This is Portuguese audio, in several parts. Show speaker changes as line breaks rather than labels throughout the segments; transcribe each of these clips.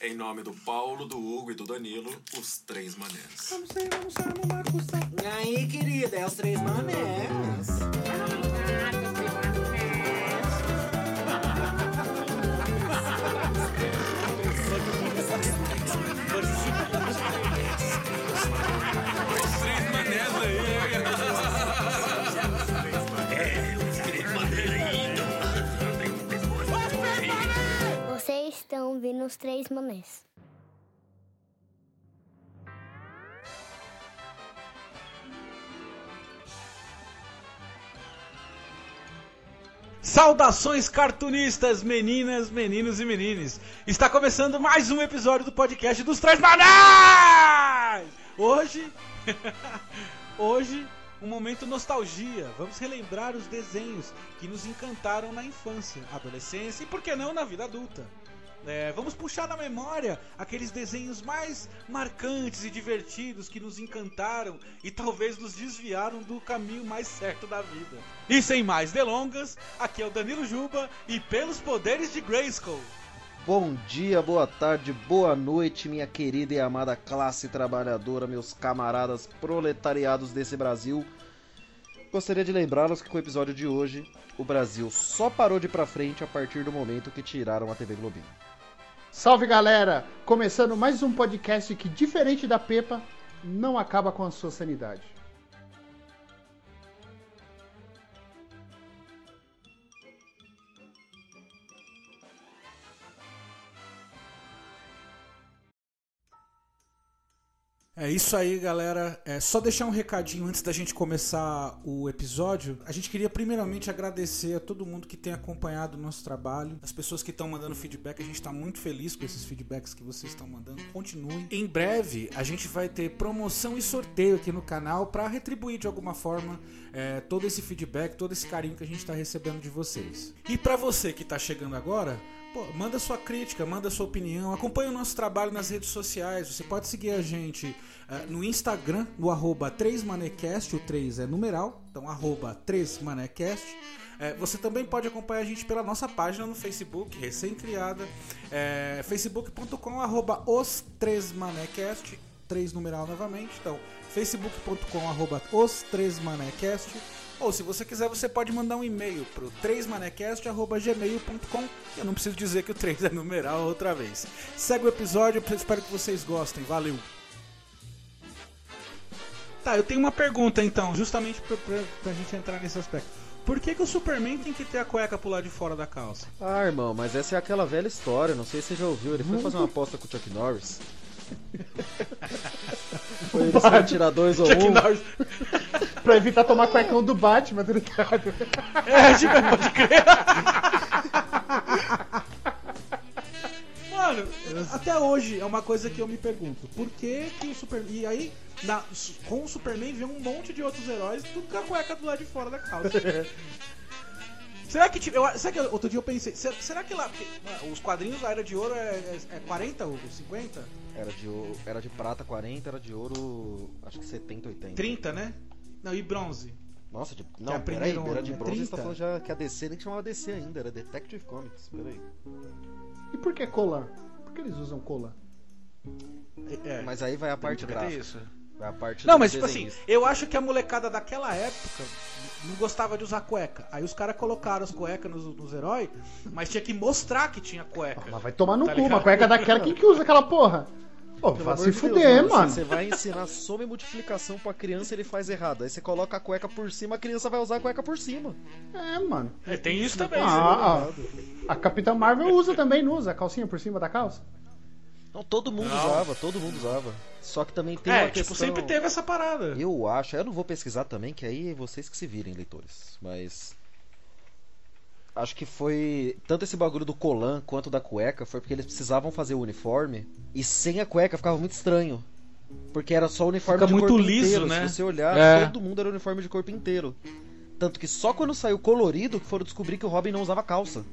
Em nome do Paulo, do Hugo e do Danilo, os três manés.
Vamos ser, vamos ser, uma custa. E aí, querida, é os três manés.
Os três manés aí!
Vocês estão ouvindo os três manés.
Saudações cartunistas, meninas, meninos e menines. Está começando mais um episódio do podcast dos Três Manais. Hoje, hoje um momento nostalgia. Vamos relembrar os desenhos que nos encantaram na infância, adolescência e por que não na vida adulta. É, vamos puxar na memória aqueles desenhos mais marcantes e divertidos que nos encantaram e talvez nos desviaram do caminho mais certo da vida. E sem mais delongas, aqui é o Danilo Juba e pelos poderes de Grayskull.
Bom dia, boa tarde, boa noite, minha querida e amada classe trabalhadora, meus camaradas proletariados desse Brasil. Gostaria de lembrá-los que com o episódio de hoje, o Brasil só parou de ir pra frente a partir do momento que tiraram a TV Globinho.
Salve galera! Começando mais um podcast que, diferente da Pepa, não acaba com a sua sanidade.
É isso aí, galera. É só deixar um recadinho antes da gente começar o episódio. A gente queria primeiramente agradecer a todo mundo que tem acompanhado o nosso trabalho, as pessoas que estão mandando feedback. A gente está muito feliz com esses feedbacks que vocês estão mandando. Continuem. Em breve, a gente vai ter promoção e sorteio aqui no canal para retribuir de alguma forma é, todo esse feedback, todo esse carinho que a gente está recebendo de vocês. E para você que está chegando agora, Pô, manda sua crítica, manda sua opinião, acompanha o nosso trabalho nas redes sociais. Você pode seguir a gente eh, no Instagram, no arroba 3manecast, o 3 é numeral, então arroba 3manecast. Eh, você também pode acompanhar a gente pela nossa página no Facebook, recém-criada, é, facebook.com arroba os 3manecast, 3 numeral novamente, então facebook.com arroba os 3manecast. Ou se você quiser, você pode mandar um e-mail pro 3manecast.gmail.com. Eu não preciso dizer que o 3 é numeral outra vez. Segue o episódio, eu espero que vocês gostem. Valeu! Tá, eu tenho uma pergunta então, justamente pra, pra, pra gente entrar nesse aspecto. Por que, que o Superman tem que ter a cueca pro lado de fora da calça?
Ah, irmão, mas essa é aquela velha história, não sei se você já ouviu. Ele foi fazer uma aposta com o Chuck Norris. Foi ele só tirar dois ou um.
Pra evitar tomar cuecão do Batman, tá ligado?
É, tipo, pode crer. Mano, até hoje é uma coisa que eu me pergunto. Por que que o Superman... E aí, na- com o Superman vem um monte de outros heróis, tudo com a cueca do lado de fora da calça. Será que, tipo, eu- será que outro dia eu pensei, será, será que lá, porque, mano, os quadrinhos da Era de Ouro é, é, é 40 ou 50?
Era de, ouro- era de prata 40, era de ouro acho que 70, 80.
30, né? Não, e bronze.
Nossa, de, não,
aprenderam
peraí, era
ouro,
de
né?
bronze, você
30.
tá falando já que a DC nem chamava DC ainda, era Detective Comics, peraí.
E por que colan? Por que eles usam colan?
É,
Mas aí vai a parte
também tem isso.
gráfica, vai a parte
Não,
do
mas tipo assim,
desenhista.
eu acho que a molecada daquela época não gostava de usar cueca. Aí os caras colocaram as cuecas nos, nos heróis, mas tinha que mostrar que tinha
Ah,
cueca.
mas vai tomar no
Tá
cu,
ligado?
uma cueca daquela, quem que usa aquela porra? Pô,
Pelo
vai
amor
se
de
fuder,
Deus,
mano.
Você vai ensinar soma e multiplicação pra criança, ele faz errado. Aí você coloca a cueca por cima, a criança vai usar a cueca por cima.
É, mano.
É, tem isso também.
Ah, ah, a Capitã Marvel usa também, não usa? A calcinha por cima da calça?
Não, todo mundo
Não.
usava, todo mundo usava. Só que também tem
é,
uma
tipo,
questão...
sempre teve essa parada.
Eu acho, eu não vou pesquisar também, que aí é vocês que se virem, leitores. Mas... Acho que foi... Tanto esse bagulho do colan quanto da cueca foi porque eles precisavam fazer o uniforme e sem a cueca ficava muito estranho. Porque era só o uniforme
Fica
de
muito
corpo
liso,
inteiro.
né?
Se você olhar,
É.
todo mundo era uniforme de corpo inteiro. Tanto que só quando saiu colorido que foram descobrir que o Robin não usava calça.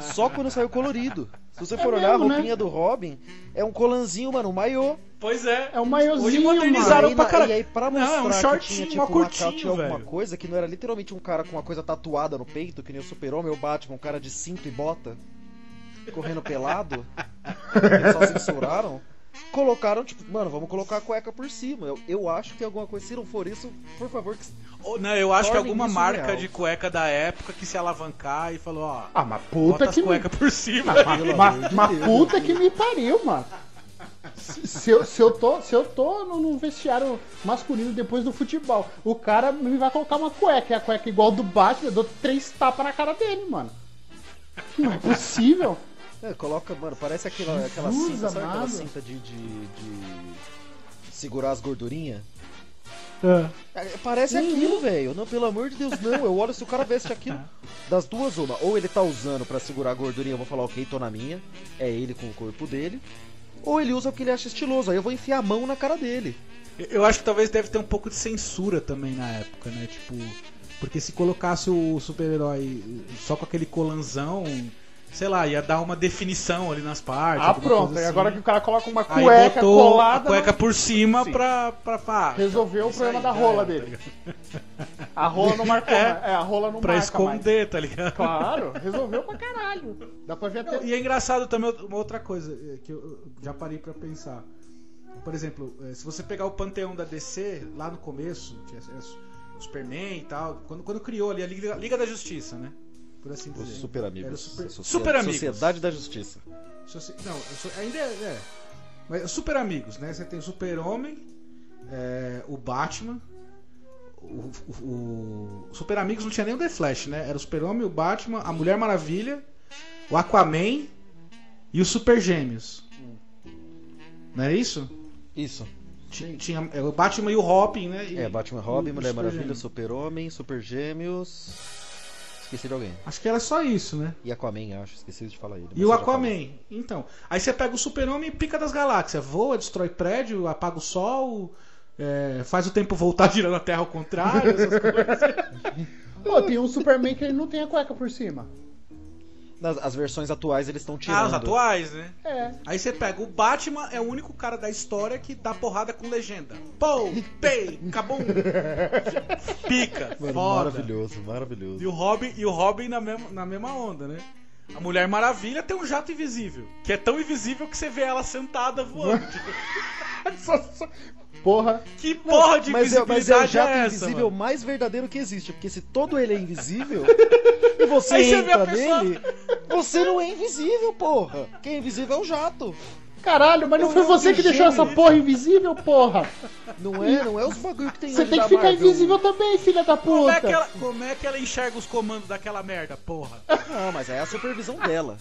só quando saiu colorido. Se
É
você for olhar
mesmo,
a
né?
roupinha do Robin, é um colanzinho, mano, um maiô.
Pois é.
É um maiozinho,
modernizaram. Usaram
mano.
Aí,
pra
na-
cara-
E aí, pra
Não, é um
mostrar que
shortinho,
tinha
uma
tipo, uma
cortinho,
calça, tinha alguma
velho.
coisa, que não era literalmente um cara com uma coisa tatuada no peito, que nem o super-homem, o Batman, um cara de cinto e bota. correndo pelado. Eles só censuraram. Colocaram, tipo, mano, vamos colocar a cueca por cima. Eu, eu acho que alguma coisa, se não for isso, por favor, que
Ou- Não, eu acho que
Tornem
alguma
isso
marca
real.
de cueca da época que se alavancar e falou, ó,
Ah, mas
bota
puta
as
que me.
cuecas por cima.
Mas mas puta que me pariu, mano. Se se eu, se eu tô, se eu tô no, no vestiário masculino depois do futebol, o cara me vai colocar uma cueca, e a cueca igual do Batman, eu dou três tapas na cara dele, mano. Não é possível.
É, coloca, mano, parece aquela,
Jesus
aquela cinta, sabe aquela
amado.
cinta de, de, de segurar as gordurinhas? É, Parece aquilo, velho. Não, pelo amor de Deus, não. Eu olho se o cara veste aquilo das duas uma. Ou ele tá usando pra segurar a gordurinha, eu vou falar, ok, tô na minha. É ele com o corpo dele. Ou ele usa porque ele acha estiloso, aí eu vou enfiar a mão na cara dele.
Eu acho que talvez deve ter um pouco de censura também na época, né? Tipo, porque se colocasse o super-herói só com aquele colanzão, sei lá, ia dar uma definição ali nas partes.
Ah,
alguma
pronto.
coisa
E
assim.
agora que o cara coloca uma
Aí
cueca
botou
colada.
a cueca
no-
por cima
Sim.
pra, pra, pra,
Resolveu o
Isso
problema
aí,
da
já
rola
era, tá
dele.
ligado?
A rola não marcou,
É.
né? é, a rola não
pra
marca mais.
esconder, tá ligado?
Claro, resolveu pra caralho. Dá pra ver até.
Não, E é engraçado também uma outra coisa eh, que eu eu já parei pra pensar. Por exemplo, eh, se você pegar o panteão da DC, lá no começo, tinha eh, su- Superman e tal, quando, quando criou ali a Liga, Liga da Justiça, né? Por assim dizer.
Os super
Era o
amigos.
super,
a socie-
Super amigos.
Sociedade da Justiça.
Soci- Não, eu sou- ainda é. é. Mas os super amigos, né? Você tem o Super-Homem, é, o Batman. O, o- o- Super Amigos não tinha nem o The Flash, né? Era o Super-Homem, o Batman, a Mulher Maravilha, o Aquaman e os Super Gêmeos. Não é isso?
Isso.
Ti- Tinha é, o Batman e o Robin, né? E-
É, Batman Robin,
e
Mulher
Super
Maravilha,
Gêmeos.
Super-Homem, Super Gêmeos. Esqueci de alguém.
Acho que era só isso, né?
E Aquaman, acho. Esqueci de falar ele. mas
E
eu
o
já falei.
Aquaman. Então. Aí você pega o Super-Homem e pica das galáxias. Voa, destrói prédio, apaga o sol, é, faz o tempo voltar girando a Terra ao contrário. essas coisas.
Pô, tem um Superman que ele não tem a cueca por cima.
Nas, as versões atuais eles estão tirando.
ah, os atuais, né?
É.
Aí você pega o Batman, é o único cara da história que dá porrada com legenda. Pou, pei, cabum. Pica,
Mano,
foda.
maravilhoso,
E
maravilhoso.
o Robin, e o Robin na, mesma, na mesma onda, né? A Mulher Maravilha tem um jato invisível, que é tão invisível que você vê ela sentada voando. Tipo,
Só- só- Porra,
que porra de
mas, é,
invisibilidade
mas é o jato
é essa,
invisível
mano?
mais verdadeiro que existe, porque se todo ele é invisível e você
Aí você vê a
entra
pessoa-
nele, você não é invisível, porra. Quem é invisível é o jato.
caralho, mas não
Eu
foi
não
você que
vi gênio.
deixou essa porra invisível, porra?
Não é, não é os bagulho que tem
Você
hoje
tem
da
que ficar
Marvel. um.
invisível também, filha da
Como é, que
puta.
ela, como é que ela enxerga os comandos daquela merda, porra?
Não, mas é a supervisão dela.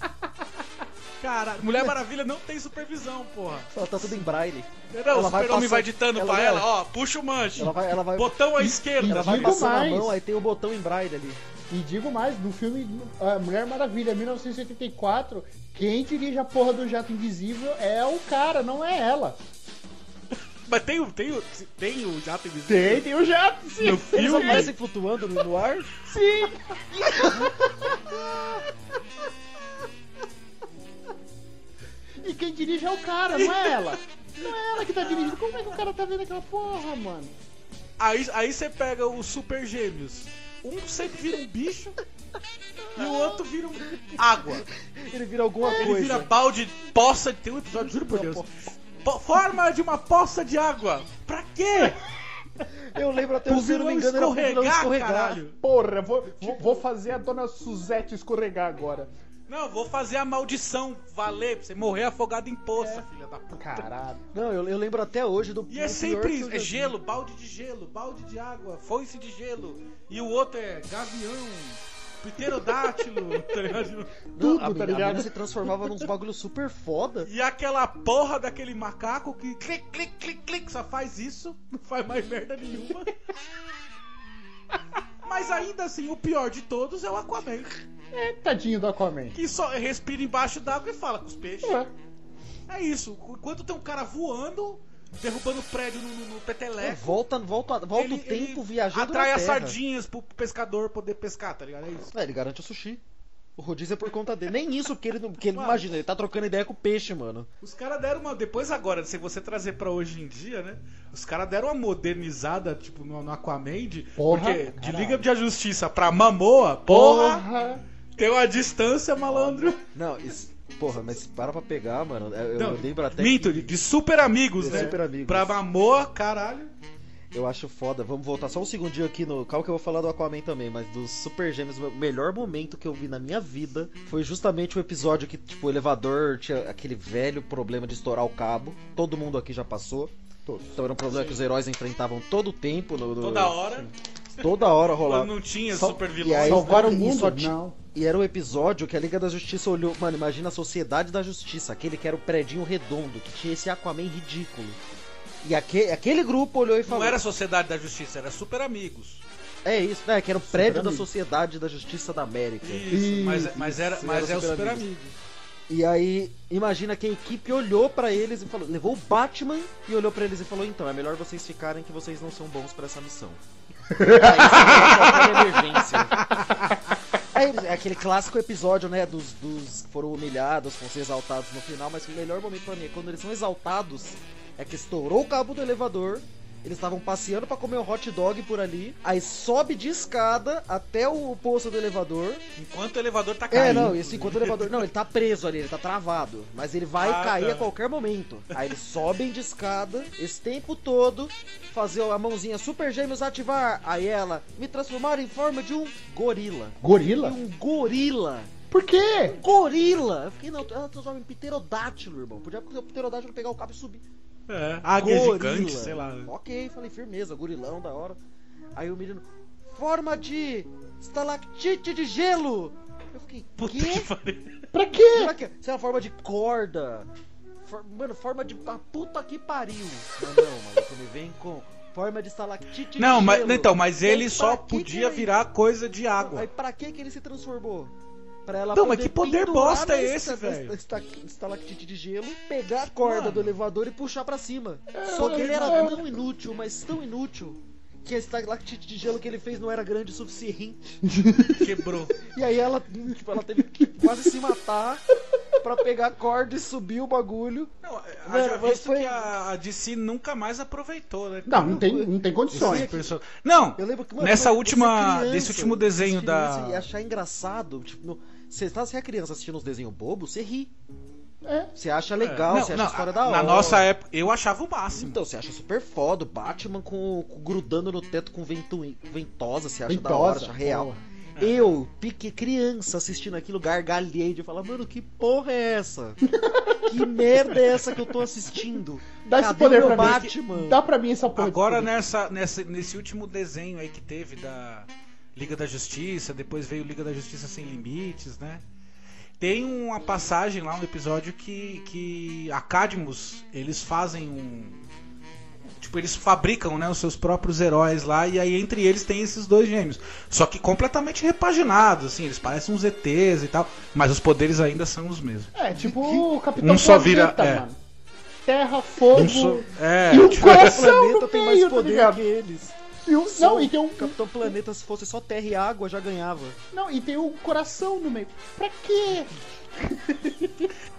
Caralho, Mulher Maravilha não tem supervisão, porra.
Ela tá tudo em braille.
Não, o
vai
super-homem
passando-
vai ditando
ela
pra
vai-
ela, ó, puxa o manche.
Ela vai, ela vai,
Botão à esquerda.
ela vai
Digo
passando
mais.
a mão, aí tem o botão em braille ali.
E digo mais, no filme ah, Mulher Maravilha, 1984, quem dirige a porra do jato invisível é o cara, não é ela.
Mas tem, o- tem, o- tem o jato invisível
Tem, tem o jato, sim.
no
Eles
filme?
aparecem flutuando no, no ar.
Sim. E quem dirige é o cara, não é ela. Não é ela que tá dirigindo. Como é que o cara tá vendo aquela porra, mano?
Aí, aí você pega os super gêmeos. Um sempre vira um bicho e o outro vira um água.
Ele vira alguma
É.
Ele
coisa.
vira balde, poça. Tem um episódio, juro por Deus. Po- Forma de uma poça de água. Pra quê?
Eu lembro até
Pro
o se eu não
vilão
me engano, era pro vilão
escorregar,
escorregar.
caralho.
Porra, vou, vou, vou fazer a dona Suzette escorregar agora.
Não, vou fazer a maldição valer pra você morrer afogado em poça, É. filha da puta.
Caralho.
Não, eu, eu lembro até hoje do.
E é
do pior
sempre
que eu
isso.
já
É
vi.
gelo, balde de gelo, balde de água, foice de gelo. E o outro é gavião, pterodátilo, tá ligado?
Não,
Tudo,
a, menina-
tá
a
ligado?
menina se transformava nos bagulhos super foda.
E aquela porra daquele macaco que clic, clic, clic, clic, só faz isso, não faz mais merda nenhuma. Mas ainda assim, o pior de todos é o Aquaman,
É, tadinho do Aquaman.
que só respira embaixo d'água e fala com os peixes.
Ué,
É isso, enquanto tem um cara voando, derrubando prédio no, no, no peteleco,
Volta, volta, volta
É. ele-
o tempo
ele
viajando
atrai
na
as
terra.
sardinhas pro pescador poder pescar, tá ligado? É isso.
É, ele garante o sushi. O rodízio é por conta dele. Nem isso, porque ele não. Porque ele,
Mano.
imagina, ele tá trocando ideia com o peixe, mano.
Os caras deram uma. Depois agora, se você trazer pra hoje em dia, né? Os caras deram uma modernizada, tipo, no, no Aquaman. De,
Porra,
porque de
caralho.
Liga de Justiça pra Mamoa, porra,
Porra.
tem uma distância, malandro.
Não, isso. Porra, mas para pra pegar, mano. é, Eu,
Não,
eu lembro até.
Minto,
que...
de super amigos,
De
né?
Super Amigos.
Pra Mamor, caralho.
Eu acho foda. Vamos voltar só um segundinho aqui no. Calma que eu vou falar do Aquaman também, mas dos Super Gêmeos, o melhor momento que eu vi na minha vida foi justamente o episódio que, tipo, o elevador tinha aquele velho problema de estourar o cabo. Todo mundo aqui já passou.
Todos.
Então era um problema que os heróis enfrentavam todo o tempo. No, no-
Toda hora.
Toda hora
Quando
rolava.
não tinha
Só-
super né?
e
vilão.
aí-
Salvaram o
e
mundo? né?
só ti-
Não.
E era o episódio que a Liga da Justiça olhou. Mano, imagina a Sociedade da Justiça, aquele que era o predinho redondo, que tinha esse Aquaman ridículo. E aque- aquele grupo olhou e
Não
falou.
era Sociedade da Justiça, era Super Amigos.
É isso, né? Que era o prédio da
Amigos.
Sociedade da Justiça da América.
Isso, mas, mas, era,
Isso,
mas
era
é o
Super
Super
Amigos.
Amigos.
E aí, imagina que a equipe olhou pra eles e falou, levou o Batman e olhou pra eles e falou: "Então, é melhor vocês ficarem que vocês não são bons pra essa missão". aí, qualquer emergência. Aí, eles- é aquele clássico episódio, né, dos, dos que foram humilhados, foram ser exaltados no final, mas o melhor momento pra mim é quando eles são exaltados, é que estourou o cabo do elevador, eles estavam passeando pra comer um hot dog por ali, aí sobe de escada até o poço do elevador,
Enquanto o elevador tá caindo.
é, não, isso enquanto o elevador. Não, ele tá preso ali, ele tá travado. Mas ele vai
Ah,
cair
tá.
a qualquer momento. Aí eles sobem de escada, esse tempo todo, fazer a mãozinha Super Gêmeos ativar. Aí ela me transformar em forma de um gorila. E
Gorila?
um gorila.
Por quê?
Gorila! Eu fiquei, não, ela transforma em pterodátilo, irmão. Podia o pterodátilo pegar o cabo e subir.
É, águia
Gorila.
gigante, sei lá.
Ok, falei, firmeza, gorilão, da hora. Aí o menino, forma de estalactite de gelo. Eu fiquei,
Puta
quê?
que pariu.
Pra quê?
Será que se é uma forma de corda? For- mano, forma de. Ah, puta que pariu! Não, não, mano, você me vem com forma de estalactite.
Não,
de
mas
gelo.
então, mas
E aí,
ele só
pra que que
podia
ele-
virar coisa de
Aí
água.
pra que que ele se transformou? Pra ela
Não, mas
poder
que poder
pendurar
bosta é
na
esse,
esta-
velho?
na esta- Estalactite de gelo, pegar a corda
Mano. É,
do elevador e puxar pra cima. Só que ele era tão inútil, mas tão inútil. Que a estalactite de gelo que ele fez não era grande o suficiente.
Quebrou.
E aí ela, tipo, ela teve que quase se matar pra pegar a corda e subir o bagulho.
Não,
Mano,
haja
mas
visto
foi-
que a, a DC nunca mais aproveitou, né?
Não, não tem, não
Esse
tem condições.
perso- Não,
Eu lembro que,
Nessa
quando
última-
você é
desse último desenho
você
da-
criança E achar engraçado, tipo, no- você tá, se é criança assistindo uns desenhos bobos, você ri.
É.
Você acha legal,
não,
você acha
não,
a história
a-
da hora.
Na nossa época, eu achava o máximo.
Então, você acha super foda, o Batman com, com- grudando no teto com ventu, ventosa, você acha da hora,
Ventosa.
acha real. Eu, pique criança, assistindo aquilo, gargalhei de falar, mano, que porra é essa? que merda é essa que eu tô assistindo?
Dá esse
Cadê
poder
o
pra
meu
mim.
Batman?
Dá pra mim essa porra. de
Agora né?
poder.
nessa, nessa, nesse último desenho aí que teve da Liga da Justiça, depois veio Liga da Justiça Sem Limites, né? Tem uma passagem lá, um episódio que, que a Cadmus, eles fazem um. Tipo, eles fabricam né, os seus próprios heróis lá, e aí entre eles tem esses dois gêmeos. Só que completamente repaginados, assim, eles parecem uns ETs e tal, mas os poderes ainda são os mesmos.
É, tipo o Capitão
Um só vira-
Planeta,
é.
mano. Terra, fogo.
Um so- É,
E o
tipo,
coração
planeta
no
tem
meio,
mais
tá
poder
ligado?
que eles.
E o- Não, e tem um.
Capitão Planeta, se fosse só terra e água, já ganhava.
Não, e tem um coração no meio. Pra quê?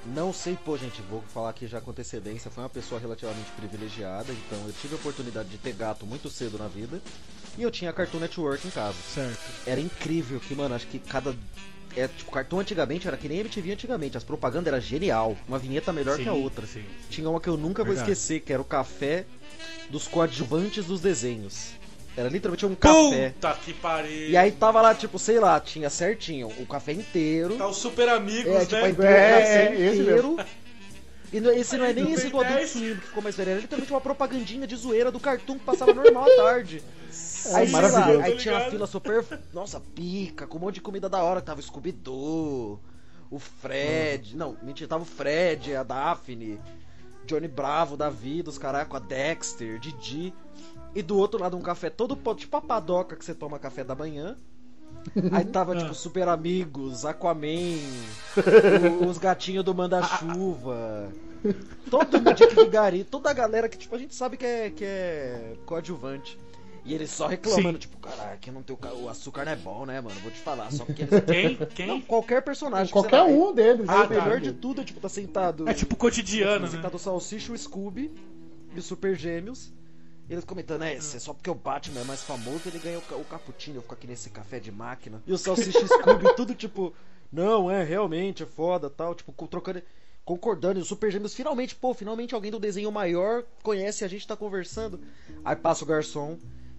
Não sei, pô, gente, vou falar aqui já com antecedência. Foi uma pessoa relativamente privilegiada, então eu tive a oportunidade de ter gato muito cedo na vida. E eu tinha Cartoon Network em casa.
certo.
Era incrível que, mano, acho que cada. É, tipo, Cartoon antigamente era que nem MTV antigamente. As propagandas era genial. Uma vinheta melhor que a
Sim,
outra.
sim.
Tinha uma que eu nunca vou
Verdade.
esquecer, que era o café dos coadjuvantes dos desenhos. Era literalmente um café.
Puta que pariu!
E aí tava lá, tipo, sei lá, tinha certinho o café inteiro.
Tá os super amigos,
É, tipo,
né?
aí tem o
É,
café
é, esse
inteiro. E não- esse não é nem
Não
esse
tem
do adulto
dez.
swim que ficou mais velho, era é literalmente uma propagandinha de zoeira do cartoon que passava normal à tarde. Aí, sei lá,
maravilhoso.
aí
Tô
tinha uma
É, Tá ligado.
fila super. Nossa, pica, com um monte de comida da hora. Tava o Scooby-Doo, o Fred.
Uhum.
Não, mentira, tava o Fred, a Daphne, Johnny Bravo, Davi, dos caraca, a Dexter, Didi. E do outro lado um café todo pó, tipo a padoca que você toma café da manhã. Aí
Uhum.
tava,
Ah.
tipo, Super Amigos, Aquaman, o- os gatinhos do Manda-Chuva.
Ah,
Todo mundo de Vigari, toda a galera que, tipo, a gente sabe que é, que é coadjuvante. E ele só reclamando,
Sim.
tipo, caraca, eu não tenho ca- o açúcar não é bom, né, mano? Vou te falar, só porque eles...
Quem?
Não,
Quem?
qualquer personagem.
Qualquer
sei lá, é
um deles.
Ah,
O
né?
melhor de tudo é, tipo, tá sentado...
É tipo cotidiano, né?
Tá do Salsicha, o Scooby e os Super Gêmeos. E Eles comentando, é, isso é só porque o Batman é mais famoso, ele ganhou o ca- o Cappuccino, eu fico aqui nesse café de máquina. E o Salsicha e o Scooby, tudo tipo, Não, é, realmente, é foda, tal. Tipo, co- trocando. Concordando, e os Super Gêmeos finalmente, pô, finalmente alguém do desenho maior conhece a gente, tá conversando. Aí passa o garçom.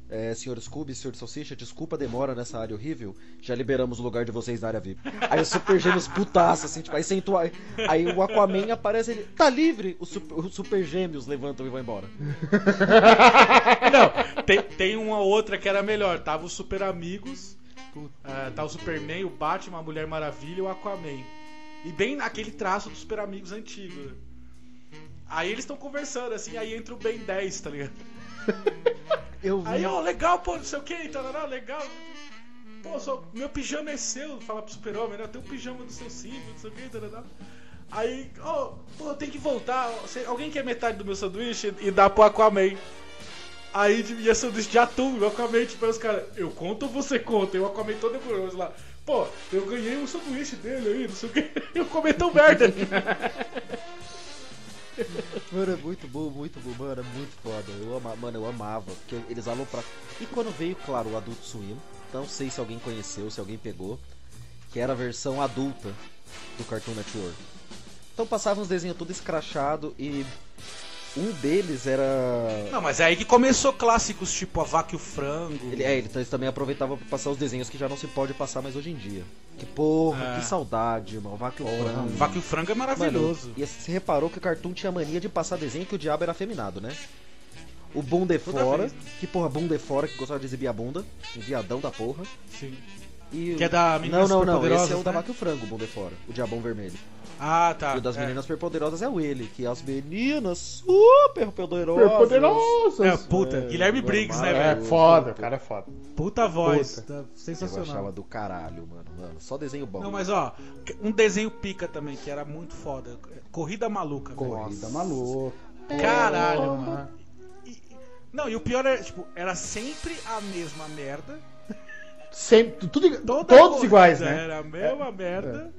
É, senhor Scooby, senhor Salsicha, desculpa a demora nessa área horrível. Já liberamos o lugar de vocês na área VIP. Aí os Super Gêmeos putaça, assim, tipo, aí sentou. Aí, aí o Aquaman aparece ele. Tá livre! Os super, os super Gêmeos levantam e vão embora.
Não, tem, tem uma outra que era melhor. Tava os Super Amigos, ah, tava o Superman, o Batman, a Mulher Maravilha e o Aquaman. E bem naquele traço dos Super Amigos antigo. né? Aí eles estão conversando, assim, aí entra o Ben 10, tá ligado?
Eu vi.
Aí, né? ó, legal, pô, não sei o que, tarará, legal. Pô, só, meu pijama é seu, fala pro super-homem, né? Tem o pijama do seu símbolo, não sei o que, tarará. Aí, ó, pô, tem que voltar. ó, cê- alguém quer metade do meu sanduíche e dá pro Aquaman. Aí e é sanduíche de atum, e o Aquaman, tipo, aí os caras, eu conto ou você conta? E o Aquaman todo orgulhoso lá. Pô, eu ganhei um sanduíche dele aí, não sei o que. Eu comi tão merda.
Mano, é muito bom, muito bom, mano, é muito foda. Eu ama, mano, eu amava, porque eles alopravam. E quando veio, claro, o Adult Swim, não sei se alguém conheceu, se alguém pegou, que era a versão adulta do Cartoon Network. Então passava uns desenhos todo escrachado e um deles era.
Não, mas é aí que começou clássicos, tipo a vaca e o frango.
Ele, é, ele- eles também aproveitavam pra passar os desenhos que já não se pode passar mais hoje em dia. Que porra,
Ah.
que saudade, irmão. Vaca e o frango.
Vaca e o frango é maravilhoso.
Mano, e assim, você reparou que o Cartoon tinha mania de passar desenho que o diabo era afeminado, né? O Bom de
Toda
Fora,
vez.
que porra, Bom de Fora, que gostava de exibir a bunda, um viadão da porra.
Sim.
E
Que é
o-
da menina
Não, não, não, esse é o
Superpoderosas,
da
né?
Vaca e o Frango, o Bom de Fora, o diabão vermelho.
Ah, tá.
e o das
é.
meninas superpoderosas é o ele, que é as meninas super poderosas.
Super poderoso!
É, puta. Guilherme Briggs, né,
É,
velho?
foda, o cara é foda.
Puta voz.
Puta.
Tá
Eu achava
sensacional.
do caralho, mano, mano, só desenho bom.
Não, mas ó, um desenho pica também, que era muito foda. Corrida maluca, velho.
Corrida maluca.
Caralho, mano. E- e- não, e o pior era, tipo, era sempre a mesma merda.
Sempre, tudo, igu-
Toda
todos
corrida
iguais, né?
Era a
É.
mesma merda.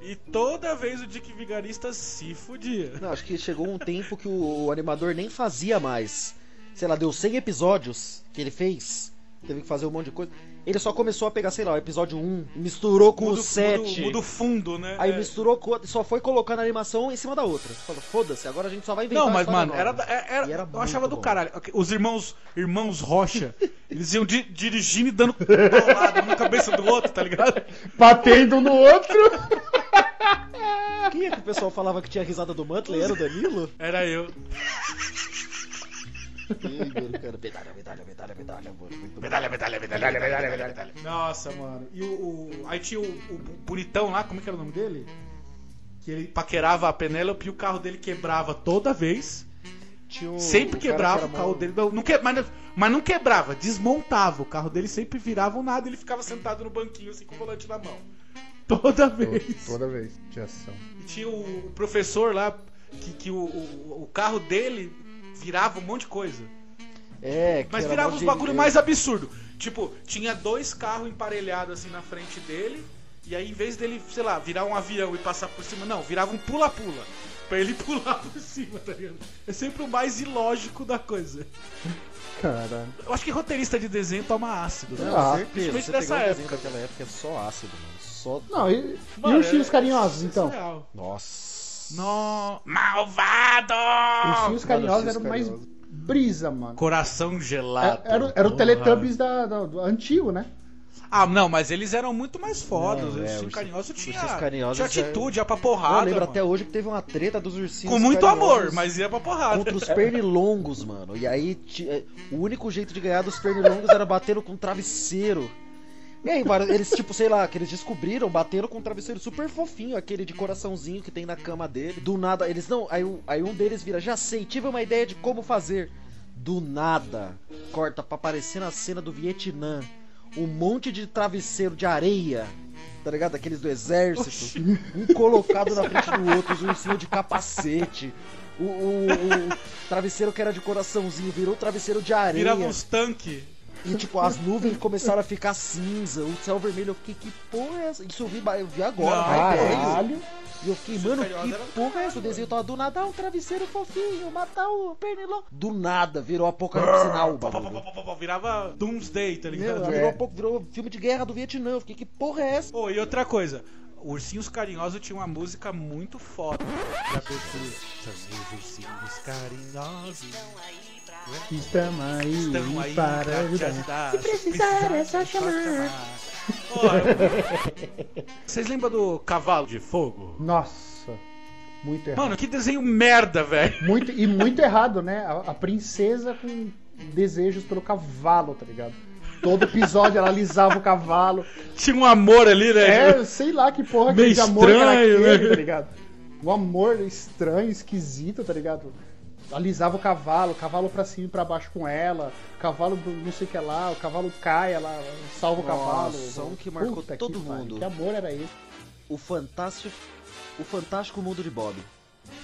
E toda vez o Dick Vigarista se fudia.
Não, acho que chegou um tempo que o, o animador nem fazia mais. Sei lá, deu 100 episódios que ele fez. Teve que fazer um monte de coisa. Ele só começou a pegar, sei lá, o episódio 1, misturou com
Muda
o
o-
7.
muda o- Muda o fundo, né?
Aí
É.
misturou com outra, só foi colocando a animação em cima da outra. Fala, foda-se, agora a gente só vai inventar.
Não, mas,
uma
mano, era,
história
é,
nova.
era-
E era
eu achava
muito
do
bom.
caralho. Os irmãos, irmãos Rocha, eles iam di- dirigindo e dando paulada um na cabeça do outro, tá ligado?
Batendo um no outro.
Quem é que o pessoal falava que tinha risada do Muttley? Era o Danilo?
Era eu.
Ih, mano, cara, medalha, medalha, medalha, medalha, mano. Muito bom.
Nossa, mano. E o. o- aí tinha o, o bonitão lá, como é que era o nome dele? Que ele paquerava a Penélope e o carro dele quebrava toda vez.
Tinha um-
Sempre
um cara
quebrava
que
o
era
carro
mó-
dele. Não, não que, mas, não- mas não quebrava, desmontava. O carro dele sempre virava um nada ele ficava sentado no banquinho, assim, com o volante na mão. Toda vez.
Toda vez, de ação.
E tinha o o professor lá, que, que o, o, o carro dele virava um monte de coisa.
É, que
Mas
era
virava
mó
uns bagulho
genial.
mais absurdo. Tipo, tinha dois carros emparelhados assim na frente dele. E aí, em vez dele, sei lá, virar um avião e passar por cima, não, virava um pula-pula. Pra ele pular por cima, tá ligado? É sempre o mais ilógico da coisa.
Caralho.
Eu acho que roteirista de desenho toma ácido, né?
Ah,
Ah,
certeza.
principalmente
Você
dessa
pegou um desenho
época.
daquela época, é só ácido, mano. Só.
Não, e,
Mano,
e os
é-
Chios Carinhosos,
é
então?
surreal.
Nossa.
No... Malvado!
Os Chios Carinhosos
Chios
eram mais
Carinhosos.
brisa, mano. É,
Coração gelado.
Era,
É,
era, era o
Porra.
Teletubbies da, da- do antigo, né?
Ah, não, mas eles eram muito mais fodas.
Não, é,
os
os-
Chico Carinhoso tinha,
Chico Carinhoso
tinha
já-
atitude, ia pra
Eu
porrada.
lembro
mano.
até hoje que teve uma treta dos ursinhos.
Com muito
carinhosos
amor, mas ia pra porrada.
Contra os pernilongos, mano. E aí, ti- é, o único jeito de ganhar dos pernilongos era batendo com um travesseiro. E aí, vários- eles, tipo, sei lá, que eles descobriram, bateram com um travesseiro super fofinho, aquele de coraçãozinho que tem na cama dele. Do nada, eles não. Aí, um- aí um deles vira, já sei, tive uma ideia de como fazer. Do nada, corta pra aparecer na cena do Vietnã. Um monte de travesseiro de areia, tá ligado? Aqueles do exército. Um colocado na frente do outro, os ursinhos de capacete. O, o- o travesseiro que era de coraçãozinho virou travesseiro de areia.
Virava uns tanques.
E tipo, as nuvens começaram a ficar cinza, o céu vermelho, eu fiquei, que porra é essa? Isso eu vi, eu vi agora,
Não,
vai velho.
Caralho.
E eu fiquei,
Isso
mano,
carinhosa era um
que porra é essa? O desenho tava do nada, ah, um travesseiro fofinho, matar o pernilongo. Do nada, virou apocalipse sinal,
Pá, pá, pá,
bagulho.
pá, pá, pá, Virava Doomsday, tá ligado?
Meu, virou, um pouco- virou filme de guerra do Vietnã, eu fiquei, que porra é essa?
Ô, e outra coisa. Ursinhos Carinhosos tinha uma música muito foda. Da abertura. São os ursinhos carinhosos
Estamos aí,
estão Então aí pra
para
te
ajudar.
ajudar.
Se precisar, é só chamar.
Ó, Vocês lembram do Cavalo de Fogo?
Nossa, muito errado.
Mano, que desenho merda, velho.
Muito, e muito errado, né? A, a princesa com desejos pelo cavalo, tá ligado? Todo episódio ela alisava o cavalo.
Tinha um amor ali, né?
É, sei lá que porra
Meio
que de amor era
estranho,
aquele,
né?
tá ligado? Um amor estranho, esquisito, tá ligado? Alisava o cavalo, cavalo pra cima e pra baixo com ela, cavalo do não sei o que lá, o cavalo cai, ela salva o cavalo.
Nossa, um que marcou
Puta
todo
que pariu,
mundo.
Que amor era esse?
O fantástico. O fantástico mundo de Bob.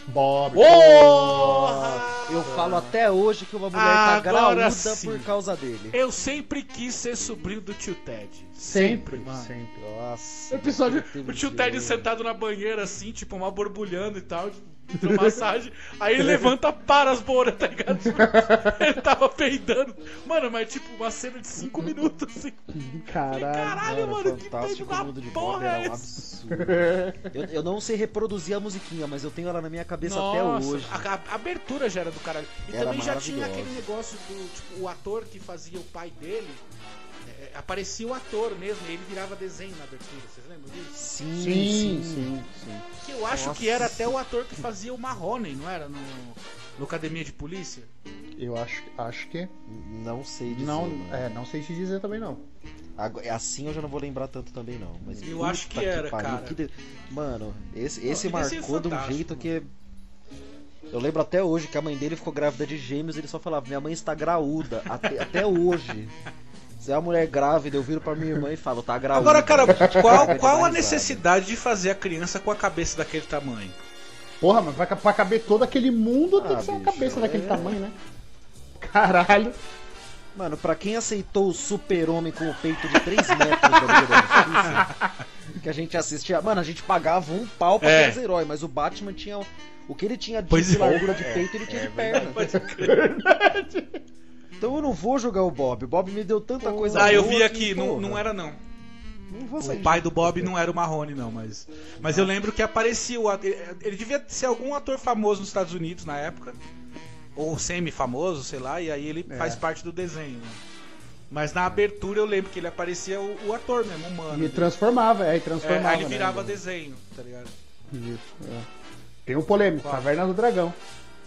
Bob.
Porra!
Eu falo até hoje que uma mulher tá
Agora
graúda
sim.
por causa dele.
Eu sempre quis ser sobrinho do tio Ted.
Sempre,
mano.
sempre.
Nossa.
Episódio-
teve
O tio
de
Ted
ouro.
sentado na banheira, assim, tipo, mal borbulhando e tal, deu massagem. Aí ele levanta, para as bolhas, tá ligado? Tipo, Ele tava peidando. Mano, mas tipo, uma cena de 5 minutos, assim.
Caralho.
Caralho,
Cara,
mano, que peido
fantástico
da
mundo de Bob
porra é
era um
esse?
absurdo. Eu, eu não sei reproduzir a musiquinha, mas eu tenho ela na minha cabeça até hoje.
a, a- a abertura já era do caralho. E
Era
também já tinha
maravilhosa.
aquele negócio do, tipo, o ator que fazia o pai dele, é, aparecia o ator mesmo, e ele virava desenho na abertura, vocês lembram disso?
Sim,
Sim, sim, sim.
Que eu acho que era até o ator que fazia o Marrone, não era? No, no Academia de Polícia?
Eu acho, acho que. é.
Não sei dizer.
Não,
mano.
é, não sei te dizer também não.
Agora- Assim eu já não vou lembrar tanto também, não. Mas
Eu
puta
acho que era, cara.
que de- Mano, esse, esse
e desenho
marcou de um
fantástico,
jeito que. Eu lembro até hoje que a mãe dele ficou grávida de gêmeos e ele só falava: Minha mãe está graúda. Até, até hoje. Se é uma mulher grávida, eu viro pra minha irmã e falo: Tá graúda.
Agora, cara,
Vai
qual,
dar
qual a
risada.
necessidade de fazer a criança com a cabeça daquele tamanho?
Porra, mas pra, pra caber todo aquele mundo tem
Ah,
que ser uma
bicho,
cabeça
é.
daquele tamanho, né? Caralho.
Mano, pra quem aceitou o super-homem com o peito de 3 metros da Liga da Justiça, que a gente assistia. Mano, a gente pagava um pau pra
É.
aqueles herói, mas o Batman tinha. O que ele tinha de
Pois é.
largura de peito, ele tinha de perna. Então eu não vou jogar o Bob. O Bob me deu tanta coisa
Ah, eu
boa
vi
que,
aqui, não,
porra,
não era não.
não vou
O
sair
pai do Bob não era o Marrone, não, mas. Mas eu lembro que aparecia o ator. Ele devia ser algum ator famoso nos Estados Unidos na época. Ou semi-famoso, sei lá, e aí ele
É.
faz parte do desenho. né? Mas na abertura eu lembro que ele aparecia o, o ator mesmo, humano. né?
E transformava, é, e
É,
transformava.
aí ele
né?
virava desenho, tá ligado?
Isso, é. Tem um polêmico, Caverna do Dragão.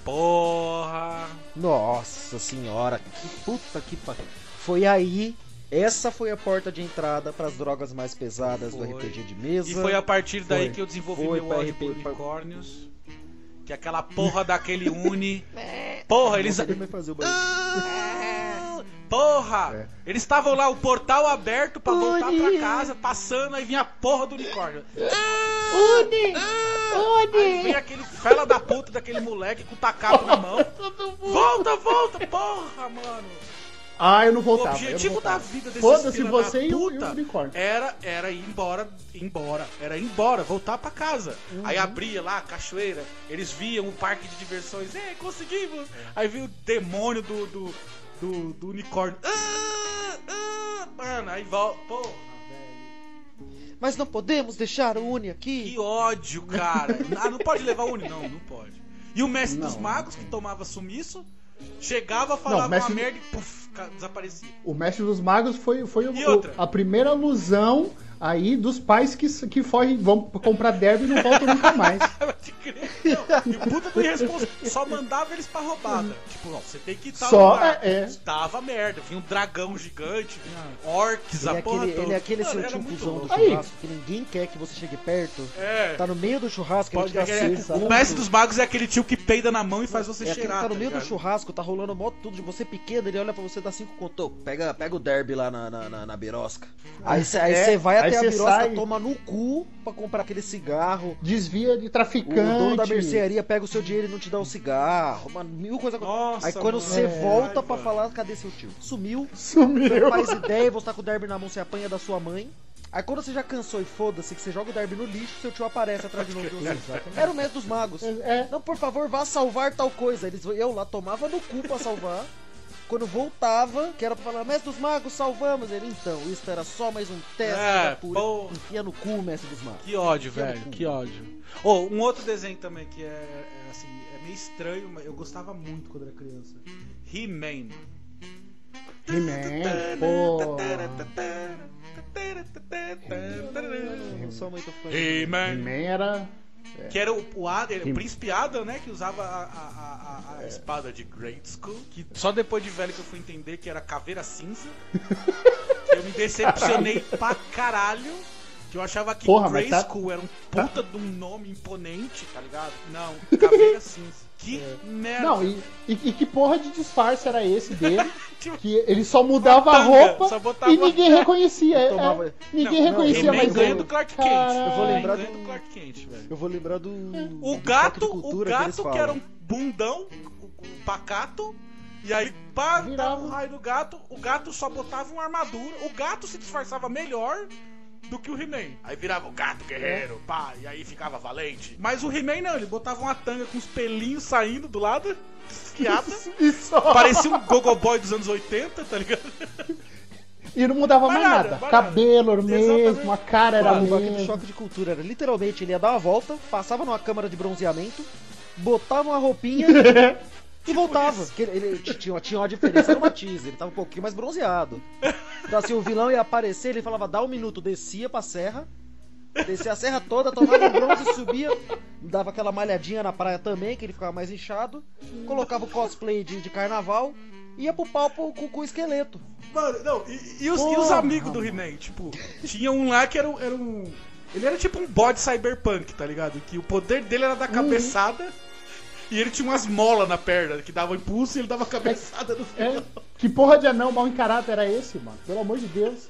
Porra!
Nossa senhora, que puta que pariu. Foi aí, essa foi a porta de entrada pras drogas mais pesadas
Foi.
do RPG de mesa.
E foi a partir daí
Foi.
que eu desenvolvi
Foi
meu
pra
ódio
RP,
por
pra-
unicórnios. Que é aquela porra daquele Uni. Porra, eles.
Ele vai fazer o banheiro.
Ah, Porra!
É.
Eles estavam lá, o portal aberto pra voltar pra casa, passando, aí vinha a porra do unicórnio. Uni! Ah! Aí vem aquele fela da puta daquele moleque com o tacapo na mão. Volta, volta! Porra, mano!
Ah, eu não
o
voltava. eu
objetivo
não
da
voltava.
vida desse
Foda-se
filha
você
da
e o, e
puta é
o unicórnio.
era, era ir embora, ir embora, era ir embora, voltar pra casa.
Uhum.
Aí abria lá a cachoeira, eles viam o parque de diversões, é, conseguimos! Aí veio o demônio do, do, do, do unicórnio. Ah, ah, mano, aí volta. Pô,
Mas não podemos deixar o Uni aqui.
que ódio, cara. Ah, não pode levar o Uni, não, não pode. E o mestre dos
Não,
magos, que tomava sumiço, chegava, falava
mestre-
uma merda e puf, ca- desaparecia.
O Mestre dos Magos foi, foi o-
E outra?
a primeira alusão aí dos pais que, que fogem, vão comprar derby e não voltam nunca mais.
Pode crer, não. E o puta do irresponsável. Só mandava eles pra roubada. Tipo, não, você tem que ir tal
Só,
lugar.
é, é.
Tava merda. Vinha um dragão gigante, vinha orcs,
Ele é
a porra
aquele,
toda.
ele é aquele
Mano,
seu
era
tio
muito
cuzão do
louco.
Aí.
churrasco que ninguém quer que você chegue perto.
É.
Tá no meio do churrasco, ele
Pode,
te dá
é,
cesta.
o mestre dos magos é aquele tio que peida na mão e faz você
É aquele que
cheirar.
tá no meio do
ligado?
churrasco, tá rolando mó tudo de você pequeno, ele olha pra você, dá cinco contou. Pega, pega o derby lá na, na, na, na birosca. Aí você
É,
vai
aí
até a
cê
birosca,
sai.
toma no cu pra comprar aquele cigarro.
Desvia de
O dono da
traficante.
mercearia pega o seu dinheiro e não te dá o cigarro. Mano, mil coisa
Nossa,
Aí quando
mano.
você
É,
volta
vai,
pra
mano.
falar, cadê seu tio? Sumiu.
Sumiu.
faz ideia, você tá com o derby na mão, você apanha da sua mãe. Aí quando você já cansou e foda-se, que você joga o derby no lixo, seu tio aparece atrás de novo de você. Era o mestre dos magos.
É,
Não, por favor, vá salvar tal coisa. Eles, eu lá tomava no cu pra salvar. Quando voltava, que era pra falar, mestre dos magos, salvamos ele. Então, isso era só mais um teste
É,
da pura.
pô.
Enfia no cu, mestre dos magos.
Que ódio, velho, que ódio. Oh, um outro desenho também que é, é assim, é meio estranho, mas eu gostava muito quando era criança. He-Man.
He-Man, pô.
Eu não sou muito fã.
He-Man.
He-Man era.
Que era o, o, Adam, o
He-
príncipe Adam, né? Que usava a, a- a- a- a espada de Great School. Que só depois de velho que eu fui entender que era caveira cinza. eu me decepcionei pra caralho. Que eu achava que
Porra,
Grey
mas tá-
School era um puta de um nome imponente, tá ligado? Não, caveira cinza. Que merda.
É. Não, e, e, e que porra de disfarce era esse dele?
Tipo,
que ele só mudava a
Uma tanga,
roupa
só botava-
e ninguém reconhecia. É,
tomava-
é, ninguém
Não, não,
reconhecia
He-Man
mais
ganha
ele.
do Clark Kent.
Caralho.
Eu
Eu
vou
vou lembrar
ganha do
do-
Clark Kent, velho.
Eu vou lembrar do.
O
do choque
gato,
de
o
cultura que eles
gato que, era
falam.
um bundão, o- o pacato, e aí pá, dava
Virava.
um raio no gato, o gato só botava uma armadura, o gato se disfarçava melhor do que o He-Man. Aí virava o gato guerreiro, pá, e aí ficava valente. Mas o He-Man não, ele botava uma tanga com os pelinhos saindo do lado, desfiada,
E, só-
parecia um gogoboy dos anos 80, tá ligado?
e não mudava
Mas
mais
nada,
nada.
mas
Cabelo era o mesmo,
Exatamente.
a cara era a
Mano, aquele
mesma.
choque Um de cultura era literalmente ele ia dar uma volta, passava numa câmara de bronzeamento, botava uma roupinha e voltava. Que Ele, ele t- tinha, tinha uma diferença no matiz, ele tava um pouquinho mais bronzeado. Então assim, o vilão ia aparecer, ele falava, dá um minuto, descia pra serra, descia a serra toda, tomava um bronze, subia, dava aquela malhadinha na praia também, que ele ficava mais inchado, colocava o cosplay de, de carnaval, ia pro palco com, com o esqueleto.
Mano, não, e, e os, e os
Porra,
amigos do He-Man? Tipo, tinha um lá que era, um- era um. Ele era tipo um bode cyberpunk, tá ligado? Que o poder dele era dar cabeçada e ele tinha umas molas na perna que dava impulso e ele dava cabeçada no
É,
final.
que porra de anão mal encarado era esse, mano? Pelo amor de Deus.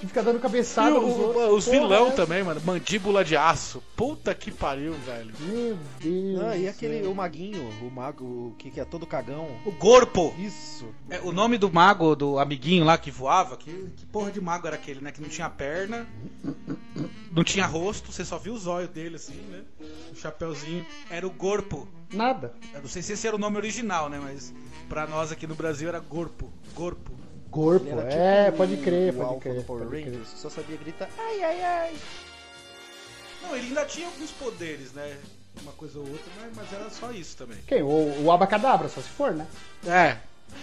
Que fica dando
E
cabeçada
o-
nos
o- né?
outros.
os
Porra,
vilão
é-
também, mano. Mandíbula de aço. Puta que pariu, velho.
Meu Deus.
Ah, e
do
aquele,
céu.
o maguinho, o mago que, que é todo cagão.
O corpo.
Isso.
É, o nome do mago, do amiguinho lá que voava, que, que porra de mago era aquele, né? Que não tinha perna, não tinha rosto, você só viu os olhos dele assim, né? O chapéuzinho. Era o corpo.
Nada.
Eu não sei se esse era o nome original, né? Mas pra nós aqui no Brasil era Gorpo. Gorpo.
Corpo,
Ele era tipo
é,
o-
pode crer,
o
pode
Alpha
crer.
do Power
pode crer.
Rangers, que só sabia gritar.
Não, ele ainda tinha alguns poderes, né? Uma coisa ou outra, mas, mas era só isso também.
Quem? O, o Abacadabra, só se for, né?
É.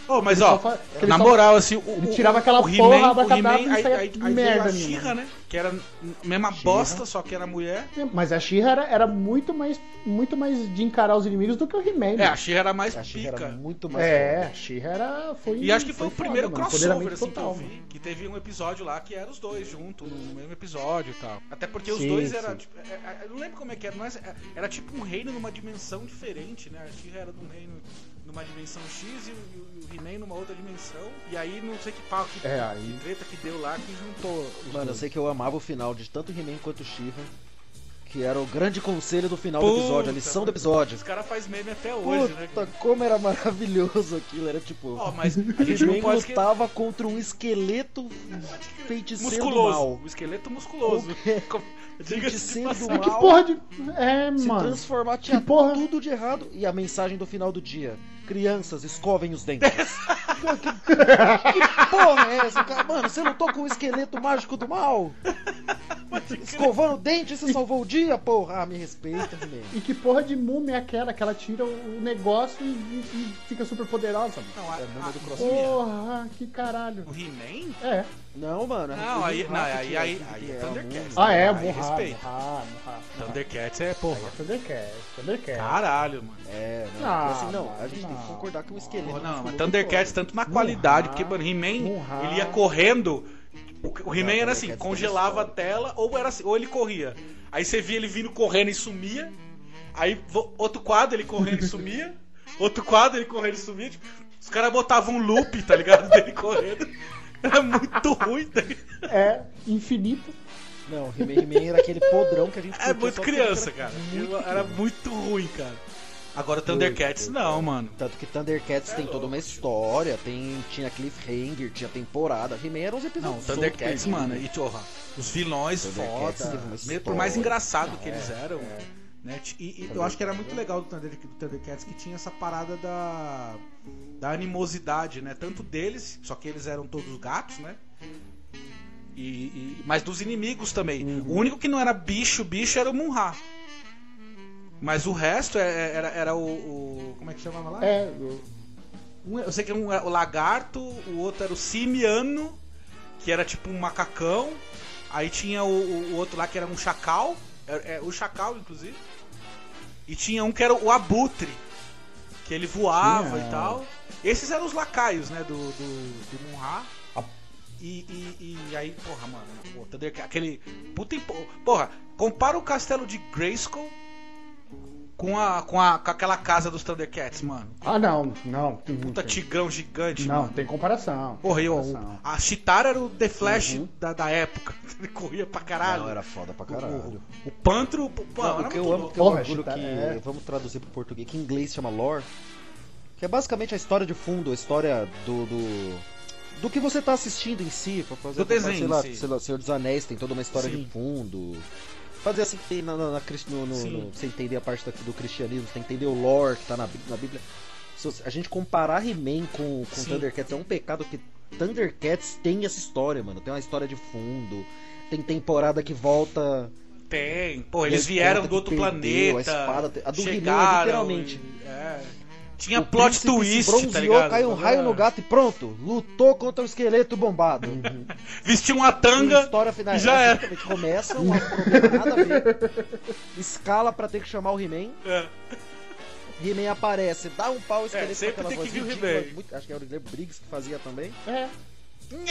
Oh, mas
Ele
ó,
só fa- ele
na
só-
moral, assim, o,
ele
o-
tirava aquela
o
porra,
He-Man, o
abracadabra,
He-Man,
e
aí,
saía
aí, aí veio a
merda
She-Ra,
nenhuma.
né? Que era a mesma bosta, só que era mulher.
Mas a She-Ra era, era muito, mais, muito mais de encarar os inimigos do que o He-Man.
É,
mano.
a She-Ra era mais
A Xirra
pica.
era muito mais.
é,
foda.
a She-Ra era, foi.
E acho que foi, o
foda,
primeiro
mano.
crossover,
Empoderamento
assim,
total,
que eu
mano.
vi. Que teve um episódio lá que era os dois juntos, no mesmo episódio e tal. Até porque os
Sim,
dois eram,
sim.
tipo, é, é, eu não lembro como é que era, mas é, era tipo um reino numa dimensão diferente, né? A She-Ra era num reino numa dimensão X e o, e o- e o He-Man numa outra dimensão. E aí não sei que pau, que,
É, aí-
que treta que deu lá que juntou os
Mano, eu
dois.
sei que eu amava o final de tanto He-Man quanto Shiva. Que era o grande conselho do final do
Puta,
episódio, a lição do
mano.
episódio.
Os caras fazem meme até hoje, né?
Puta, como era maravilhoso aquilo. Era tipo.
Ó, mas a gente não
He-Man
pode esquecer.
lutava contra um esqueleto feiticeiro
Musculoso.
do mal.
O esqueleto musculoso. Diga-se de
Feiticeiro do
passagem.
É que
mal.
porra de. É,
Se
mano.
transformar
que
tinha
porra.
tudo de errado. E a mensagem do final do dia: Crianças, escovem os dentes. que, que porra é essa? cara? Mano, você lutou com o esqueleto mágico do mal? Escovando o dente, você salvou o dia, porra. Ah, me respeita, He-Man.
E que porra de múmia é aquela que ela tira o o negócio e, e- e fica super poderosa, mano?
É
Não, a, a,
Porra, que caralho.
o He-Man?
É.
Não, mano.
Não, aí-
o
não,
rato
aí-
que-
aí-
que-
aí
que
é
era
Thundercats.
um-
Ah, é,
Aí
burra,
respeita.
burra, burra.
Thundercats é porra.
Thundercats, Thundercats.
Caralho, mano.
É, não.
Ah,
assim, não, a gente tem que
não.
concordar que é o esqueleto.
Porra, não, mas
musculoso
Thundercats, tá-
foda.
tanto na qualidade,
Murrar,
porque, mano, He-Man,
murrar.
ele ia correndo. O, o He-Man
Não,
era assim,
Thundercats é
congelava a
também
tela, ou era assim, ou ele corria. Aí você via ele vindo correndo e sumia. Aí vo- outro quadro ele correndo e sumia. Outro quadro ele correndo e sumia. Tipo, os caras botavam um loop, tá ligado? Dele correndo. Era muito ruim, tá ligado?
É, infinito.
Não, He-Man He-Man era aquele podrão que a gente
É
curtia
muito
só porque
criança,
era
cara.
muito
Eu- Era muito ruim, cara. Agora Thundercats não, mano.
Tanto que Thundercats tem toda uma história, tem, tinha cliffhanger, tinha temporada. He-Man era uns
Não,
episódios.
Thundercats, né?
soltos,
mano, e porra, os vilões
Thundercats
foda, É,
teve uma
mesmo por mais
história.
engraçado que eles eram, né? E, e eu acho que era muito legal do, Thunder, do Thundercats que tinha essa parada da da animosidade, né? Tanto deles, só que eles eram todos gatos, né? E, e- mas dos inimigos também. O único que não era bicho, bicho era o Munra. Mas o resto é- é- era, era o, o- Como é que chamava lá?
É, o-
Um- eu sei que um era o lagarto, o outro era o simiano, que era tipo um macacão. Aí tinha o, o- o outro lá que era um chacal. É, é, o chacal, inclusive. E tinha um que era o abutre, que ele voava
Tinha.
e tal. Esses eram os lacaios, né, do, do, do Munra. E, e- e aí, porra, mano, pô, tá ligado? aquele. Puta impo... Porra, compara o castelo de Grayskull com, a, com, a, com aquela casa dos Thundercats, mano.
Ah, não, não.
Puta tigrão gigante,
Não,
mano.
tem comparação.
Porra, e o-
comparação.
a Chitara era o The Flash
Uhum.
da, da época. Ele corria pra caralho.
Não, era foda pra caralho.
O, o Pantro, pô, pô,
Não,
era
o que eu
muito
amo
louco.
que é um
Porra,
bagulho
tá-
que.
é.
Vamos traduzir pro português, que em inglês chama lore. Que é basicamente a história de fundo, a história do. do... Do que você tá assistindo em si, pra fazer
Do desenho
sei
em
lá,
si.
sei lá, Senhor dos Anéis tem toda uma história
Sim.
de fundo. Fazer assim que tem na, na, na cris- no, no-
Sim.
no- você entender a parte da- do cristianismo, você tem que entender o lore que tá na, Bí- na Bíblia. Se você- a gente comparar He-Man com, com
Sim.
Thundercats é um pecado que Thundercats tem essa história, mano. Tem uma história de fundo, tem temporada que volta
Tem, pô, eles
Ele
vieram
conta
do outro
que perdeu,
planeta.
a espada te- a do He-Man é
chegaram,
literalmente.
e- é. Tinha
O
plot
príncipe se
twist,
bronzeou,
tá ligado?
caiu um raio no gato e pronto. Lutou contra o esqueleto bombado.
Vestiu uma
E
tanga.
história final.
já
é,
era.
basicamente, Começa um problema nada a ver. Escala pra ter que chamar o He-Man.
É.
He-Man aparece, dá um pau o esqueleto.
É, sempre
com aquela
tem que
voz
vir o
ridícula,
He-Man.
muito- Acho que era o Guilherme Briggs que fazia também.
É.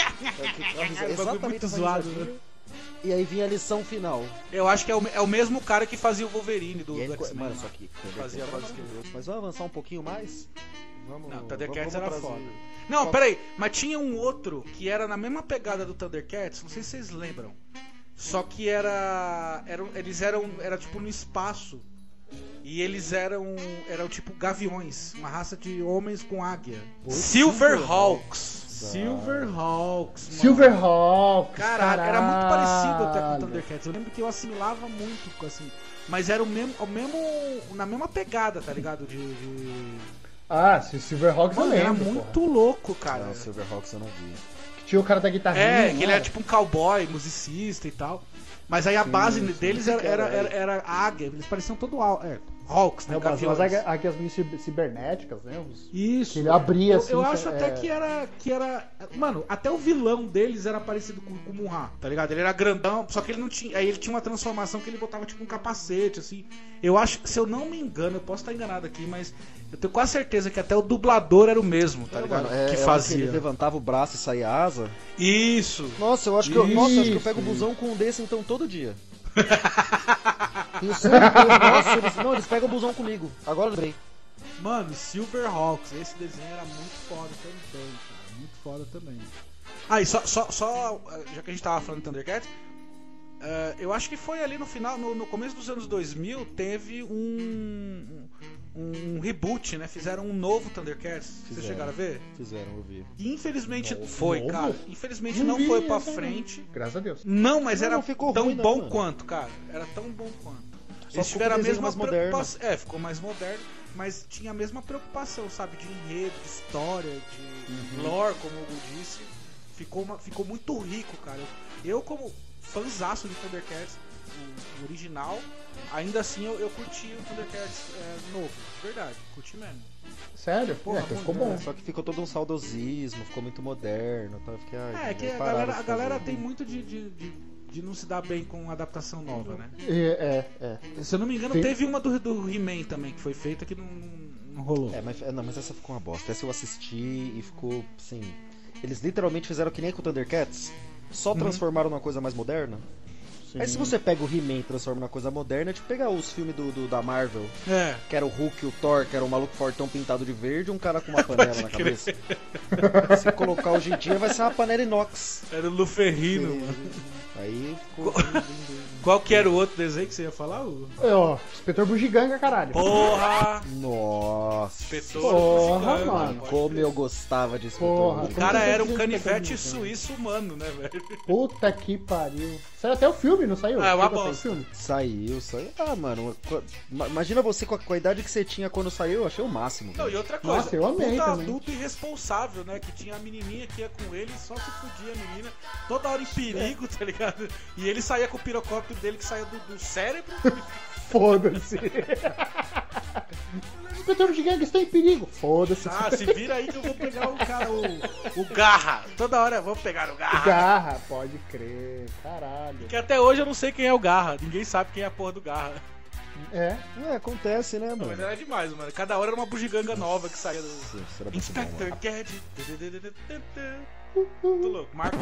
É, o bagulho muito
essa
zoado,
risadinha.
né?
E aí vinha a lição final.
Eu acho que é o, é o mesmo cara que fazia o Wolverine do,
e aí,
do
ele co-
X-Men.
mano, só
mano.
que. é?
Fazia a voz do esqueleto.
Mas vamos avançar um pouquinho mais? Vamos,
Não, Thundercats
vamos
era
trazer-
foda. Não, peraí, mas tinha um outro que era na mesma pegada do Thundercats, não sei se vocês lembram. Só que era. eram- eles eram. Era tipo no espaço. E eles eram. Eram tipo gaviões. Uma raça de homens com águia. Silverhawks. Silverhawks, mano.
Silverhawks.
Caralho, era muito parecido até com o
caralho.
Thundercats. Eu lembro que eu assimilava muito com assim. Mas era o mesmo, o mesmo. Na mesma pegada, tá ligado? De. de...
Ah, se Silverhawks eu
Mano, era
lembro.
muito louco, cara.
Não, Silverhawks eu é não vi.
porra. Tinha o cara da guitarrinha.
É, que ele era
né?
tipo um cowboy, musicista e tal. Mas aí a base deles era, era, era, era águia, eles pareciam todo au- é, Hawks, né?
É, mas
gaviões.
mas aqui- aqui as minhas ci- cibernéticas, né? Os...
Isso.
Ele abria,
eu,
assim,
Eu acho
é.
até que era, que era. Mano, até o vilão deles era parecido com, com o Munra, tá ligado? Ele era grandão, só que ele não tinha. Aí ele tinha uma transformação que ele botava tipo um capacete, assim. Eu acho, se eu não me engano, eu posso estar enganado aqui, mas eu tenho quase certeza que até o dublador era o mesmo, tá
É,
ligado?
mano, é-
que
é o
fazia.
ele levantava o braço e saía a asa.
Isso.
Nossa, eu acho que eu, nossa, eu acho que eu
Isso.
pego o busão com um desse então todo dia. Isso, nossa, eles, não, eles pegam o busão comigo. Agora eu lembrei.
Mano, Silverhawks, esse desenho era muito foda também, cara. Muito foda também. Ah, e só, só, só eh, já que a gente tava falando de Thundercats, eh, eu acho que foi ali no final, no, no começo dos anos 2000, teve um, um, um reboot, né? Fizeram um novo Thundercats. Vocês
Fizeram.
chegaram a ver?
Fizeram, eu vi.
E infelizmente
Novo?
foi,
Novo?
cara. Infelizmente
Não
não,
vi
foi pra
essa, não.
frente.
Graças a Deus.
Não, né, mas
Não,
era
não ficou
tão
ruim, não,
bom
mano.
quanto, cara. Era tão bom quanto.
Só
Eles
ficou
tiveram a
com desenho
mesma
mais moderno.
preocupação. É, ficou mais moderno, mas tinha a mesma preocupação, sabe? De enredo, de história, de lore, como o Hugo disse. Ficou, uma- ficou muito rico, cara. Eu, como fanzaço de Thundercats, o, o original, ainda assim eu, eu curti o Thundercats é, novo, de verdade, curti mesmo.
Sério?
Porra,
é, que ficou
bom,
bom.
né?
Só que ficou todo um saudosismo, ficou muito moderno. Tá? Eu Fiquei, ai,
é, que a
pararam
galera,
de
a
fazer.
galera tem muito de, de, de, de não se dar bem com adaptação nova, né?
É, é, é.
Se eu não me engano,
Tem-
teve uma do, do He-Man também que foi feita que não, não rolou.
É, mas, é, não, mas essa ficou uma bosta. Essa eu assisti e ficou, assim... Eles literalmente fizeram que nem com o Thundercats. Só transformaram numa coisa mais moderna.
Uhum. Sim.
Aí se você pega o He-Man e transforma numa coisa moderna, é tipo pegar os filmes do, do- da Marvel,
É.
que era o Hulk e o Thor, que era um maluco fortão pintado de verde e um cara com uma panela na
crer.
cabeça. se colocar hoje em dia, vai ser uma panela inox.
Era o Luferrino, mano.
Aí ficou...
Qual que era o outro desenho que você ia falar? Hugo?
É, ó, Inspetor Bugiganga, caralho.
Porra!
Nossa!
inspetor.
Porra,
mexicano,
mano.
pode
Como
crer.
eu gostava de escutar.
Porra.
música.
O cara era um
Como que você
canivete
fez isso,
suíço humano, né, velho?
Puta que pariu. Saiu até o filme, não saiu?
Ah, é uma
Chegou a sair
bosta.
o filme?
Saiu, saiu. Ah, mano. co- ma- Imagina você com a, com a idade que você tinha quando saiu, eu achei o máximo.
Não,
velho.
e outra coisa,
Nossa, eu amei
puta
também.
adulto irresponsável, né? Que tinha a menininha que ia com ele e só se fudia a menina, toda hora em perigo, tá ligado? E ele saía com o pirocópio dele que saía do, do cérebro.
Foda-se. Inspetor de gangue está em perigo. Foda-se.
Ah, se vira aí que eu vou pegar o cara, o, o garra. Toda hora, vamos pegar o garra.
Garra, pode crer. Caralho.
Que até hoje eu não sei quem é o garra. Ninguém sabe quem é a porra do garra.
É.
É, acontece, né,
Não,
mano?
mas era demais, mano. Cada hora era uma bugiganga nova que saía do.
Nossa, isso era muito bom, mano.
Inspector Gadget. Muito louco. Marco.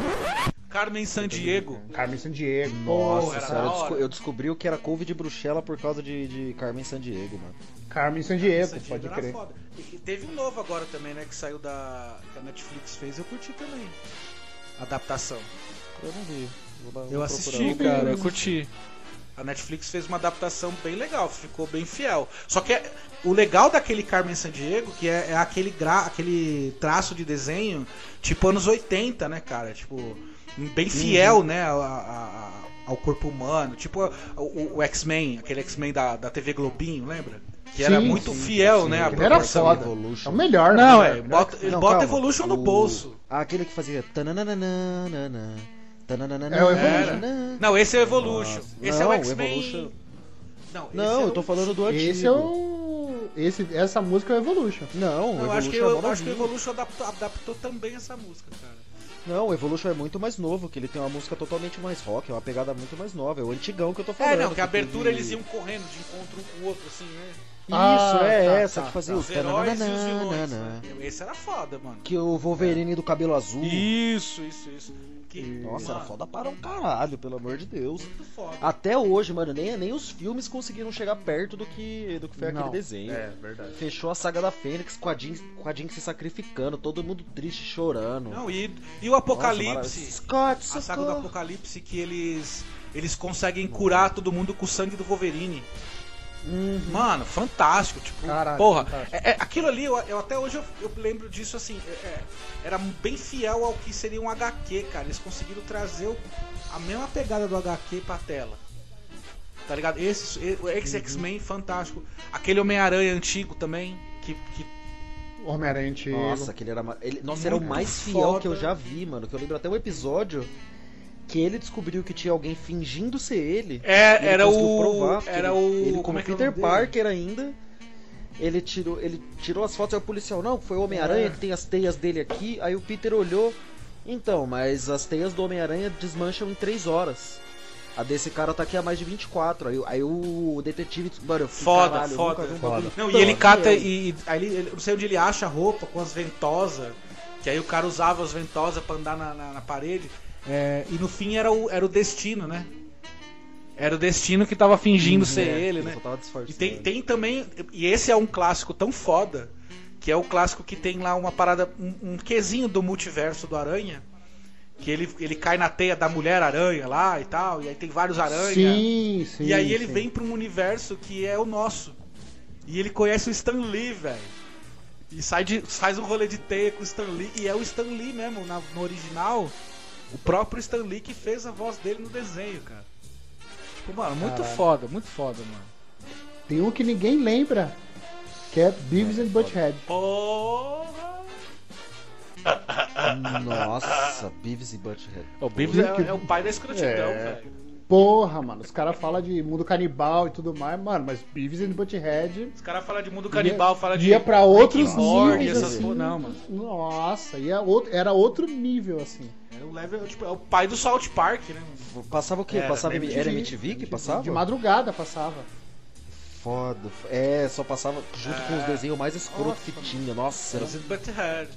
Carmen Sandiego.
Carmen Sandiego.
Nossa,
Porra, era
cara,
da
eu, desco-
hora.
eu descobri o que era couve de bruxela por causa de, de Carmen Sandiego, mano.
Carmen Sandiego,
Sandiego
pode
era
crer.
foda. E teve um novo agora também, né? Que saiu da. que a Netflix fez. Eu curti também. Adaptação.
Eu não vi. Vou dar-
Eu
vou
assisti,
procurar.
cara, eu curti. A Netflix fez uma adaptação bem legal, ficou bem fiel. Só que é- o legal daquele Carmen Sandiego que é, é aquele, gra, aquele traço de desenho tipo anos 80, né, cara? Tipo,
Uhum.
bem fiel, né, a- a- a- ao corpo humano. Tipo o, o- o X-Men, aquele X-Men da, da TV Globinho, lembra? Que era
Sim,
muito
sim,
fiel, né? A
Ele era
proporção.
foda. É
Evolution.
o melhor.
Não,
né?
é, bota, ele
Não,
bota
calma.
Evolution no
O-
bolso.
Ah, aquele que fazia. tananana, tananana,
É o Evolution.
tananana.
Não, esse é o Evolution.
Nossa.
Esse é
Não,
o
o
X-Men.
Evolution-
Não, esse
Não,
é
eu tô
o-
falando do antigo.
Esse é o. Esse, essa música é o Evolution.
Não,
Não,
o
eu acho que,
Evolution é
eu,
mó
acho que o
novinho.
Evolution adaptou, adaptou também essa música, cara.
Não, o Evolution é muito mais novo, que ele tem uma música totalmente mais rock, é uma pegada muito mais nova, é o antigão que eu tô falando.
É, não, que a abertura
teve-
eles iam correndo de encontro um com o outro, assim, né?
Isso,
Ah,
é
tá,
essa
tá,
que fazia
tá.
os
Os heróis e os vilões.
tananana.
né? Esse era foda, mano.
Que o Wolverine do cabelo azul.
Isso, isso, isso. Que,
Nossa,
mano,
era foda para um caralho, pelo amor de Deus.
Muito foda.
Até hoje, mano, nem, nem os filmes conseguiram chegar perto do que, do que foi
Não.
aquele desenho.
É,
verdade.
Fechou a saga da Fênix com a, Jean, com a Jean se sacrificando, todo mundo triste, chorando.
Não, e, e o
Nossa,
Apocalipse?
maravilha. Scott,
a saga do
socorro.
Apocalipse que eles eles conseguem curar todo mundo com o sangue do Wolverine. Mano, fantástico, tipo,
Uhum. Caralho,
porra,
fantástico.
é- é- aquilo ali, eu, eu até hoje eu, eu lembro disso assim, é- é, era bem fiel ao que seria um HQ, cara. Eles conseguiram trazer o- a mesma pegada do HQ pra tela. Tá ligado? Esse, e- o X
Uhum.
X-Men, fantástico. Aquele Homem-Aranha antigo também, que, que
Homem-Aranha antigo.
Nossa, aquele era. ma- Ele, nossa, era o
Muito
mais fiel
foda.
que eu já vi, mano. Que eu lembro até um episódio que ele descobriu que tinha alguém fingindo ser ele.
é,
Ele
era
conseguiu
o
provar, porque
era
ele-
o
ele,
como é que é o
Peter
nome dele?
Parker ainda. Ele tirou, ele tirou as fotos, aí o policial, não, foi o
É.
Homem-Aranha que tem as teias dele aqui. Aí o Peter olhou, então, mas as teias do Homem-Aranha desmancham em 3 horas. A desse cara tá aqui há mais de 24. Aí, aí o detetive, mano, eu fiquei,
Foda,
caralho, eu
foda,
nunca vi um
foda.
bagulho
Não, e
tão
ele cata
fiel.
e, e aí ele, ele- não sei onde ele acha a roupa com as ventosas, que aí o cara usava as ventosas pra andar na, na- na parede. é, e no fim era o, era o destino, né? Era o destino que tava fingindo ser
É,
ele, né?
só tava
E
disfarçando.
tem, tem também. E esse é um clássico tão foda. Que é o clássico que tem lá uma parada. Um, um quesinho do multiverso do Aranha. Que ele, ele cai na teia da mulher aranha lá e tal. E aí tem vários aranhas.
Sim, sim.
E aí ele
sim.
vem pra um universo que é o nosso. E ele conhece o Stan Lee, velho. E sai de, faz um rolê de teia com o Stan Lee. E é o Stan Lee mesmo, na- no original. O próprio Stan Lee que fez a voz dele no desenho, cara. Tipo, mano, muito foda, muito foda, mano.
Tem um que ninguém lembra. Que é Beavis and Butthead.
Porra!
Nossa, Beavis e Butthead.
O Beavis é,
Link-
é o pai da escrotidão,
É.
velho.
Porra, mano. Os caras falam de mundo canibal e tudo mais, mano. Mas Beavis and Butthead.
Os caras falam de mundo canibal, falam de.
Ia pra outros
Rick and Morty,
níveis,
essas
assim.
porra. Não, mano.
Nossa, ia outro- era outro nível, assim.
É o, level, tipo, é o pai do South Park, né? mano?
Passava o quê?
Era,
passava
MTV.
era MTV que passava?
De madrugada passava.
Foda. É, só passava junto com os
Ah,
desenhos mais escroto que tinha. Nossa, era-
Beavis and Butthead.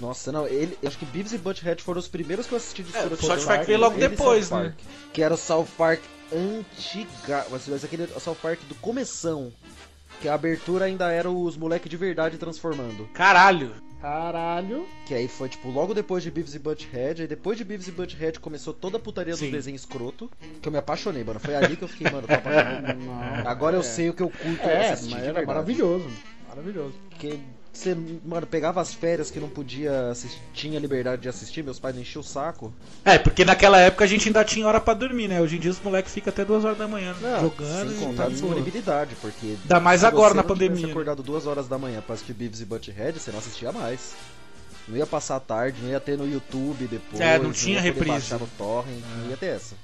nossa, não, ele, eu acho que Beavis e Butthead foram os primeiros que eu assisti de
É,
escroto.
o South Park veio logo
Ele e
depois,
South
né?
Park, Que era o South Park antiga, mas, mas aquele South Park do começão, que a abertura ainda era os moleque de verdade transformando.
Caralho!
Caralho.
Que aí foi, tipo, logo depois de Beavis e Butthead. Aí depois de Beavis e Butthead começou toda a putaria
Sim.
do desenho escroto. Que eu me apaixonei, mano. Foi ali que eu fiquei, mano, tô apaixonado. Agora eu sei o que eu curto
É,
assistir,
mas
de
era
verdade.
maravilhoso. Maravilhoso.
Porque Você, mano, pegava as férias que não podia assistir, tinha liberdade de assistir, meus pais enchiam o saco.
É, porque naquela época a gente ainda tinha hora pra dormir, né? Hoje em dia os moleques ficam até duas horas da manhã né? jogando
sem
e
contar
tá
a
de boa.
disponibilidade, porque.
Ainda mais
se
agora
você
na
não tivesse
pandemia, né?
acordado duas horas da manhã pra assistir Beavis e Butthead, você não assistia mais. Não ia passar a tarde, não ia ter no YouTube depois.
É, não tinha
ia poder
reprise.
baixar no torrent, não ia ter essa.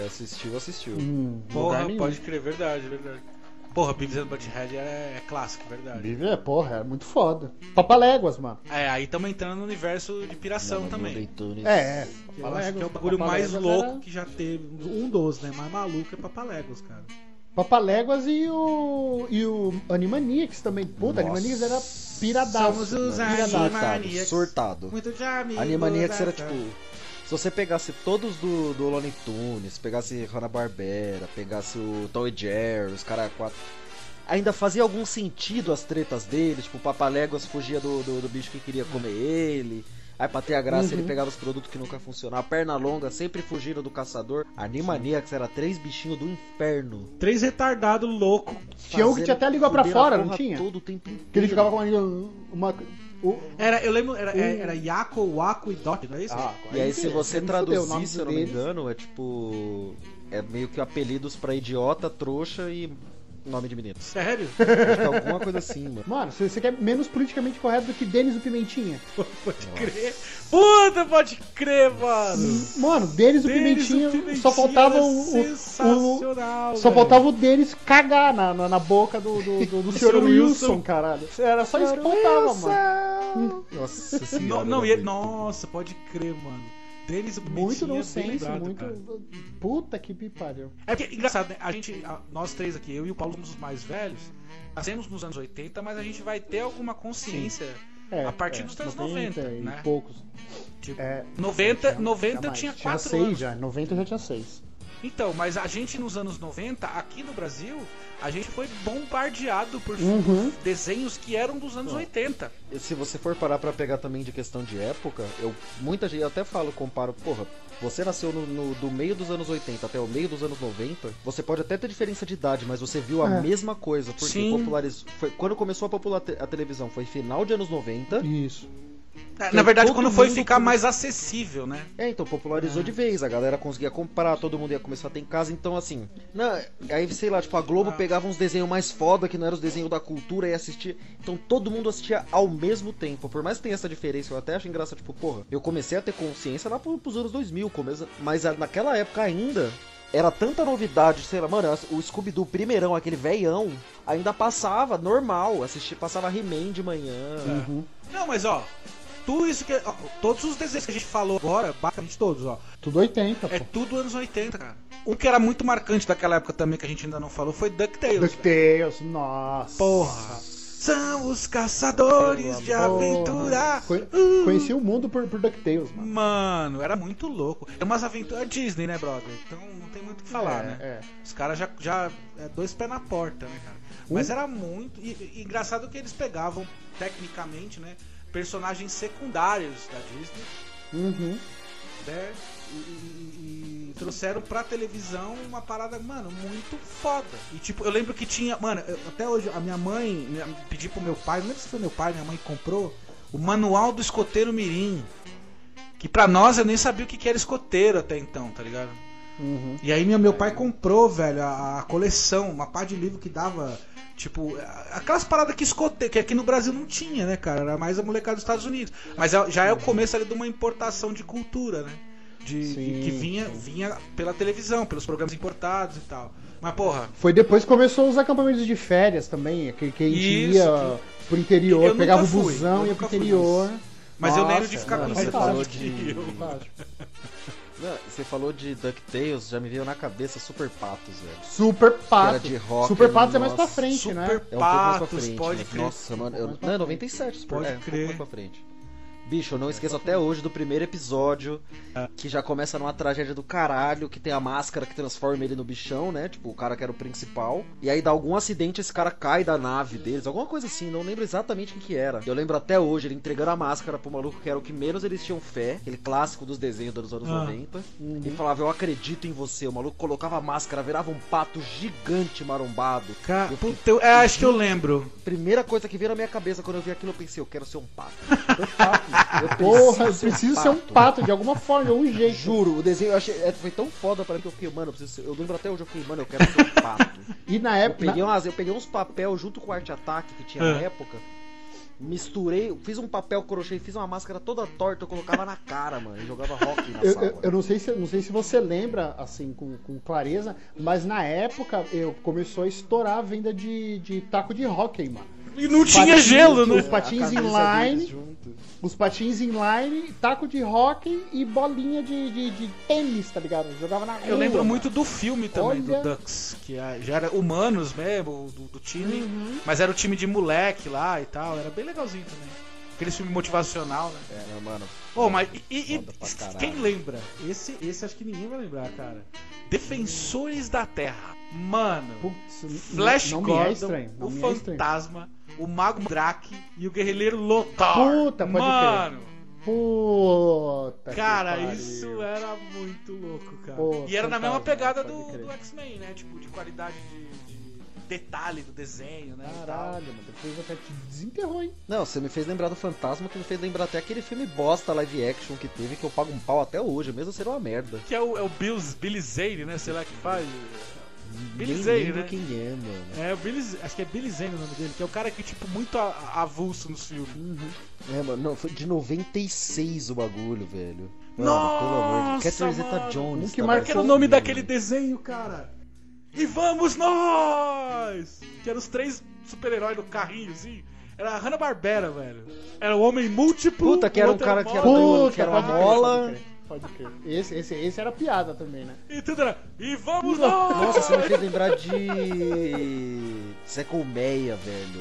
É, assistiu, assistiu.
Hum,
Porra,
lugar nenhum.
pode crer, verdade, verdade. Porra, Beavis and Butthead é, é clássico, verdade.
Bíblia, é, porra, é muito foda. Papaléguas, mano.
É, aí estamos entrando no universo de piração
Não,
também.
Leitunes.
É, é.
Eu acho que é o bagulho mais louco que já teve. Um dos, né? Mais maluco é Papaléguas, cara.
Papaléguas e o. e o Animaniacs também. Puta,
Nossa.
Animaniacs era piradaço. né?
Somos os
Piradaço.
né?
Surtado, surtado.
Muito de amigo.
Animaniacs era
né?
tipo. Se você pegasse todos do, do Looney Tunes, pegasse Hanna-Barbera, pegasse o Tom e Jerry, os caras quatro. Ainda fazia algum sentido as tretas deles, tipo, o Papaléguas fugia do, do, do bicho que queria comer ele. Aí pra ter a graça
Uhum.
ele pegava os produtos que nunca funcionavam. Perna longa, sempre fugindo do caçador. Animaniacs era três bichinhos do inferno.
Três retardados louco.
Tinha um que
Fazendo
tinha até língua pra
fuder a
fora, não
porra
tinha?
Todo o tempo inteiro.
Que ele ficava com uma. uma o-
Era, eu lembro, era,
Um.
é, era Yako, Waco e Doc, não é isso?
Ah,
E aí, se você
me fudeu, o
traduzir, se eu não me
deles.
engano, é tipo. É meio que apelidos pra idiota, trouxa e nome de menino.
Sério?
Acho que é alguma coisa assim, mano.
Mano, você, você quer menos politicamente correto do que Denis o Pimentinha?
Pode crer. Puta, pode crer, mano.
Mano, Denis o
Denis,
Pimentinha,
o Pimentinha
só faltava
era
o. o, o
sensacional,
só
velho.
faltava o Denis cagar na, na, na boca do, do, do, do Sr.
Sr. Wilson.
Wilson, caralho. Era só isso que faltava, mano.
Nossa
Não,
senhora. né,
não,
era
e-
muito-
nossa, pode crer, mano. Denis o
Muito
Pimentinha, bem
nonsense,
lembrado,
muito.
cara.
Puta que me pariu.
É porque, engraçado, né? A gente, a- nós três aqui, eu e o Paulo somos os mais velhos. Nascemos nos anos 80, mas a gente vai ter alguma consciência.
É,
A partir dos anos 90,
e
né?
poucos.
Tipo,
É,
90, 90 eu
mais.
tinha
tinha
4
seis
anos.
já, 90 eu já tinha 6.
Então, mas a gente nos anos 90, aqui no Brasil, a gente foi bombardeado por
Uhum.
desenhos que eram dos anos 80.
E Se você for parar pra pegar também de questão de época, eu muita gente eu até falo, comparo, porra. Você nasceu no, no- do meio dos anos 80 até o meio dos anos 90. Você pode até ter diferença de idade, mas você viu a
É.
mesma coisa. Porque
Sim.
popularizou. foi- quando começou a popular te- a televisão, foi final de anos 90.
Isso.
Na- Na
Porque
verdade,
todo
quando foi
mundo
ficar
come-
mais acessível, né?
É, então popularizou de vez, a galera conseguia comprar, todo mundo ia começar a ter em casa, então assim. na- aí, sei lá, tipo, a Globo pegava uns desenhos mais foda, que não eram os desenhos da cultura, e assistia. Então todo mundo assistia ao mesmo tempo. Por mais que tenha essa diferença, eu até acho engraçado, tipo, porra, eu comecei a ter consciência lá pro- pros anos 2000, começo, mas a- naquela época ainda. Era tanta novidade, sei lá, mano, o Scooby-Doo primeirão, aquele veião, ainda passava normal, assistia, passava He-Man de manhã.
Não, mas ó, tudo isso que. ó, todos os desenhos que a gente falou agora, basicamente todos, ó,
Tudo 80,
é
pô.
tudo anos 80, cara. Um que era muito marcante daquela época também, que a gente ainda não falou, foi DuckTales. velho.
DuckTales, nossa.
Porra! São os caçadores de aventura! Uh.
Conhe- Conheci o mundo por, por DuckTales, mano.
Mano, era muito louco. É umas aventuras Disney, né, brother? Então não tem muito o que falar,
é,
né?
é.
Os caras já, já é dois pés na porta, né, cara? Mas era muito. E, e engraçado que eles pegavam, tecnicamente, né? Personagens secundários da Disney,
Uhum.
né? E, e- e- e trouxeram pra televisão uma parada, mano, muito foda. E tipo, eu lembro que tinha. Mano, eu- até hoje a minha mãe minha, pedi pro meu pai, não lembro se foi meu pai, minha mãe comprou, o manual do escoteiro Mirim. Que pra nós eu nem sabia o que que era escoteiro até então, tá ligado?
Uhum.
E aí meu, meu pai comprou, velho, a, a coleção, uma pá de livro que dava, tipo, a- aquelas paradas que escoteiro, que aqui no Brasil não tinha, né, cara? Era mais a molecada dos Estados Unidos. Mas é- já é o começo ali de uma importação de cultura, né? De, de-
Sim,
que vinha, vinha pela televisão, pelos programas importados e tal. Mas, porra,
Foi depois que começou os acampamentos de férias também, que, que a gente
Isso,
ia pro
eu
interior,
nunca
pegava o
fui,
busão
eu
e ia pro
nunca fui
interior. é
mas eu lembro de ficar
mano,
com
você
isso.
falou
de...
Não, Você falou de DuckTales, já me veio na cabeça Super Patos, velho.
Super Pato.
Que era de rock,
Super Patos é mais
nossa.
pra frente,
Super
né?
É um pouco mais pra
patos,
frente.
pode
mas,
crer.
Nossa, mano. eu-
mais pra
não, é
frente.
97, Super
Pode
é, um pouco
crer.
mais pra frente. Bicho, eu não esqueço até hoje do primeiro episódio,
É.
que já começa numa tragédia do caralho, que tem a máscara que transforma ele no bichão, né? Tipo, o cara que era o principal. E aí dá algum acidente, esse cara cai da nave deles, alguma coisa assim, não lembro exatamente o que que era. Eu lembro até hoje, ele entregando a máscara pro maluco que era o que menos eles tinham fé, aquele clássico dos desenhos dos anos
Ah.
90. E falava, eu acredito em você. O maluco colocava a máscara, virava um pato gigante marombado.
Ca-
Eu
Puta, eu- é, acho que eu lembro.
Primeira coisa que veio na minha cabeça quando eu vi aquilo, eu pensei, eu quero ser um pato. Eu, pato, eu
Porra, eu preciso ser um pato de alguma forma, de algum jeito.
Juro, o desenho eu achei, é, foi tão foda pra mim que eu fiquei, mano, eu, preciso ser- eu lembro até hoje, eu fiquei, mano, eu quero ser um pato.
E na
eu,
época.
peguei umas, eu peguei uns papel junto com o Arte Ataque que tinha na
Ah.
época, misturei, fiz um papel crochê, fiz uma máscara toda torta, eu colocava na cara, mano, e jogava rock na
Eu,
sala.
eu- eu não, sei se, não sei se você lembra, assim, com, com clareza, mas na época eu começou a estourar a venda de, de taco de hóquei, mano.
E não tinha
Patins,
gelo, né?
Os patins inline, os patins inline, taco de hóquei e bolinha de, de, de tênis, tá ligado? Jogava na rua.
Eu lembro
mano.
muito do filme também,
Olha.
do Ducks, que a- já era humanos mesmo, do, do time,
Uhum.
mas era o time de moleque lá e tal, era bem legalzinho também. Aquele filme motivacional, né?
Era, É, mano,
Ô, mas e- e, e-
Foda pra caralho.
quem lembra? Esse, esse acho que ninguém vai lembrar, cara. Defensores da Terra. Mano,
Putz, não-
Flash
não me
Gordon,
é estranho, não
o
me é estranho.
Fantasma, o Mago Drake e o Guerrilheiro Lothar.
Puta, pode crer.
Mano,
Puta que
Cara,
pariu.
isso é- era muito louco, cara.
Pô,
e era na mesma
fantasma,
pegada
pode
do,
crer.
do X-Men, né? Tipo, de qualidade de, de detalhe do desenho, né? e tal.
Caralho, mano, depois até te desenterrou, hein?
Não, você me fez lembrar do Fantasma, que me fez lembrar até aquele filme bosta live action que teve, que eu pago um pau até hoje, mesmo sendo uma merda.
Que é o, é o Bills, Billy Zane, né? Sei lá que faz. Billy
Nem
Zane,
lembro
né?
quem é, mano.
É, o Billy, Z- acho que é Billy Zane o nome dele, que é o cara que, tipo, muito a- a- avulso nos filmes.
É, mano, não, foi de 96 o bagulho, velho. Mano,
Nossa,
pelo amor de Catherine
mano.
Jones. tá
Um que
também.
marcou
Que era o nome daquele desenho, cara. E vamos nós! Que eram os três super-heróis do carrinho, assim. Era a Hanna-Barbera, velho. Era o homem múltiplo.
Puta, que era
o
um
outro
cara que era
mole,
do. Que era uma
pode crer,
bola.
Pode crer. Esse, esse, esse era piada também, né?
E tudo era... E vamos nós!
Nossa, você me fez lembrar de. Zé Colmeia, velho.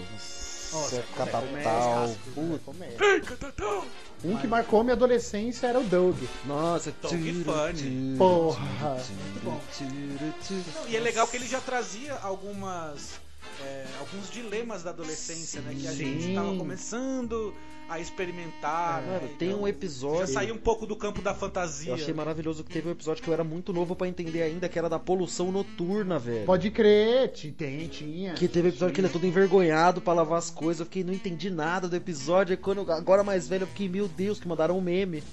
Nossa,
Zé
Zé
Colmeia,
Catatal.
Zé
Puta,
Comédia.
Vem, Catatão!
Um que marcou minha adolescência era o Doug.
Nossa,
Dog
tiro,
Funny.
tiro,
Porra.
tiro, tiro, tiro.
Não, E é legal que ele já trazia algumas... é, alguns dilemas da adolescência, né? Que a gente
Sim.
tava começando a experimentar. né?
Mano, tem um episódio.
Já saiu um pouco do campo da fantasia.
Eu achei maravilhoso que teve um episódio que eu era muito novo pra entender ainda, que era da poluição noturna, velho.
Pode crer, ti- tem, tinha.
Que teve episódio que ele é todo envergonhado pra lavar as coisas. Eu fiquei, não entendi nada do episódio. Aí quando, eu- agora mais velho, eu fiquei, meu Deus, que mandaram um meme.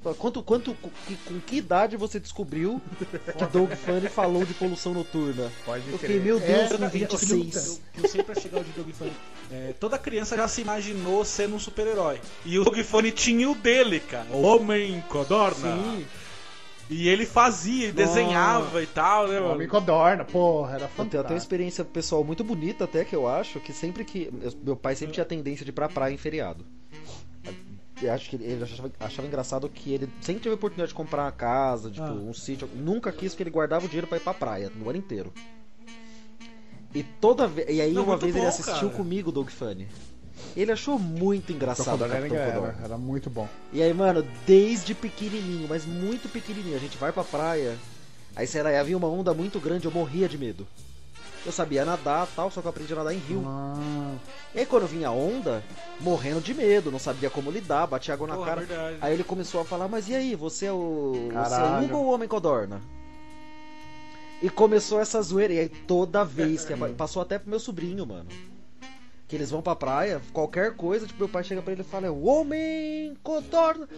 Fala, Quanto, quanto, com que, com que idade você descobriu que Doug Funny falou de poluição noturna?
Pode
Eu fiquei,
crer.
meu Deus,
É,
com
Eu,
26.
eu sempre achei legal de Doug Funny. É, toda criança já se imaginou sendo um super-herói. E o Doug Funny tinha o dele, cara. O Homem Codorna.
Sim,
E ele fazia, e desenhava e tal, né, mano?
Homem Codorna, porra, era
Eu tenho até uma
fantástico.
experiência pessoal muito bonita, até que eu acho, que sempre que. Meu pai sempre tinha tendência de ir pra praia em feriado. Eu acho que ele- ele achava, achava engraçado que ele sempre teve a oportunidade de comprar uma casa, tipo,
Ah.
um sítio. Nunca quis porque ele guardava o dinheiro pra ir pra praia no ano inteiro. E toda vez. E aí
Não,
uma
muito
vez ele
bom, cara.
assistiu comigo o Doug Funny. Ele achou muito engraçado o
Codorna era
Capitão
né?
engraçado.
Codorna.
Era, era muito bom.
E aí, mano, desde pequenininho, mas muito pequenininho, a gente vai pra praia. Aí, sei lá, aí havia uma onda muito grande, eu morria de medo. Eu sabia nadar tal, só que eu aprendi a nadar em rio.
Ah,
E aí, quando vinha a onda, morrendo de medo, não sabia como lidar, batia água na
Porra,
cara.
verdade.
Aí ele começou a falar, mas e aí, você é o. Você é o
Caralho.
Hugo ou o Homem Codorna? E começou essa zoeira. E aí toda vez que apa- passou até pro meu sobrinho, mano. Que eles vão pra praia, qualquer coisa, tipo, meu pai chega pra ele e fala, é o Homem Codorna.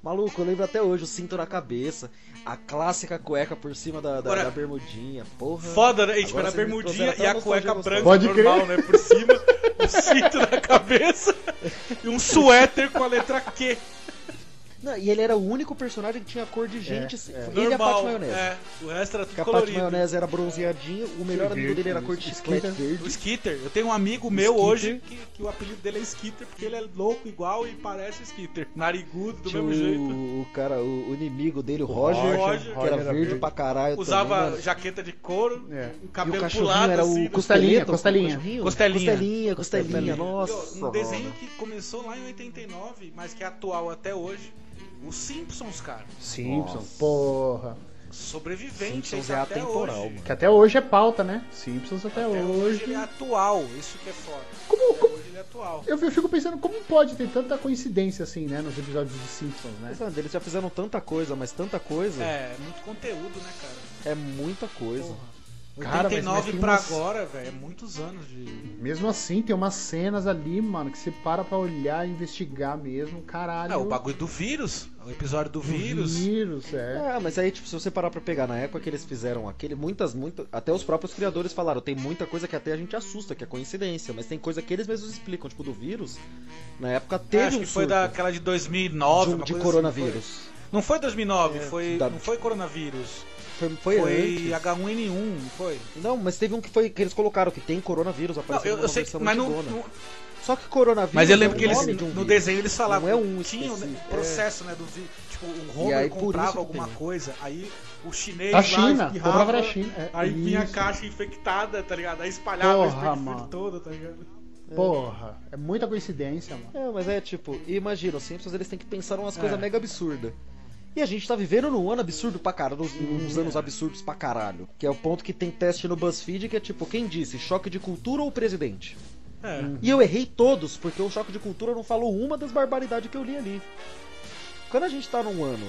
Maluco, eu lembro até hoje, o cinto na cabeça, a clássica cueca por cima da, da-
Agora-
da bermudinha, porra.
Foda, né? E, tipo,
Agora
era a
você me
bermudinha
trouxe
e a
até uma
cueca
nostalgia
branca
gostosa. Pode
normal, né? Por cima, o cinto na cabeça e um suéter com a letra Q.
Não, e ele era o único personagem que tinha cor de gente.
É,
se-
é.
Ele e a Pato Maionese.
É, o resto era
Porque
tudo
a Pato
colorido.
Maionese era bronzeadinho, o melhor amigo dele era cor de chiclete
Skitter.
verde.
O Skitter. Eu tenho um amigo meu
Skitter.
hoje que, que o apelido dele é Skitter porque ele é louco igual e parece o Skitter. Narigudo do
Tinha
mesmo jeito.
o, o cara, o, o inimigo dele, o Roger,
Roger,
que
Roger
era
era
verde
verde.
pra caralho.
Usava
também, né?
jaqueta de couro,
É.
um
E o
cabelo
cachorrinho
pulado
era o
assim.
Costelinha,
Costeleto?
Costelinha.
Cachorrinho?
Costelinha.
Costelinha, costelinha, nossa.
Um desenho que começou lá em 89, mas que é atual até hoje. Os Simpsons, cara.
Simpsons, porra.
Sobrevivente
Simpsons
isso
é
até
atemporal,
hoje.
mano.
Que até hoje é pauta, né? Simpsons até,
Até
hoje.
hoje ele é atual, isso que é foda.
Como,
Até
como-
hoje ele é atual.
eu eu fico pensando como pode ter tanta coincidência assim, né? Nos episódios de Simpsons, né?
Pensando, eles já fizeram tanta coisa, mas tanta coisa. É,
É, muito conteúdo, né, cara?
muita coisa. é
Cara, mas- mas
89
tem
pra
umas-
agora, velho, é muitos anos de.
Mesmo assim, tem umas cenas ali, mano, que você para pra olhar, investigar mesmo, caralho.
É, o bagulho do vírus, o episódio do
do
vírus.
Vírus, é.
Ah, mas aí, tipo, se você parar pra pegar na época que eles fizeram aquele, muitas, muitas. Até os próprios criadores falaram, tem muita coisa que até a gente assusta, que é coincidência, mas tem coisa que eles mesmos explicam, tipo, do vírus. Na época teve
É, acho
um
que foi
surto
daquela de 2009,
de, um,
uma
de
coisa
coronavírus. É,
assim, foi. Não foi 2009, foi,
da-
não foi coronavírus.
foi, foi,
Foi,
antes.
H1N1, não foi?
Não, mas teve um que foi que eles colocaram que tem coronavírus
Não,
aparecendo
eu, eu sei que, mas não, não-
Só que coronavírus.
Mas eu lembro
né? é o
que eles
nome de um
no
vírus.
desenho eles falavam
Não é um
tinha o
específico,
processo, né, do vírus. Tipo, o
E aí,
Homer
por isso
comprava
que
alguma
tem.
coisa, aí o chinês
A
lá
China,
espirrava,
comprava na China. é,
Aí vinha a
isso.
caixa infectada, tá ligado? Aí espalhava
Porra,
o espectro
mano.
todo, tá ligado?
Porra, é muita coincidência, mano.
É, mas é tipo, imagina, os Simpsons eles têm que pensar umas
É.
coisas mega absurdas. E a gente tá vivendo num ano absurdo pra caralho, uns,
É.
uns anos absurdos pra caralho. Que é o ponto que tem teste no BuzzFeed que é tipo, quem disse, choque de cultura ou presidente?
É.
E eu errei todos, porque o choque de cultura não falou uma das barbaridades que eu li ali. Quando a gente tá num ano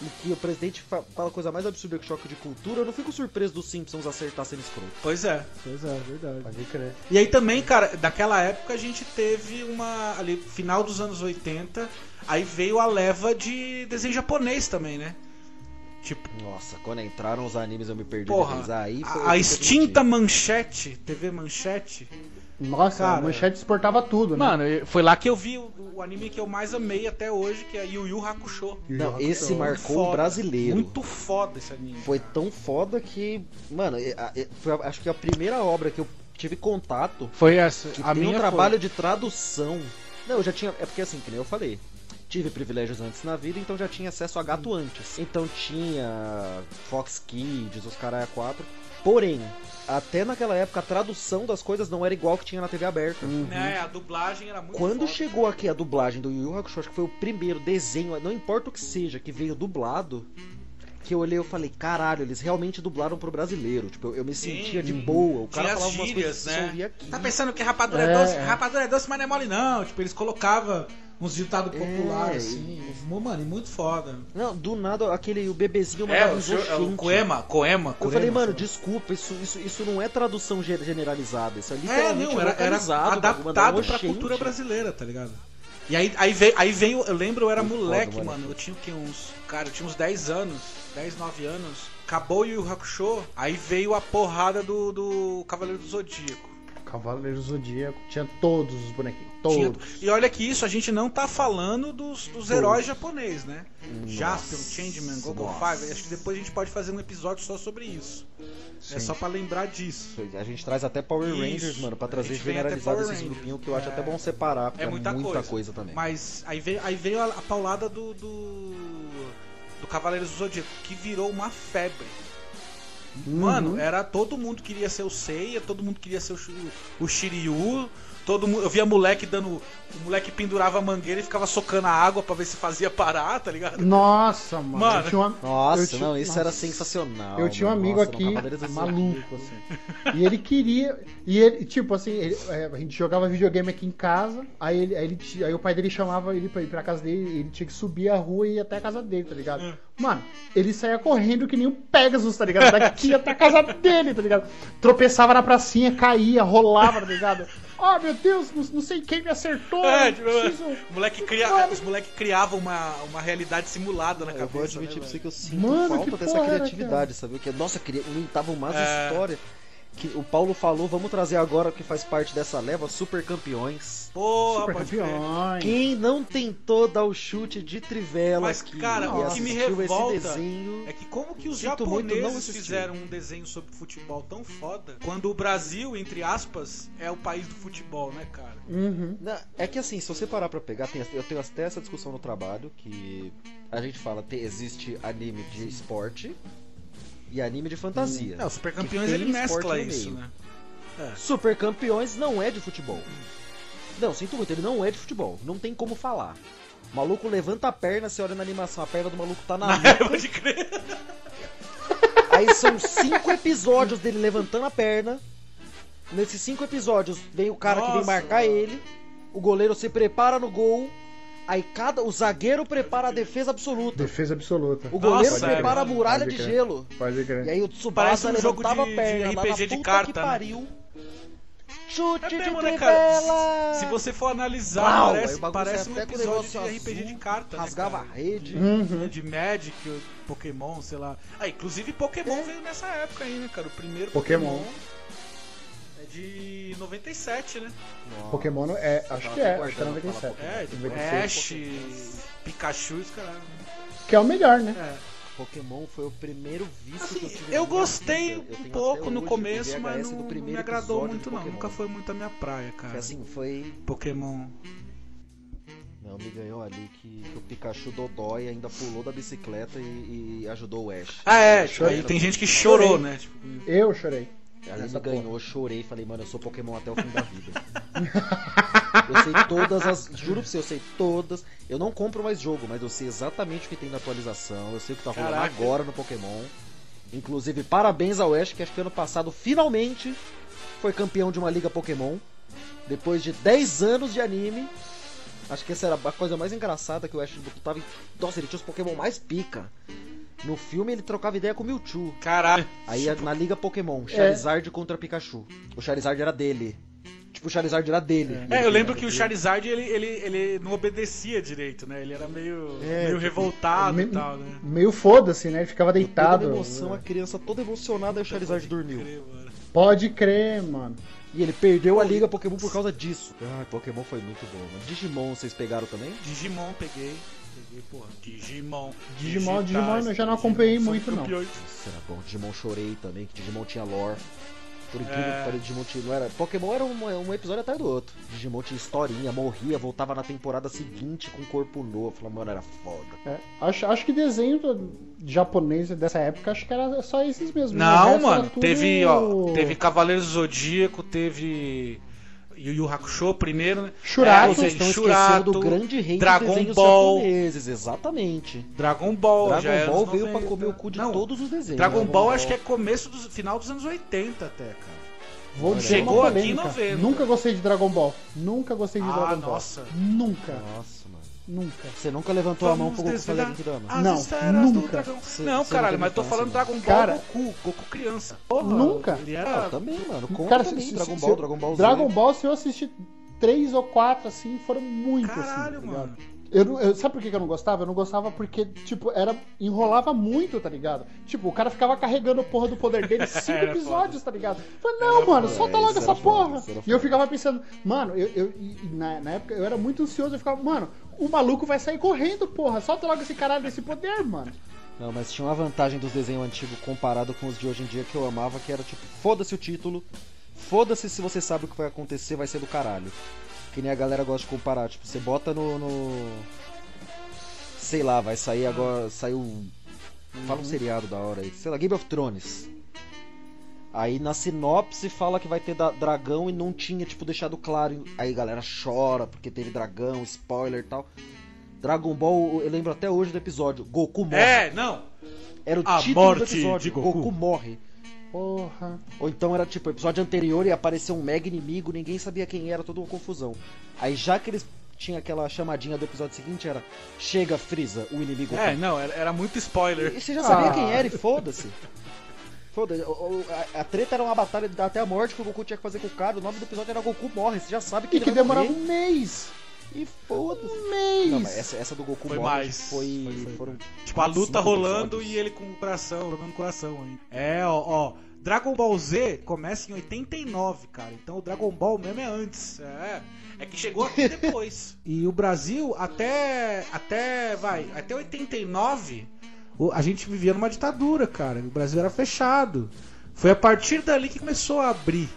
em que o presidente fa- fala coisa mais absurda que choque de cultura, eu não fico surpreso dos Simpsons acertar sendo escroto.
Pois é.
Pois é, verdade. Pode crer.
E aí também, cara, daquela época a gente teve uma. ali, final dos anos 80, aí veio a leva de desenho japonês também, né? Tipo,
Nossa, quando entraram os animes eu me perdi.
Porra,
deles. aí foi
a, a extinta manchete, TV Manchete,
Nossa,
Cara.
a manchete exportava tudo, né?
Mano, eu- foi lá que eu vi o, o anime que eu mais amei até hoje, que é Yu Yu Hakusho.
Não, esse
Muito
marcou
foda.
o brasileiro.
Muito foda esse anime.
Foi tão foda que, mano, e- a- e- foi a- acho que a primeira obra que eu tive contato
Foi essa.
que
a
tem
minha
um trabalho de tradução. Não, eu já tinha, é porque assim, que nem eu falei. Tive privilégios antes na vida, então já tinha acesso a
Hum.
gato antes. Então tinha Fox Kids, os caralho 4. Porém, até naquela época a tradução das coisas não era igual que tinha na TV aberta.
Né, a dublagem era muito
Quando
foda.
chegou aqui a dublagem do Yu Yu Hakusho, acho que foi o primeiro desenho, não importa o que seja, que veio dublado, que eu olhei e falei, caralho, eles realmente dublaram pro brasileiro. Tipo, eu, eu me
Sim.
sentia de boa. O cara
Tinha as
falava umas
gírias,
coisas que eu
né?
só ouvia aqui.
Tá pensando que rapadura é,
É,
doce?
é.
Rapadura é doce, mas não é mole, não. Tipo, eles colocavam uns ditados
É,
populares,
e-
assim. Mano, e muito foda.
Não, do nada, aquele o bebezinho
É,
mandava
o,
uns
seu- é, o
Oxente.
Coema, Coema,
Eu
Coema.
falei, mano, desculpa, isso, isso, isso não é tradução ge- generalizada. Isso é
É,
literalmente
não, era, era
localizado, mandava um
adaptado pra
oxente.
cultura brasileira, tá ligado? E aí, aí, veio, aí veio, eu lembro, eu era
Muito
moleque,
foda,
mano. Eu tinha o quê? Uns. Cara, eu tinha uns 10 anos, 10, 9 anos. Acabou o Yu Yu Hakusho, aí veio a porrada do, do Cavaleiro do Zodíaco.
Cavaleiro Zodíaco tinha todos os bonequinhos.
Tinha-
Todos.
E olha que isso, a gente não tá falando dos, dos heróis japonês, né? Jaspion, Changeman, Gogo
nossa.
Five. Acho que depois a gente pode fazer um episódio só sobre isso. É só pra lembrar disso.
A gente traz até Power
Isso.
Rangers, mano, pra
A
trazer
gente vem até
generalizado
Power
esses
Rangers.
grupinhos que eu acho
É.
até bom separar, porque é muita, coisa. também.
Mas aí veio, aí veio a, a paulada do, do. do Cavaleiros do Zodíaco, que virou uma febre. Mano, era todo mundo queria ser o Seiya, todo mundo queria ser o, Shi- o Shiryu. Todo mundo, eu via moleque dando. O moleque pendurava a mangueira e ficava socando a água pra ver se fazia parar, tá ligado?
Nossa, mano.
Mano.
Eu tinha uma-
Nossa,
eu tinha-
não, isso
Nossa.
era sensacional.
Eu tinha um
mano.
amigo
Nossa,
aqui,
no Cavaleiros do Zodíaco.
maluco, assim. E ele queria. E ele, tipo assim, ele- é, a gente jogava videogame aqui em casa, aí, ele, aí, ele ti- aí o pai dele chamava ele pra ir pra casa dele, ele tinha que subir a rua e ir até a casa dele, tá ligado?
É.
Mano, ele saía correndo que nem um Pegasus, tá ligado? Daqui até a casa dele, tá ligado? Tropeçava na pracinha, caía, rolava, tá ligado? Ah, meu Deus, não, não sei quem me acertou.
É,
eu
tipo,
preciso...
o moleque cria, os moleque criavam uma, uma realidade simulada na
Eu vou
cabeça. né,
admitir pra
velho?
você que eu sinto
Mano, que
falta dessa
porra era,
criatividade, sabe? Que, nossa, cria... inventavam mais
É.
história. que o Paulo falou, vamos trazer agora que faz parte dessa leva, Super Campeões.
Porra,
Super
pode crer.
campeões.
Quem não tentou dar o chute de trivela
Mas,
aqui
cara,
e
o que me
assistiu
revolta
esse desenho...
É que como que os
Sinto muito, não
japoneses
assisti.
fizeram um desenho sobre futebol tão foda, quando o Brasil, entre aspas, é o país do futebol, né, cara?
Uhum.
Na- é que assim, se você parar pra pegar, tem- eu tenho até essa discussão no trabalho que a gente fala, tem- existe anime de esporte e anime de fantasia.
É, o Super Campeões
tem
ele
esporte
mescla
no
isso,
meio.
né?
Super Campeões não é de futebol. Não, sinto muito, ele não é de futebol. Não tem como falar. O maluco levanta a perna, você olha na animação, a perna do maluco tá na
É,
rua.
pode crer.
Aí são cinco episódios dele levantando a perna. Nesses cinco episódios vem o cara que vem
Nossa,
marcar ele. O goleiro se prepara no gol. Aí cada. O zagueiro prepara a defesa absoluta.
Defesa absoluta.
O goleiro
Nossa, é
prepara a
velho.
muralha
Pode
de
crer.
gelo.
Pode
E
crer.
aí o
Parece
Tsubasa
um jogo de-
levantava a
de
perna. lá na
RPG de
puta
carta,
que
né?
pariu. Chute
É
de
mesmo, né, cara?
trivela!
Se você for analisar,
Uau, aí
parece,
o bagulho
parece
sai
um
até com o
episódio de
negócio
RPG de
azul,
carta. né,
Rasgava a
cara?
rede.
Uhum.
De Magic, Pokémon, sei lá. Ah, inclusive Pokémon
É.
veio nessa época aí, né, cara? O primeiro
Pokémon.
é de 97, né?
Pokémon não- é, acho que é, acho que é 97.
É, de
96.
Ash, Pikachu, os caralho.
Que é o melhor, né?
É.
Pokémon foi o primeiro vício
Assim,
que eu tive.
eu
na minha
gostei
vida. Eu
um
tenho
pouco
até
no
hoje o
começo,
VHS
mas
do
não, não me
primeiro
agradou
episódio de
muito não.
Pokémon.
Nunca foi muito a minha praia,
Foi
cara.
assim, foi.
Pokémon.
Não, me ganhou ali que, que o Pikachu Dodói ainda pulou da bicicleta e, e ajudou o Ash.
Ah, é.
Chorei.
Aí tem gente que chorou,
Chorei.
né? Tipo,
Eu chorei.
Aí
Essa
me ganhou, eu chorei, falei, mano, eu sou Pokémon até o fim da vida. eu sei todas as. Juro pra você, eu sei todas. Eu não compro mais jogo, mas eu sei exatamente o que tem na atualização. Eu sei o que tá rolando
Caraca.
agora no Pokémon. Inclusive, parabéns ao Ash, que acho que ano passado finalmente foi campeão de uma liga Pokémon. Depois de 10 anos de anime. Acho que essa era a coisa mais engraçada que o Ash tava. em- Nossa, ele tinha os Pokémon mais pica. No filme ele trocava ideia com o Mewtwo.
caralho.
Aí
Tipo-
a- na Liga
É.
Pokémon, Charizard contra Pikachu. O Charizard era dele. Tipo, o Charizard era dele.
É, eu lembro que o Charizard ele, ele, ele não obedecia direito, né? Ele era meio,
É,
meio
tipo,
revoltado
me-
e tal, né?
Meio foda-se, né? Ele ficava
Toda
deitado.
emoção, a criança toda emocionada, aí o Charizard dormiu.
Crer, mano.
Pode crer, mano.
E ele perdeu a Liga Pokémon por causa disso. Ah, Pokémon foi muito bom, mano. Digimon vocês pegaram também?
Digimon, peguei. Peguei, porra. Digimon.
Digimon,
Digitais,
Digimon eu já não acompanhei
Digimon,
muito,
são
não.
campeões.
Nossa, era bom. Digimon chorei também, que Digimon tinha lore. Por incrível
É.
que pareça, Digimon tinha... Não era... Pokémon era um, um episódio atrás do outro. Digimon tinha historinha, morria, voltava na temporada seguinte com corpo novo. Falei, mano, era foda.
É, acho, acho que desenho do- japonês dessa época, acho que era só esses mesmo. né? O
Não,
resto era
mano,
tudo-
teve, ó, teve Cavaleiro Zodíaco, teve Yu Yu Hakusho primeiro, né?
Ah,
Churato.
É,
vocês
gente,
estão
Churato,
esquecendo do grande rei
Dragon
dos desenhos
Ball.
japoneses, exatamente.
Dragon Ball, já é
Dragon
era
Ball
anos
veio pra
90.
comer o cu de
Não,
todos os desenhos.
um. Dragon Ball acho que é começo do final dos anos 80 até, cara.
Vou dizer
Chegou
uma
aqui em
polêmica.
90.
Nunca gostei de Dragon Ball. Nunca gostei de
Ah,
Dragon Ball.
nossa.
Nunca,
Nossa, mano.
nunca.
Você nunca levantou a mão pro Goku fazer
desvendar
Genkidama?
as
Não,
esferas do
nunca.
dragão.
Cê-
não,
cê
caralho,
não
mas eu tô
tem
falando
infância,
Dragon Ball
Cara-
Goku, Goku criança. Porra,
Nunca.
Ele
Ah,
era...
também, mano. Conta
Cara, se-
também.
se-
Dragon
se-
Ball, Dragon Ball Z. né?
Dragon Ball, se eu assisti três ou quatro, assim, foram muito
Caralho,
assim, tá ligado?
mano.
Eu, não- eu- sabe por que que eu não gostava? Eu não gostava porque, tipo, era, enrolava muito, tá ligado? Tipo, o cara ficava carregando a porra do poder dele cinco
Era
episódios, tá ligado? Eu falei, não, mano,
foda,
solta
é,
logo
isso
essa
era foda,
porra.
isso era
e eu
foda.
ficava pensando, mano, eu, eu- e- e na, na época eu era muito ansioso, eu ficava, mano, o maluco vai sair correndo, porra, solta logo esse caralho desse poder, mano.
Não, mas tinha uma vantagem dos desenhos antigos comparado com os de hoje em dia que eu amava, que era tipo, foda-se o título, foda-se se você sabe o que vai acontecer, vai ser do caralho. Que nem a galera gosta de comparar, tipo, você bota no... no- Sei lá, vai sair agora, saiu... Fala um seriado da hora aí, sei lá, Game of Thrones. Aí na sinopse fala que vai ter da- dragão e não tinha, tipo, deixado claro. Aí a galera chora porque teve dragão, spoiler e tal. Dragon Ball, eu lembro até hoje do episódio, Goku morre.
É, não.
Era o
A
título
morte
do episódio.
de Goku.
morre.
Porra.
Ou então era tipo episódio anterior e apareceu um mega inimigo, ninguém sabia quem era, toda uma confusão. Aí já que eles tinham aquela chamadinha do episódio seguinte era chega Freeza, o inimigo.
É, não, era, era muito spoiler.
E você já sabia
Ah.
quem era e foda-se. Foda-se. o- o- A, a treta era uma batalha de- até a morte que o Goku tinha que fazer com o cara. O nome do episódio era Goku morre. Você já sabe que
E
ele
que
vai
demorava
morrer.
um mês.
E foda-se.
Um mês.
Não, mas é essa, essa do Goku
Foi
morre
mais.
foi,
Foi- foi-
foram
Tipo, a luta
Cinco
rolando
episódios.
e ele com o coração, jogando coração aí. É, ó, ó. Dragon Ball Z começa em 89, cara. Então o Dragon Ball mesmo é antes. É, é que chegou aqui depois. e o Brasil até até vai, até 89, o- a gente vivia numa ditadura, cara. O Brasil era fechado. Foi a partir dali que começou a abrir.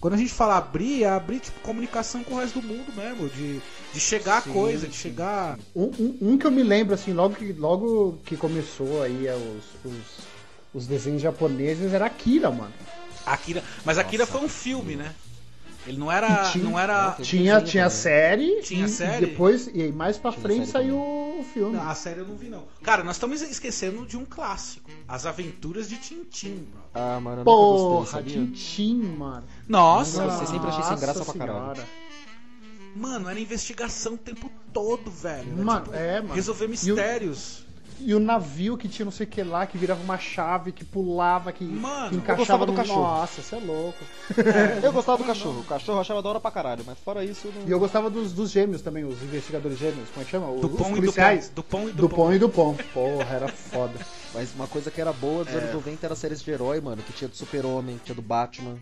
Quando a gente fala abrir, é abrir tipo comunicação com o resto do mundo mesmo, de, de chegar a coisa, de chegar
Um, um- um que eu me lembro, assim, logo que, logo que começou aí é, os, os, os desenhos japoneses era Akira, mano.
Akira, mas Akira foi um filme, né? Ele não era,
E tinha-
Ah, não era né?
Tinha, tinha a série.
Tinha
e-
série?
E depois, e aí mais pra frente
série
saiu o filme.
Não, Ah, a série eu não vi, não. Cara, nós estamos esquecendo de um clássico: As Aventuras de Tintim, bro.
Ah, mano, eu nunca
Porra,
gostei, sabia?
Tintin, mano.
Nossa!
Nossa, você sempre achei sem graça
Nossa
pra caralho.
senhora.
Mano, era investigação o tempo todo, velho. Era,
Mano,
tipo,
é, mano.
Resolver mistérios.
E o navio que tinha não sei o que lá, que virava uma chave, que pulava, que,
Mano,
que
eu
encaixava
gostava do
no
cachorro.
Nossa, você é louco.
Eu gostava do cachorro. O cachorro eu achava da hora pra caralho, mas fora isso, eu não...
E eu gostava dos, dos gêmeos também, os investigadores gêmeos, como é que chama?
Do pão e
os
do pão.
policiais.
Do pão e do,
Do pão e do pão. Porra, era foda.
Mas uma coisa que era boa
É.
dos anos 90 era séries de herói, mano, que tinha do Super-Homem, tinha do Batman.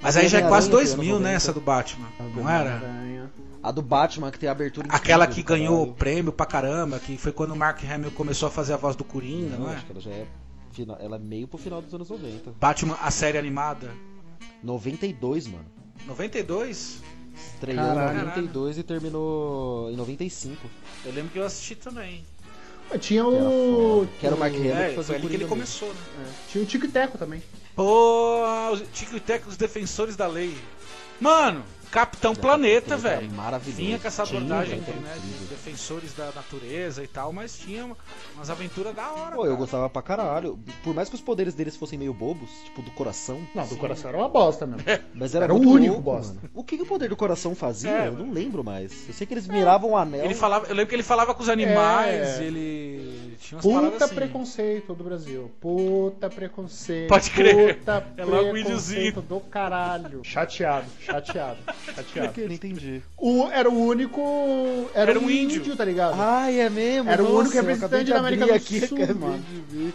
Mas aí já é quase
Homem-Aranha,
2000,
anos
né?
90.
Essa do Batman. Não era?
A do Batman, que tem a abertura incrível
Aquela que
do
ganhou o
caralho.
prêmio pra caramba, que foi quando o Mark Hamill começou a fazer a voz do Coringa, não
Não,
é?
acho que ela já é. Final, ela é meio pro final dos anos 90.
Batman, a série animada.
92, mano.
92?
Estreou
Caralho.
em 92 e terminou em 95.
Eu lembro que eu assisti também.
Tinha
Que era
o.
foda. Que era o Mark Hamill
É,
que fazia
foi
o
ali que ele
Coringa mesmo.
começou, né?
Tinha o Tico e Teco também.
Pô, os Tico e Teco, os defensores da lei. Mano, Capitão Planeta,
Era
velho.
Maravilhoso.
Vinha com essa
Tinha,
abordagem
velho,
né,
era
de
incrível.
defensores da natureza e tal, mas tinha umas aventuras da hora.
Pô, eu
cara.
gostava pra caralho. Por mais que os poderes deles fossem meio bobos, tipo do coração,
Não, do coração era uma bosta mesmo.
mas era,
Era o
muito
único
louco,
bosta.
mano. O que, que o poder do coração fazia?
É,
eu não lembro mais. Eu sei que eles miravam o anel.
Ele falava, eu lembro que ele falava com os animais,
É.
ele tinha umas paradas
Puta
assim.
preconceito do Brasil. Puta preconceito.
Pode crer.
Puta
É logo o
preconceito
índiozinho.
do caralho. Chateado, chateado, chateado.
Eu não entendi.
O, era o único. Era,
Era
um
um
índio,
índio,
tá ligado?
Ai, é mesmo?
Era o
Nossa,
único
eu
representante
acabei de
da América
abrir
do
aqui,
Sul,
acabei
mano.
de ver.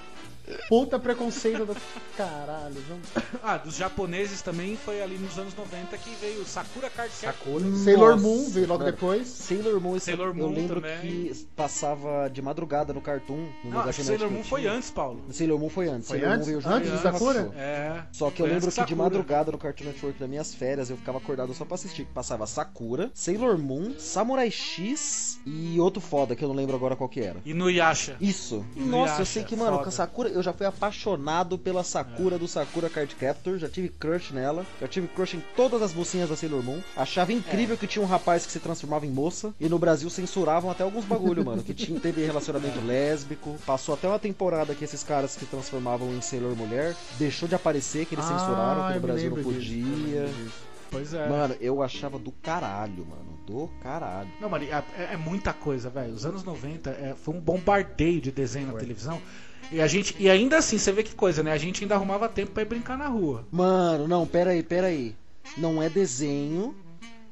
Puta preconceito do caralho. viu?
Ah, dos japoneses também foi ali nos anos 90 que veio Sakura Card Captor.
Sailor Moon veio logo
mano.
depois.
É. Sailor Moon, esse-
Sailor
eu
Moon
lembro
também.
que passava de madrugada no Cartoon.
Não,
No lugar
acho que
que
Ah, Sailor
Netflix
Moon foi
tinha.
antes, Paulo.
Sailor Moon foi antes.
Foi
Sailor Moon
antes?
veio junto
Antes
com
do
Sakura
Sakura?
Card.
É.
Só que eu
Foi
lembro
antes
que de
Sakura.
madrugada no Cartoon Network, nas minhas férias, eu ficava acordado só pra assistir. Que passava Sakura, Sailor Moon, Samurai X e outro foda que eu não lembro agora qual que era.
E no Yasha.
Isso.
E
Nossa,
Yasha,
eu sei que, mano,
foda.
com a Sakura, eu já fui apaixonado pela Sakura
É.
do Sakura Card Captor, já tive crush nela, já tive crush em todas as mocinhas da Sailor Moon. Achava incrível
É.
que tinha um rapaz que se transformava em moça, e no Brasil censuravam até alguns bagulho, mano, que tinha, teve
É.
relacionamento lésbico, passou até uma temporada que esses caras que se transformavam em Sailor Mulher, deixou de aparecer, que eles censuraram,
Ah,
que
eu
no
me
Brasil não
lembro disso, eu me
podia.
lembro disso.
Pois é.
Mano, eu achava do caralho, mano, do caralho.
Não, Mari, é, é- é muita coisa, velho. Os anos 90 é, foi um bombardeio de desenho na televisão. E a gente, e ainda assim, você vê que coisa, né? A gente ainda arrumava tempo pra ir brincar na rua.
Mano, não, pera aí, pera aí. Não é desenho,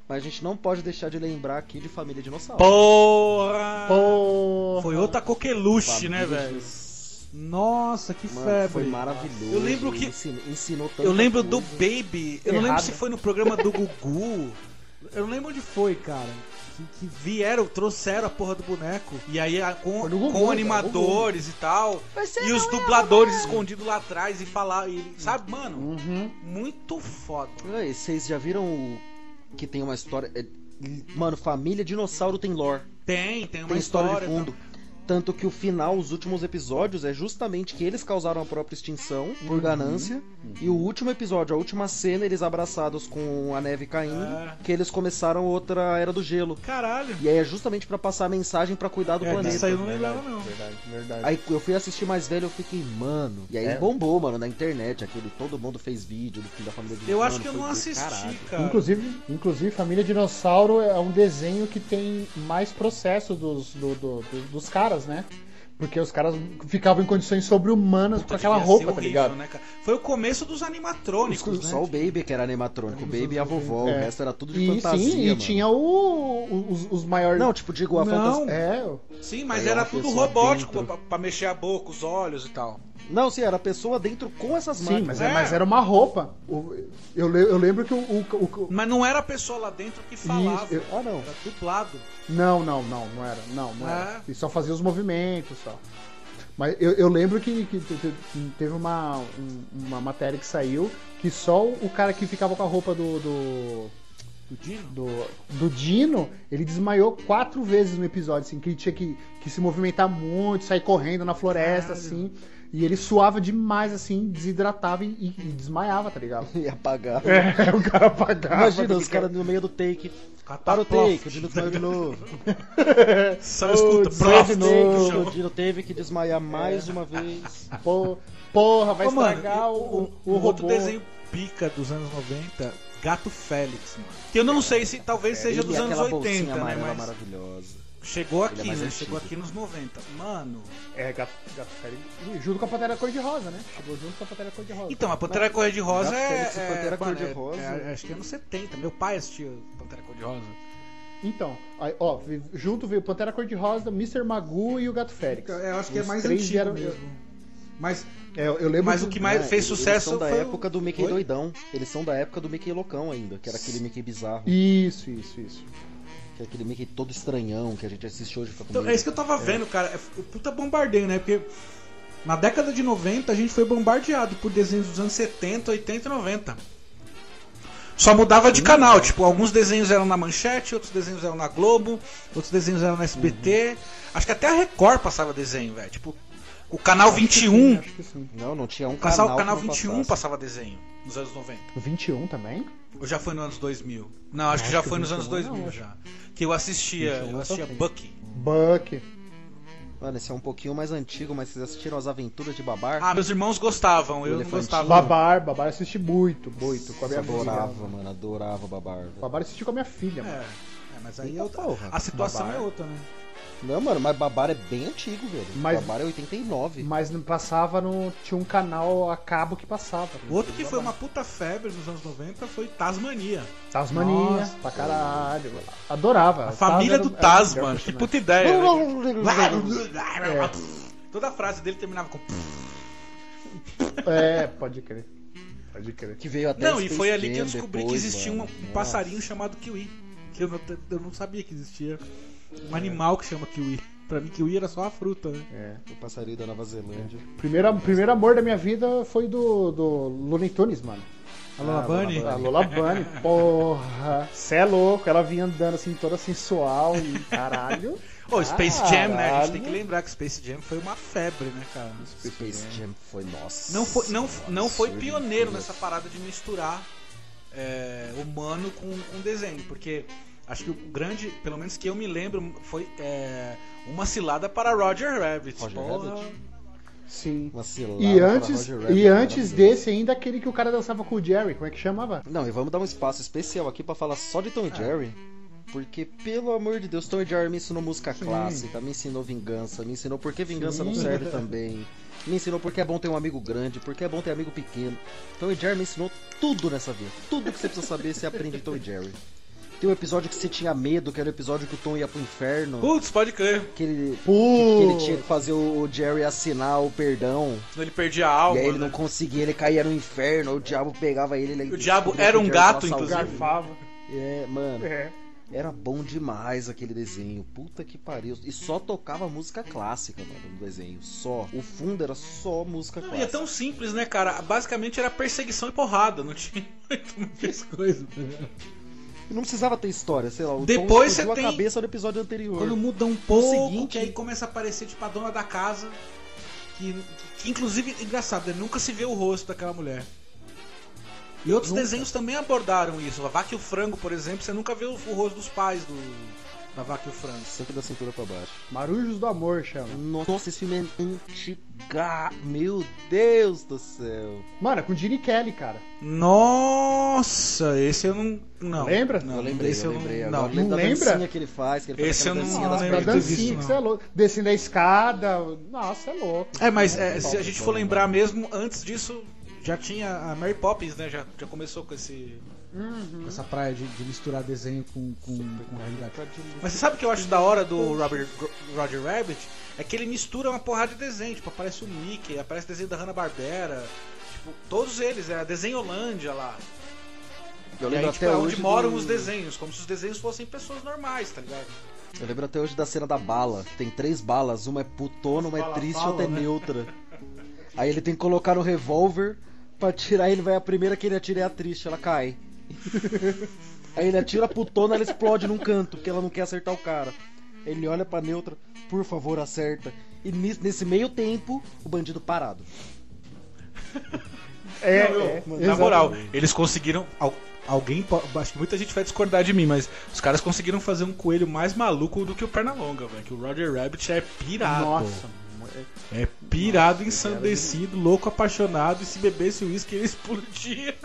mas a gente não pode deixar de lembrar aqui de Família Dinossauro.
Porra!
Porra.
Foi outra coqueluche,
Família
né, velho?
Dinos-
Nossa, que
Mano,
febre.
foi maravilhoso.
Eu lembro que-
Ensinou, ensinou tanta
Eu lembro do
coisa.
Baby. Eu não
Errada.
lembro se foi no programa do Gugu. Eu não lembro onde foi, cara. Que, que vieram, trouxeram a porra do boneco. E aí a- com,
Foi no Gugu,
com
cara,
animadores e tal.
é
e os dubladores escondidos lá atrás e falar. E, sabe, mano?
Uhum.
Muito foda.
Ai, Vocês já viram o... que tem uma história. é, Mano, Família Dinossauro tem lore.
Tem, tem uma
tem história,
história. tá?
de fundo. Tanto que o final, os últimos episódios, é justamente que eles causaram a própria extinção por ganância. E o último episódio, a última cena, eles abraçados com a neve caindo,
Ah.
que eles começaram outra era do gelo.
tá? Caralho.
E aí é justamente pra passar a mensagem pra cuidar do
É,
planeta.
disso aí eu não lembrava, não.
Verdade, verdade.
Aí eu fui assistir mais velho, eu fiquei, mano. E aí
É.
bombou, mano, na internet, aquele todo mundo fez vídeo do filho da família do
Eu
mano,
acho que eu
foi
não
do
assisti,
caralho.
cara.
Inclusive, inclusive, Família Dinossauro é um desenho que tem mais processo dos, do- do- do- dos caras, né? Porque os caras ficavam em condições sobre-humanas com
Puta,
aquela
devia ser
roupa, tá
horrível,
ligado?
né, cara? Foi o começo dos animatrônicos, né?
Só o Baby que era animatrônico, o Baby e a vovó,
É.
o resto era tudo de
E
fantasia.
sim, e
mano.
tinha o- o- os, os maiores.
Não, tipo, digo, a
Não,
fantasia.
é,
Sim, mas
Aí é
era
uma
tudo
pessoa
robótico
dentro.
pra, pra mexer a boca, os olhos e tal.
Não, sim, era a pessoa dentro com essas
Sim,
máquinas.
mas,
é.
é- mas era uma roupa. O- Eu, le- eu lembro que o. o- o-
Mas não era a pessoa lá dentro que falava.
Isso, eu-
Ah, não.
Era dublado.
Não, não, não, não era. Não, não
Ah.
era. E só fazia os movimentos só. Mas eu, eu lembro que, que te- te- teve uma, um- uma matéria que saiu que só o cara que ficava com a roupa do. do.
Do Dino?
do, do Dino, ele desmaiou quatro vezes no episódio, assim, que ele tinha que, que se movimentar muito, sair correndo na floresta, assim. E ele suava demais, assim, desidratava e, e- e desmaiava, tá ligado?
E apagava.
É, Ah, tá o cara apagava. tá
Imagina os caras no meio do take. Para o take, tá o Dino saiu de novo.
Só escuta,
Saiu de
prof.
novo. O Dino teve que desmaiar
É.
mais uma vez.
Pô, porra, vai
Ô, mano,
estragar o, o, o
um
robô.
outro desenho pica dos anos 90, Gato Félix, mano. Que eu não sei se talvez seja
É, E
dos anos
aquela bolsinha
80, né?
amarela
Mas
maravilhosa.
chegou
Ele é
aqui,
mais
né?
antigo.
Chegou aqui nos 90. Mano.
É, gato, gato sério. E Junto com a Pantera Cor-de-Rosa, né? Chegou junto com a Pantera Cor-de-rosa.
Então, a Pantera Cor-de-Rosa
Gato
é.
Félix e
é
Pantera
mano,
Cor-de-Rosa.
é- é- acho que é anos 70. Meu pai assistia Pantera Cor-de-Rosa.
Então, aí, ó, vi- junto veio Pantera Cor-de-Rosa, Mr. Magoo e o Gato Félix.
É, eu acho que é
Os
mais
três
antigo
vieram-
mesmo. Mas
É, eu lembro
Mas
do-
o que mais
Não,
fez
eles
sucesso
são da
foi o-
época do Mickey
Oi?
doidão. Eles são da época do Mickey loucão ainda, que era aquele Mickey bizarro,
É. Isso, isso, isso.
que era aquele Mickey todo estranhão que a gente assiste hoje e fica com
Então,
medo.
é isso que eu tava vendo, cara. É f- o puta bombardeio, né? Porque na década de 90 a gente foi bombardeado por desenhos dos anos 70, 80 e 90. Só mudava de canal, tipo, alguns desenhos eram na Manchete, outros desenhos eram na Globo, outros desenhos eram na SBT. Acho que até a Record passava desenho, velho. Tipo, o canal 21,
Acho que né? sim.
Não, não tinha um
o canal,
canal.
o canal
que não
21
passasse.
passava desenho nos anos 90.
21 também?
Ou já foi nos anos 2000? Não, acho que já foi nos anos 2000 já. Que eu assistia, eu assistia Bucky.
Buck.
Mano, esse é um pouquinho mais antigo, mas vocês assistiram As Aventuras de Babar?
Ah, meus irmãos gostavam, eu não
Elefantinho.
gostava.
Babar, Babar assisti muito, muito. Com a
eu
minha
adorava,
filha.
mano, adorava Babar. velho.
Babar assisti com a minha filha, mano.
É, é, mas aí
Eita
é outra-
porra.
a situação
Babar.
é outra, né?
Não, mano, mas Babar é bem antigo, velho.
Mas-
Babar é 89.
Mas não passava no. Tinha um canal a cabo que passava.
O outro que foi uma puta febre nos anos 90 foi Tasmania.
Tasmania,
Nossa.
pra caralho. Adorava. um-
A família
um-
do Tasman. Que puta ideia. né?
É.
Toda a frase dele terminava com.
É, pode crer. Pode crer.
Que veio até
Não, e
Space
foi ali que eu
Jam
descobri que
depois,
existia um,
mano.
um
Nossa.
passarinho chamado Kiwi. Que eu não, eu não sabia que existia.
É.
Um animal que chama Kiwi. Pra mim, Kiwi era só uma fruta, né?
É.
O passarinho da Nova Zelândia.
Primeiro, primeiro amor da minha vida foi do, do Looney Tunes, mano.
A Lola
Ah,
Bunny.
A Lola Bunny, porra. Cê é louco, ela vinha andando assim toda sensual e caralho.
É.
Ô, Space Jam, né? A gente tem
Caralho.
que lembrar que Space Jam foi uma febre, né, cara?
Space Jam foi, nossa.
Não foi, não,
Senhora,
não foi
absurdo,
pioneiro
incrível.
nessa parada de misturar é, humano com, com desenho, porque acho que o grande, pelo menos que eu me lembro, foi é, uma cilada para Roger Rabbit.
Roger
porra.
Rabbit?
Sim.
Uma cilada
E
pra
antes,
Roger Rabbit,
e antes
maravilhoso.
desse ainda aquele que o cara dançava com o Jerry, como é que chamava?
Não, e vamos dar um espaço especial aqui pra falar só de
Ah.
Tom e Jerry. Porque, pelo amor de Deus, Tom e Jerry me ensinou música clássica, me ensinou vingança, me ensinou por que vingança não serve também, me ensinou por que é bom ter um amigo grande, por que é bom ter amigo pequeno. Tom e Jerry me ensinou tudo nessa vida. Tudo que você precisa saber, você aprende em Tom e Jerry. Tem um episódio que você tinha medo, que era o episódio que o Tom ia pro inferno,
Putz, pode crer.
que ele, que ele
Pô!
tinha que fazer o Jerry assinar o perdão,
Senão ele perdia a alma.
e aí ele
né?
não conseguia, ele caía no inferno, o diabo pegava ele. ele
O diabo
descobria
era
que
um
o Jerry tava
gato,
salgado.
inclusive.
É, mano,
É.
era bom demais aquele desenho. Puta que pariu. E só tocava música clássica, mano, no desenho. Só. O fundo era só música
Não, e é
clássica.
tão simples, né, cara? Basicamente era perseguição e porrada, não tinha muito- muitas coisas.
E Não precisava ter história, sei lá. O
Depois
Tom explodiu
você tem-
a cabeça no episódio anterior.
Quando muda um pouco,
seguinte-
que aí começa a aparecer tipo a dona da casa. Que, que inclusive, engraçado, né? nunca se vê o rosto daquela mulher. E outros desenhos também abordaram isso. A Vaca e o Frango, por exemplo, você nunca vê o, o rosto dos pais do, da Vaca e o Frango.
Sempre da cintura pra baixo.
Marujos do Amor chama.
Nossa, esse filme é antiga. Meu Deus do céu.
Mano, é com Gene Kelly, cara.
Nossa, esse eu não. não.
Lembra?
Não,
eu lembrei,
esse
eu
não-
lembrei.
Não,
agora. Eu lembro
não
da
lembra?
dancinha que ele faz. Que ele faz
Esse
aquela
eu não
dancinha das
lembro
Da
lembro
pernas.
disso,
dancinha,
não.
que você é louco. Descendo a escada. Nossa, é louco.
É, mas é, se a gente for lembrar mesmo, antes disso já tinha a Mary Poppins, né? Já, já começou com esse
Uhum.
Essa praia de, de misturar desenho com, com, com realidade.
Mas você sabe o que eu acho da hora do Robert, Roger Rabbit? É que ele mistura uma porrada de desenho. Tipo, aparece o Mickey, aparece desenho da Hanna-Barbera. Tipo, todos eles. Era desenho Holândia lá.
Eu
e aí,
lembro
tipo,
até
é
hoje.
onde moram
do-
os desenhos. Como se os desenhos fossem pessoas normais, tá ligado?
Eu lembro até hoje da cena da bala. que Tem três balas, uma é putona, uma é
Bala,
triste e
bala,
outra é
né?
neutra. Aí ele tem que colocar um revólver pra atirar ele, vai a primeira que ele atira é a triste, ela cai. Aí ele atira a putona, ela explode num canto, porque ela não quer acertar o cara. Ele olha pra neutra, por favor, acerta. E ni- nesse meio tempo, o bandido parado.
É,
Não, eu-
é,
Na
exatamente.
moral, eles conseguiram. al- Alguém, po- acho que muita gente vai discordar de mim, mas os caras conseguiram fazer um coelho mais maluco do que o Pernalonga, velho. Que o Roger Rabbit é pirado.
Nossa,
É pirado, ensandecido, louco, apaixonado. E se bebesse uísque, ele explodia.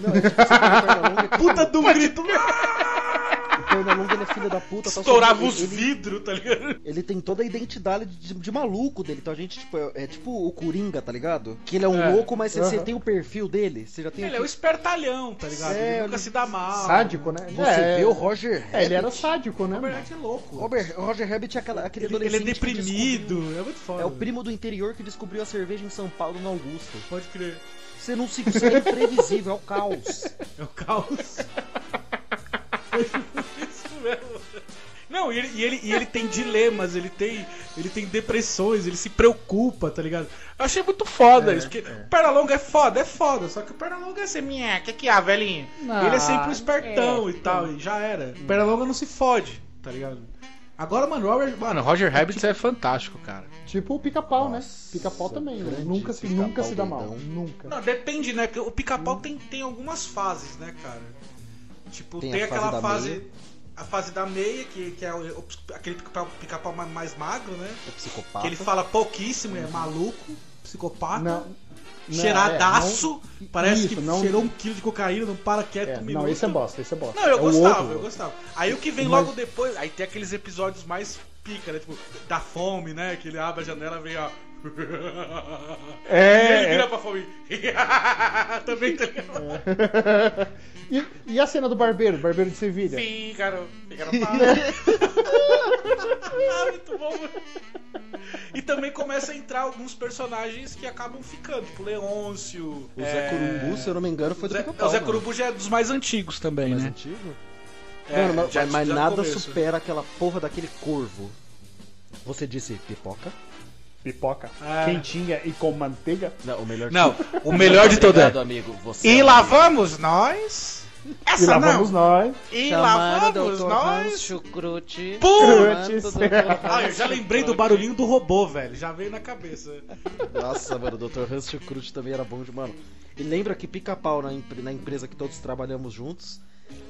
Não, é tipo, você pega o Pernalonga,
Puta do grito.
é um o Pernalonga ele é filho da puta. tal, só que
Estourava
ele-
os
ele-
vidros, tá ligado?
Ele tem toda a identidade de, de maluco dele. Então a gente, tipo, é, é tipo o Coringa, tá ligado? Que ele é um
É.
louco, mas você você
Aham.
tem o perfil dele. Você já tem.
Ele é o espertalhão, tá ligado?
É,
Ele nunca
ele-
se dá mal.
sádico, né?
Você vê o Roger
É, ele
Rabbit.
era sádico, né?
Na
mano?
verdade, é louco.
Robert- o Roger Rabbit é aquela, aquele
Ele, ele é
adolescente que descobriu-
deprimido. É muito foda.
É o primo do interior que descobriu a cerveja em São Paulo, na Augusta.
Pode crer.
Você não se você é imprevisível, é o caos.
É o caos. Isso mesmo. Não, e ele, e ele- e ele tem dilemas, ele tem, ele tem depressões, ele se preocupa, tá ligado? Eu achei muito foda isso, porque o Pernalonga é foda, é foda, só que o Pernalonga é assim, minha, que que há, velhinho?
Não, Ah,
ele é sempre um espertão e tal, e já era. O Pernalonga não se fode, tá ligado? Agora, mano, Robert, mano, Roger Rabbit é fantástico, cara.
Tipo o pica-pau, né?
Nossa,
Pica-pau também, né?
grande
Nunca se,
pica-pau
nunca se dá mal.
doidão.
Nunca.
Não, depende, né? Porque o pica-pau tem, tem algumas fases, né, cara? Tipo, tem,
Tem a fase
aquela
da
fase.
meia.
A fase da meia, que, que é o- o- aquele pica-pau pica-pau mais, mais magro, né?
É psicopata.
Que ele fala pouquíssimo, é maluco, psicopata,
Não, não,
cheiradaço, parece
isso,
que
não-
cheirou um quilo de cocaína, não para quieto
é,
um
não, é, não,
minuto.
esse é bosta, esse é bosta.
Não, eu
É o
gostava,
outro.
eu gostava. Aí o que vem
Mas-
logo depois, aí tem aqueles episódios mais pica, né? Tipo, da fome, né? Que ele abre a janela e vem, ó.
É,
E ele
é.
vira pra fome. Também tá ligado?
E, e a cena do barbeiro, barbeiro de Sevilha?
Fígaro, fígaro para. Ah, Muito bom. E também começa a entrar alguns personagens que acabam ficando, tipo Leôncio. é,
O Zé Curumbu, se eu não me engano, foi do
Zé,
pica-pau.
o Zé
mano.
Corubu já é dos mais antigos também,
Mais
né?
antigo?
É,
mano, mas,
já-
mas
já no
nada
começo.
supera aquela porra daquele corvo. Você disse pipoca?
Pipoca,
Ah.
quentinha e com manteiga.
Não, o melhor
Não, o melhor de tudo é.
Obrigado, amigo. Você
E
é um
lá
amigo.
vamos nós. Essa
e lá
não.
vamos nós.
E lá
Chamaram
vamos
Dr. Hans
nós.
Chucrute.
Pum!
Antes.
Ah, eu já lembrei do barulhinho do robô, velho. Já veio na cabeça.
Nossa, mano, o Dr. Hans Cruz também era bom de mano. E lembra que pica-pau na, empre- na empresa que todos trabalhamos juntos,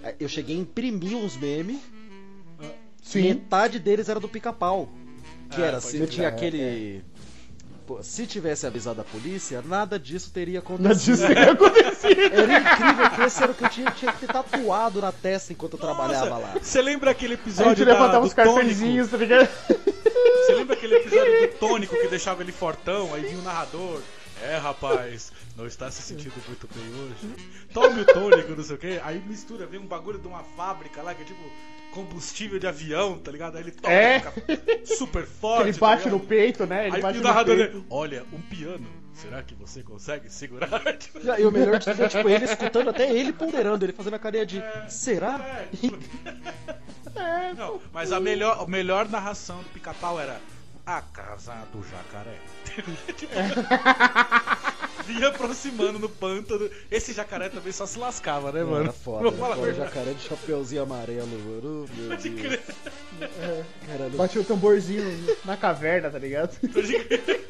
eh, eu cheguei a imprimir uns memes,
Sim.
metade deles era do pica-pau. Que
Ah,
era,
pode
se
crer.
tinha aquele. Pô, se tivesse avisado a polícia, nada disso teria
Nada
acontecido.
disso teria acontecido.
Era incrível que esse era o que eu tinha, tinha que ter tatuado na testa enquanto eu trabalhava lá.
Você lembra aquele
A gente
episódio da,
levantava
do
os
tônico?
cartõezinhos, tá ligado?
Você lembra aquele episódio do tônico que deixava ele fortão? Aí vinha o narrador. É, rapaz, não está se sentindo muito bem hoje. Tome o tônico, não sei o quê. Aí mistura, vem um bagulho de uma fábrica lá que é tipo combustível de avião, tá ligado? Aí ele toma,
É.
fica super forte.
Ele
tá
bate
ligado?
no peito, né? Ele
Aí
bate
o
no
narrador,
peito.
né? olha, um piano, será que você consegue segurar? Tipo,
Não, E o melhor de tudo é, tipo, ele escutando até ele ponderando, ele fazendo a carinha de será?
é, tipo- Não, mas a melhor, a melhor narração do pica-pau era a casa do jacaré. Tipo, Vinha aproximando no pântano. Esse jacaré também só se lascava, né, mano?
Era é foda,
Vou
era
falar a
foda. O
verdade.
jacaré de chapeuzinho amarelo, mano. Oh, Meu
Pode
Deus,
crer,
caralho.
Bate o tamborzinho na caverna, tá ligado?
pode crer.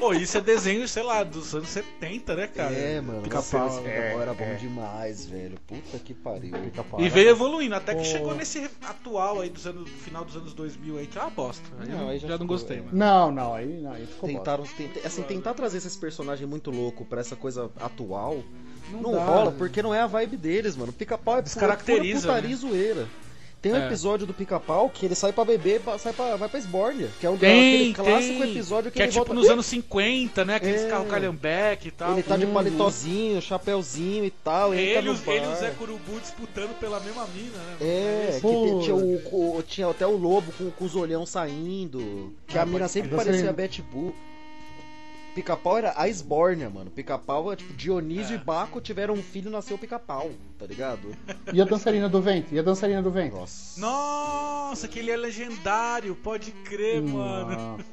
Pô, isso é desenho, sei lá, dos anos 70, né, cara? é,
é, mano.
Pica-pau.
Pica-pau era bom demais, velho. Puta que pariu.
E veio evoluindo, até que chegou nesse atual aí dos anos, final dos anos 2000 aí, que é uma bosta. Aí
Não,
eu
aí
já,
já
não
ficou,
gostei,
é.
mano.
Não, não, aí, não, aí ficou bosta.
Tentaram, tenta- assim, tentar trazer esses personagens muito louco pra essa coisa atual não,
dá,
rola,
né?
porque não é a vibe deles, mano. Pica-pau é pura-
Descaracteriza,
pura putaria
né?
e zoeira. Tem um
É.
episódio do Pica-Pau que ele sai pra beber, pa- sai pra, vai pra esbórnia. Que é um
Tem,
aquele clássico
tem.
episódio que,
Que é
ele
tipo
volta...
nos anos 50, né? Aqueles
É.
carros calhambeque e tal.
Ele tá de
Hum.
paletózinho, chapéuzinho e tal. Ele, tá
Ele,
no
os- ele e o
bar.
Zé é Curubu disputando pela mesma mina, né?
É, que
Pô.
te- tinha, o, o- tinha até o lobo com, com os olhão saindo. Que a mina sempre
Você-
parecia a Betty Boo. Pica-pau era a esbórnia, mano. Pica-pau é tipo Dionísio e Baco tiveram um filho e nasceu pica-pau, tá ligado?
E a dançarina do vento? E a dançarina do vento?
Nossa.
Nossa, que ele é legendário, pode crer,
Hum.
mano.
Nossa.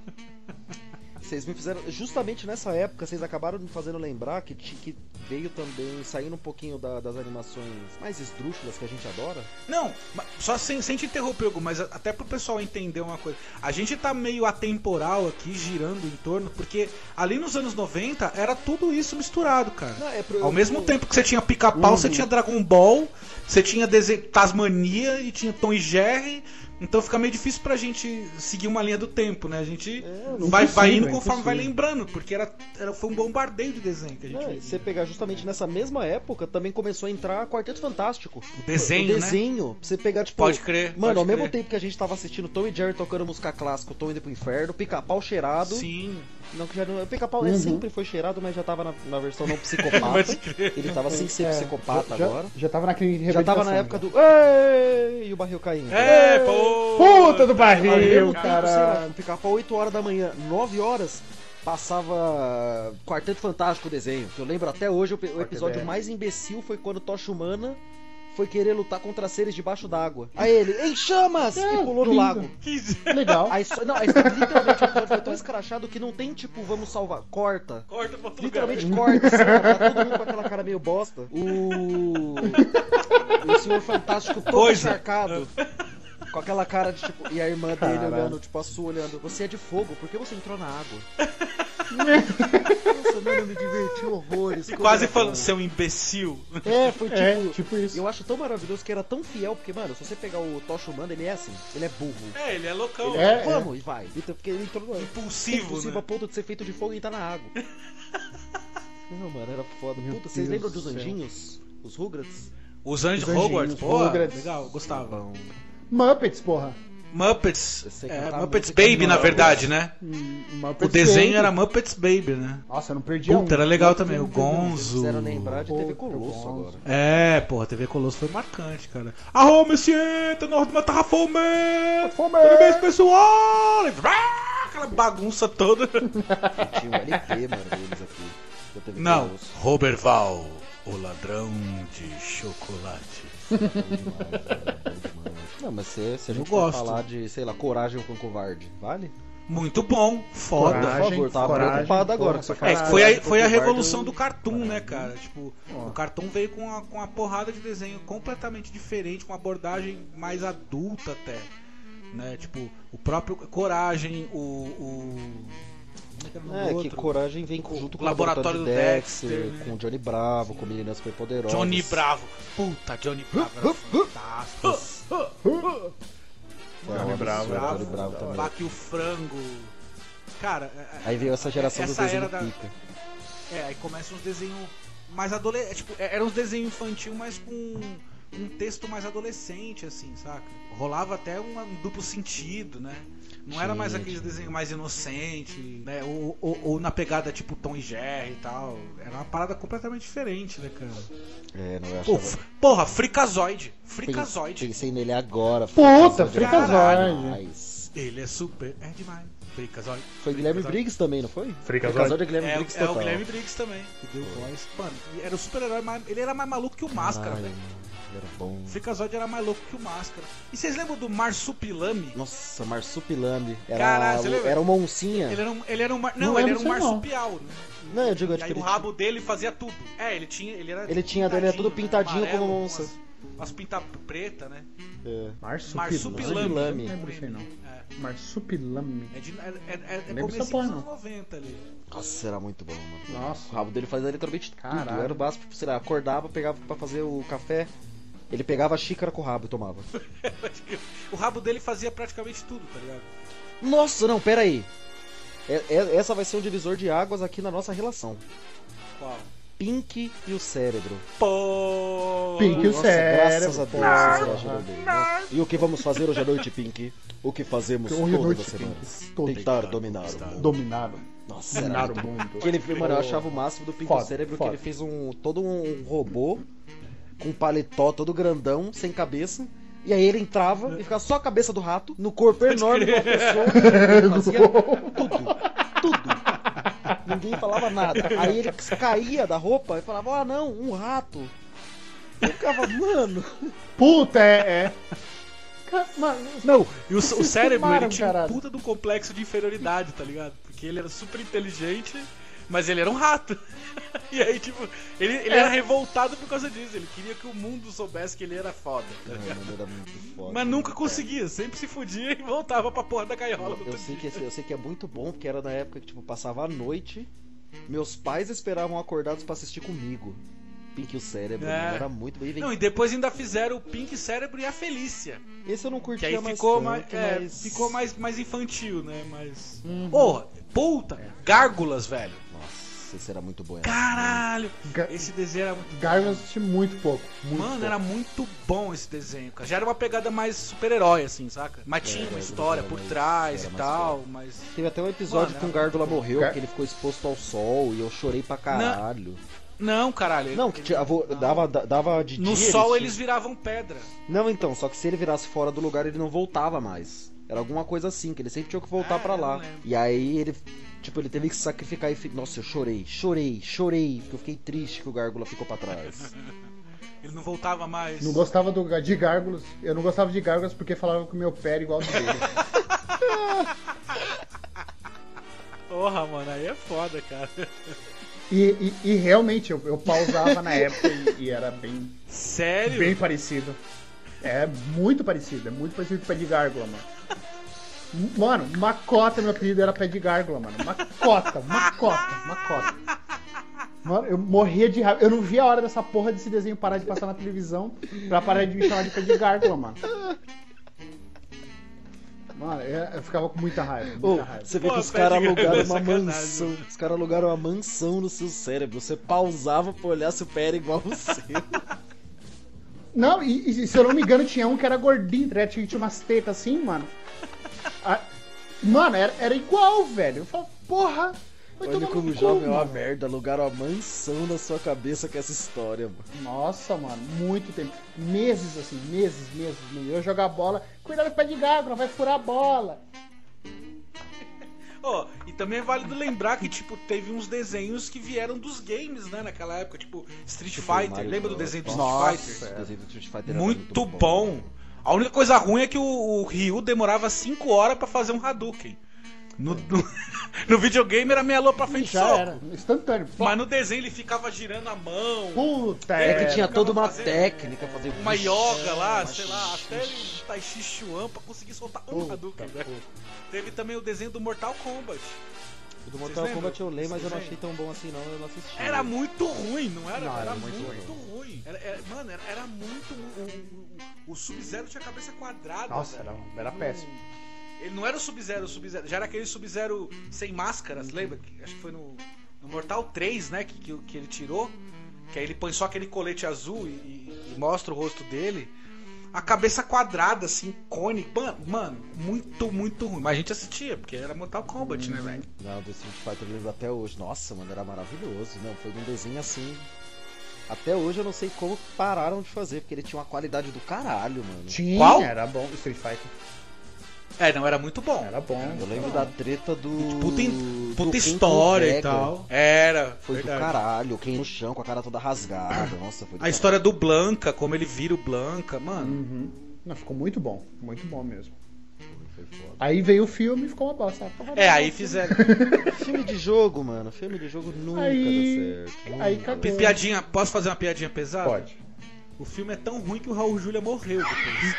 Vocês me fizeram. Justamente nessa época, vocês acabaram me fazendo lembrar que, ti- que veio também, saindo um pouquinho da- das animações mais esdrúxulas que a gente adora.
Não, mas só sem, sem te interromper, Hugo, mas a- até pro pessoal entender uma coisa. A gente tá meio atemporal aqui, girando em torno, porque ali nos anos 90 era tudo isso misturado, cara.
Não, é pro-
Ao mesmo tempo que você tinha pica-pau, você tinha Dragon Ball, você tinha Dese- Tasmania e tinha Tom e Jerry. Então fica meio difícil pra gente seguir uma linha do tempo, né? A gente
não
vai, vai
consigo,
indo
é
conforme vai
impossível.
lembrando, porque era, era- foi um bombardeio de desenho que a gente
É,
vivia.
você pegar justamente nessa mesma época, também começou a entrar Quarteto Fantástico.
O desenho,
o
né?
desenho. Pra você pegar, tipo.
Pode crer.
Mano,
pode
ao mesmo
crer.
tempo que a gente tava assistindo Tom e Jerry tocando música clássica, o Tom indo pro inferno, pica-pau cheirado.
Sim.
Não, que já não. O pica-pau
Uhum.
ele sempre foi cheirado, mas já tava na, na versão não psicopata.
Pode crer.
ele tava sem ser
É,
psicopata
já,
agora.
Já tava naquele
Já tava na época do. Ei! E o barril caindo.
É, pô.
Puta do
Ao mesmo
barril,
tempo, sei lá,
cara.
o pica-pau 8 horas da manhã, 9 horas, passava Quarteto Fantástico o desenho. Eu lembro até hoje, o, pe- o
é.
episódio mais imbecil foi quando Tocha Humana foi querer lutar contra seres debaixo d'água. Aí ele, em chamas!
É,
e pulou no
lindo.
lago.
Legal.
Aí, só- não, aí literalmente o episódio foi tão escrachado que não tem tipo, vamos salvar, corta.
Corta pra outro
Literalmente corta, sabe? Tá todo mundo com aquela cara meio bosta. O. o Senhor Fantástico todo
Coisa.
encharcado. Com aquela cara de tipo. E a irmã dele
Caralho.
olhando, tipo, a sua olhando. Você é de fogo, por que você entrou na água? Nossa, mano, eu me diverti horrores.
lugar. E É quase
falando
falando, seu imbecil.
É, foi tipo.
É, tipo isso.
Eu acho tão maravilhoso que era tão fiel, porque, mano, se você pegar o Tocha Humana, ele é assim, ele é burro.
É, ele é loucão.
Ele
É,
é,
é.
vamos e vai. Então, Porque ele entrou no
Impulsivo,
impossível
né?
a ponto de ser feito de fogo e entrar na água. Não, mano, era foda.
Meu
Puta, vocês
Deus
lembram
do
dos
céu.
anjinhos? Os Rugrats?
Os Anjos
Os anjinhos,
Hogwarts, pô.
Hogwarts.
Legal, gostava.
Bom,
Muppets, porra.
Eu
Muppets.
sei que
é,
eu tava
Muppets
muito
Baby, na
animado.
verdade, né?
Hum,
O
Muppets
desenho
Baby.
era Muppets Baby, né?
Nossa, eu não perdi
Puta,
um.
era legal também. O
um, vocês
Gonzo.
fizeram lembrar de TV
Puta,
Colosso
Gonzo.
agora.
É, porra, a TV Colosso foi marcante, cara. Arro, monsieur, tá na hora de matar a fome!
fome!
Tudo bem, pessoal? E vrá, Aquela bagunça toda.
Tinha um LP, mano, deles aqui. da TV
Não,
Colosso.
Roberval, o ladrão de chocolate.
Não, mas se, se a
Eu
gente
gosto.
for falar de, sei lá, coragem com covarde, vale?
Muito bom, foda.
Coragem,
Por favor, tava
coragem,
preocupado agora
porra,
com essa
É,
frase.
foi
Coragem
a,
com
foi a
covarde,
revolução
eu-
do cartoon, né, cara? Tipo, o cartoon veio com uma, com uma porrada de desenho completamente diferente, com uma abordagem mais adulta até. Né? Tipo, o próprio Coragem, o. o... como que era o nome
É,
do
que
outro?
Coragem vem com- junto com o
Laboratório
Laboratório do
do
Dexter,
Dexter, né?
com o Johnny Bravo, com Meninas Superpoderosas.
Johnny Bravo. Puta, Johnny Bravo era fantástico.
Foi uma obra absurda, É,
Bravo,
Johnny Bravo também.
Baque o frango. Cara, é-
Aí veio essa geração
Essa
do
era
desenho
da-
pica.
É, aí começa uns desenhos mais adolescente. Tipo, é- era uns desenhos infantil, mas com um texto mais adolescente, assim, saca? Rolava até uma- um duplo sentido, né? Não era mais
Sim,
aquele
sim.
desenho mais inocente, né? Ou, ou- ou na pegada tipo Tom e Jerry e tal. Era uma parada completamente diferente, né, cara?
É, não eu
Pô,
achava...
f- porra, Fricazoide.
Pen-
Fricazoide.
Pensei nele agora.
Puta,
Freakazoid.
Mas...
Ele é super. É demais. Fricazoide.
Foi Guilherme Briggs também, não foi?
Freakazoid.
é Guilherme
É, o-
Briggs
é o
total.
Guilherme Briggs também, que deu voz. Mano, e era o super-herói mais. Ele era mais maluco que o Máscara,
Caralho,
velho.
mano, Era bom.
Freakazoid era mais louco que o Máscara. E vocês lembram do Marsupilami?
Nossa, Marsupilame. Era,
Caralho, você lembra?
era uma oncinha.
Ele era um, ele era um, mar- não,
Não
ele era
lembro
um
disso aí, não.
marsupial, né?
Não, eu digo,
E
tipo,
aí o
ele
rabo dele fazia tudo. É, ele tinha, ele era
Ele tinha- ele era tudo pintadinho
Amarelo,
como
com
onça.
Umas, umas pintas preta, né?
Marsupilame.
Marsupilame. Não lembro disso aí, não.
É,
Marsupilame.
é, de, é, é, é, é
Lembro
começo dos
dessa porra,
anos
não.
90 ali.
tinha- Nossa, era muito bom, mano. O
Nossa.
rabo dele fazia literalmente tudo.
Caralho.
Era o básico, tipo, sei lá, acordava, pegava pra fazer o café. Ele pegava a xícara com o rabo e tomava.
O rabo dele fazia praticamente tudo, tá ligado?
Nossa, não, pera aí. É- é- essa vai ser um divisor de águas aqui na nossa relação.
Qual?
Pink e o Cérebro.
Pô!
Pink e o
Nossa,
cérebro.
graças a Deus,
porra.
você já ajudou. Nossa. E o que vamos fazer hoje à noite, Pink? O que fazemos
Hoje à
todas
um noite,
as semanas?
Pink, todo-
Tentar dominar o mundo.
Dominaram.
Nossa, era
Dominaram
muito
o mundo.
Aquele filme, mano, eu achava o máximo do Pink
um Foda,
Cérebro
foda.
que ele fez um todo um robô com um paletó todo grandão, sem cabeça. E aí ele entrava e ficava só a cabeça do rato, no corpo enorme de uma pessoa. Ele fazia tudo, tudo. Ninguém falava nada. Aí ele caía da roupa e falava, ah não, um rato. Eu ficava, mano.
Puta, é. é. Ca- Mano,
Não, e o, o cérebro, ele
filmaram,
tinha um
caralho.
puta do complexo de inferioridade, tá ligado? Porque ele era super inteligente, mas ele era um rato. E aí, tipo, ele, ele
É.
era revoltado por causa disso. Ele queria que o mundo soubesse que ele era foda. tá ligado?
mano, era muito foda.
Mas nunca conseguia, sempre se fudia e voltava pra porra da gaiola. do
Eu
outro
sei,
dia.
que, eu sei que é muito bom, porque era na época que, tipo, passava a noite, meus pais esperavam acordados pra assistir comigo. Pink e o cérebro,
É.
mano, era muito bem
Não, e depois ainda fizeram o Pink Cérebro e a Felícia.
Esse eu não
Que
curtia
aí
mais
ficou,
tanto,
mais, é,
mas- Uhum.
ficou mais, mais infantil, né? Mas. Porra, puta! Gárgulas, velho.
Nossa, esse era muito bom. era
Caralho!
Ga-
Esse desenho era muito.
Garfield eu assisti muito pouco. Muito
Mano,
pouco.
era muito bom esse desenho, cara. Já era uma pegada mais super-herói, assim, saca? Mas tinha
É, era,
uma
era
história por
mais-
trás
era
e
mais
tal, mas.
Teve até um episódio
Mano, é
que um
era
gárgula morreu,
Gar-
porque ele ficou exposto ao sol e eu chorei pra caralho.
Não, caralho.
Não, que tinha- vo- dava, da- dava de
No
dia,
sol
ele-
eles viravam pedra.
Não, então, só que se ele virasse fora do lugar, ele não voltava mais. Era alguma coisa assim, que ele sempre tinha que voltar
Ah,
pra
eu
lá.
não lembro.
E aí ele, tipo, ele teve que se sacrificar e fi- Nossa, eu chorei, chorei, chorei, porque eu fiquei triste que o Gárgula ficou pra trás.
Ele não voltava mais.
Não gostava do, de Gárgulas. Eu não gostava de Gárgulas porque falava que o meu pé era igual ao dele.
Porra, mano, aí é foda, cara.
E, e, e realmente, eu, eu pausava na época e, e era bem,
Sério?
bem parecido. É muito parecido, é muito parecido com o pé de Gárgula, mano. Mano, Macota, meu apelido era pé de Gárgula, mano. Macota, Macota, Macota. Mano, eu morria de raiva. Eu não via a hora dessa porra desse desenho parar de passar na televisão pra parar de me chamar de pé de Gárgula, mano. Mano, eu, eu ficava com muita raiva. Muita
Ô,
raiva.
você vê
Pô,
que os
pé de
caras
Gárgula é
alugaram uma
sacanagem,
mansão.
né?
Os caras alugaram uma mansão no seu cérebro. Você pausava pra olhar se o pé era igual o seu.
Não, e, e se eu não me engano, tinha um que era gordinho, tá ligado? tinha, tinha umas tetas assim, mano. A- mano, era, era igual, velho. Eu falo, porra. vai tomar
Olha
no
como o
cu,
jovem é uma
mano.
merda. Alugaram a mansão na sua cabeça com essa história, mano.
Nossa, mano, muito tempo. Meses assim, meses, meses. meses. Eu jogar bola, cuidado com o pé de gárgula, vai furar a bola.
Ó, e também é válido lembrar que, tipo, teve uns desenhos que vieram dos games, né, naquela época, tipo Street Fighter.
Mario
Lembra do
Bros.
desenho do Street
Nossa, é.
Fighter?
esse desenho do Street Fighter era
É. Muito, bom. A única coisa ruim é que o, o Ryu demorava 5 horas pra fazer um Hadouken. No, no, no videogame era meia lua pra frente
Já
só.
era, instantâneo.
Mas no desenho ele ficava girando a mão,
Puta,
É,
é,
que tinha
ficava
toda uma
fazendo-
técnica, fazer
uma yoga lá, sei lá,
xixi,
até ele Tai Chi Chuan pra conseguir soltar um
Puta,
Hadouken,
puta.
velho. Teve também o desenho do Mortal Kombat.
O do Mortal
Vocês
Kombat eu leio, mas eu não
Vocês
achei tão bom assim não, eu não assisti.
Era muito ruim, não era?
Não,
era,
era
muito,
muito
ruim. Era- era- mano, era, era muito. O, o- o- o Sub-Zero tinha a cabeça quadrada.
Nossa,
velho. Um,
era, era péssimo.
Ele não era o Sub-Zero, o Sub-Zero. Já era aquele Sub-Zero sem máscaras, lembra? Que- Acho que foi no, no Mortal 3, né? Que, que, que ele tirou. Que aí ele põe só aquele colete azul e, e- e mostra o rosto dele. A cabeça quadrada, assim, cônica. Mano, mano, muito, muito ruim. Mas a gente assistia, porque era Mortal Kombat, né,
Uhum.
velho?
Não, do Street Fighter eu lembro até hoje. Nossa, mano, era maravilhoso. Não, foi um desenho assim. Até hoje eu não sei como pararam de fazer, porque ele tinha uma qualidade do caralho, mano.
Tinha,
Qual?
era bom. Street Fighter
É, não, era muito bom.
era bom.
Eu lembro da treta do.
Puta, in-
do
puta
Ken
história e
Ortega.
tal. Era.
Foi do
verdade.
caralho, quem no chão com a cara toda rasgada. Nossa, foi do
A história do Blanca, como ele vira o Blanca,
Hum.
mano.
Uhum. Não, ficou muito bom, muito bom mesmo.
caralho, foi foda.
Aí veio o filme e ficou uma bosta. Ah, porra,
É,
não,
aí
filme.
fizeram.
Filme de jogo, mano. Filme de jogo nunca
Aí-
dá certo.
aí
nunca dá
cagou.
Pi- Piadinha, posso fazer uma piadinha pesada?
Pode.
O filme é tão ruim que o Raul Júlia morreu depois.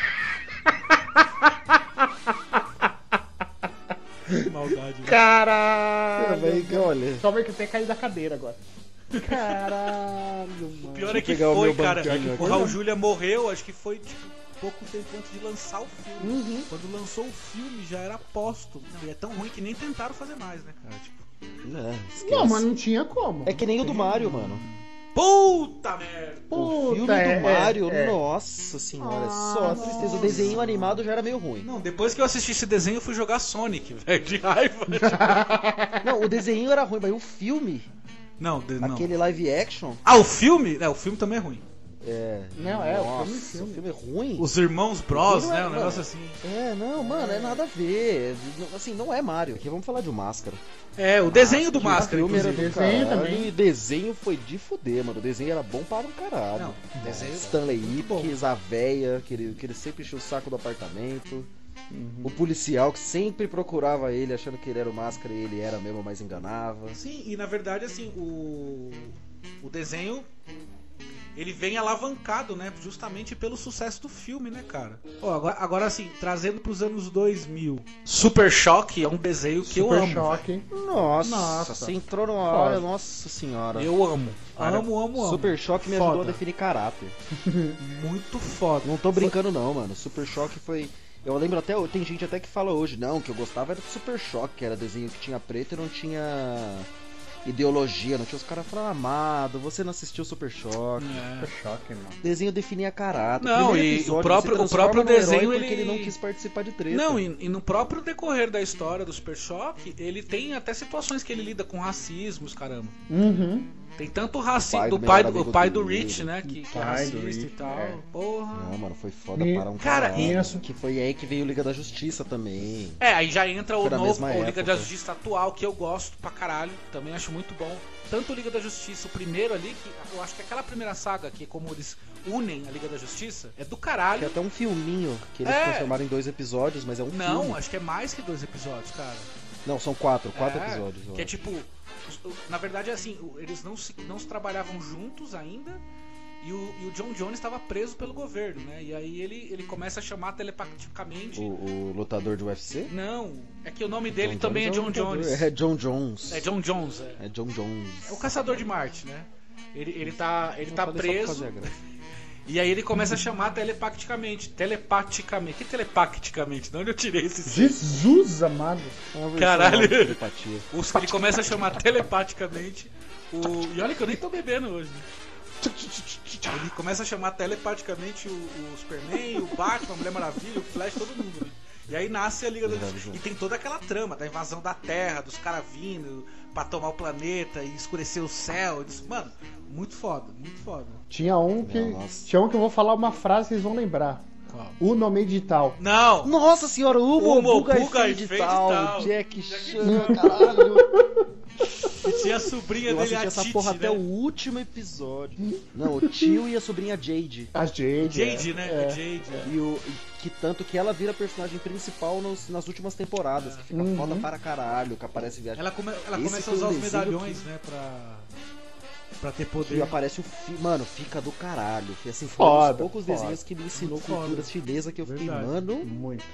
que maldade. Né?
certo.
Caralho!
Vai que, olha.
Calma aí que eu tenho que cair da cadeira agora. Caralho, mano.
Pior é que
pegar o
foi,
meu
cara.
banquinho
O
aqui.
Raul Júlia morreu, acho que foi tipo pouco tempo antes de lançar o filme.
Uhum.
Quando lançou o filme já era póstumo. E é tão ruim que nem tentaram fazer mais, né, cara? Tipo,
Não, esquece.
Não, mas não tinha como.
É que nem o do Mario, mano.
Puta merda!
o filme
Puta, é,
do Mario,
é, é.
nossa senhora, é só
Nossa.
tristeza. O desenho animado já era meio ruim.
Não, depois que eu assisti esse desenho, eu fui jogar Sonic, velho, de raiva.
Não, o desenho era ruim, mas o filme,
Não, de- não.
aquele live action,
Ah, o filme? É, o filme também é ruim.
é.
Não, é, o
nossa,
filme,
o
filme.
filme é ruim.
Os Irmãos Bros,
Não é,
né? Um
não.
negócio assim.
É, não, mano, é nada a ver. Não- Assim, não é Mario. Aqui vamos falar de Máscara.
É, o desenho do Máscara,
O um filme era
inclusive.
do
Desenho
caralho,
também.
E desenho foi de fuder, mano. O desenho era bom para um caralho.
Não, desenho-
Stanley
bom.
Ipkiss, a véia, que ele, que ele sempre enchia o saco do apartamento. O policial que sempre procurava ele, achando que ele era o máscara e ele era mesmo, mas enganava.
Sim, e na verdade, assim, o, o desenho ele vem alavancado, né? Justamente pelo sucesso do filme, né, cara? Ó, agora, agora, assim, trazendo pros anos 2000. Super Choque é um desenho que eu
Super
amo.
choque.
Nossa,
Nossa.
você entrou numa hora,
Foda.
nossa senhora.
Eu amo. Amo, amo, amo.
Super Choque me
Foda.
ajudou a definir caráter.
Muito foda.
Não tô brincando não, mano. Super Choque foi... Eu lembro até... Tem gente até que fala hoje, não, que eu gostava era do Super Choque, que era desenho que tinha preto e não tinha ideologia. Não tinha os caras falando, amado, você não assistiu Super Choque.
Super choque, mano.
Desenho definia caráter.
Não,
Primeiro
e
episódio,
o
ele se
próprio- o
transforma
próprio
num herói
desenho,
porque ele...
ele-
não quis participar de treta.
Não, e, e no próprio decorrer da história do Super Choque, ele tem até situações que ele lida com racismos, caramba.
Uhum.
Tem tanto racismo
pai
do
do
pai
melhor
do,
amigo
o pai do
do
Rich,
Will.
né? Que, que é
Pai
racista
do
e
Rich,
tal.
é.
Porra.
Não, mano, foi foda
E-
para um
Cara,
caralho.
e isso-
Que foi aí que veio Liga da Justiça também.
É, aí já entra o
Foi na
novo
mesma
o Liga
época.
da Justiça atual, que eu gosto pra caralho, também acho muito bom. Tanto o Liga da Justiça, o primeiro ali, que eu acho que aquela primeira saga que como eles unem a Liga da Justiça, é do
Tem
caralho.
até um filminho que eles
É.
transformaram em dois episódios, mas é um
Não,
filme.
acho que é mais que dois episódios, cara.
Não, são quatro, quatro
É,
episódios. eu
Que é
acho.
tipo, os- o- na verdade é assim, o- eles não se, não se trabalhavam juntos ainda. E o, e o John Jones estava preso pelo governo, né? E aí ele, ele começa a chamar telepaticamente.
O, o lutador de UFC?
Não, é que o nome dele
John
também
Jones
é John
um lutador.
Jones.
É John Jones.
É John Jones, é.
É John Jones.
É o caçador de Marte, né? Ele, ele tá, ele
Não,
tá
só deixa eu
preso
fazer a graça.
e aí ele começa a chamar telepaticamente. Telepaticamente. Que telepaticamente? De onde eu tirei esse
Jesus amado.
É uma versão
Caralho.
nova de telepatia.
Os- Ele começa a chamar telepaticamente o. E olha que eu nem tô bebendo hoje. né? Ele começa a chamar telepaticamente o, o Superman, o Batman, a Mulher Maravilha, o Flash, todo mundo, né? E aí nasce a Liga da Justiça. E tem toda aquela trama da invasão da Terra, dos caras vindo pra tomar o planeta e escurecer o céu. Eles- Mano, muito foda, muito foda.
Tinha um que.
nossa.
Tinha um que eu vou falar uma frase que vocês vão lembrar.
Qual?
O nome é digital.
Não!
Nossa senhora, Hugo,
Hugo,
Buga,
Buga
e
e
Fade
Fade Tal.
tal, Jack Chan, caralho. é
E tinha a sobrinha
Eu
dele,
assisti
a
essa
Titi,
porra
né?
até o último episódio. Não, o tio e a sobrinha Jade.
A Jade.
Jade,
é.
né?
É.
A Jade. é.
E o, e que tanto que ela vira personagem principal nos- nas últimas temporadas. Que fica
Uhum.
foda para caralho, que aparece viagem.
Ela, come- ela
Esse
começa a
foi
usar
um
os
desenho
medalhões, né? Pra, pra ter
E
poder.
aparece o fi... Mano, fica do caralho. Foi assim, foi um
Foda,
dos poucos
foda.
desenhos que me ensinou
Foda.
cultura chinesa que eu fiquei,
Verdade.
mano.
Muito.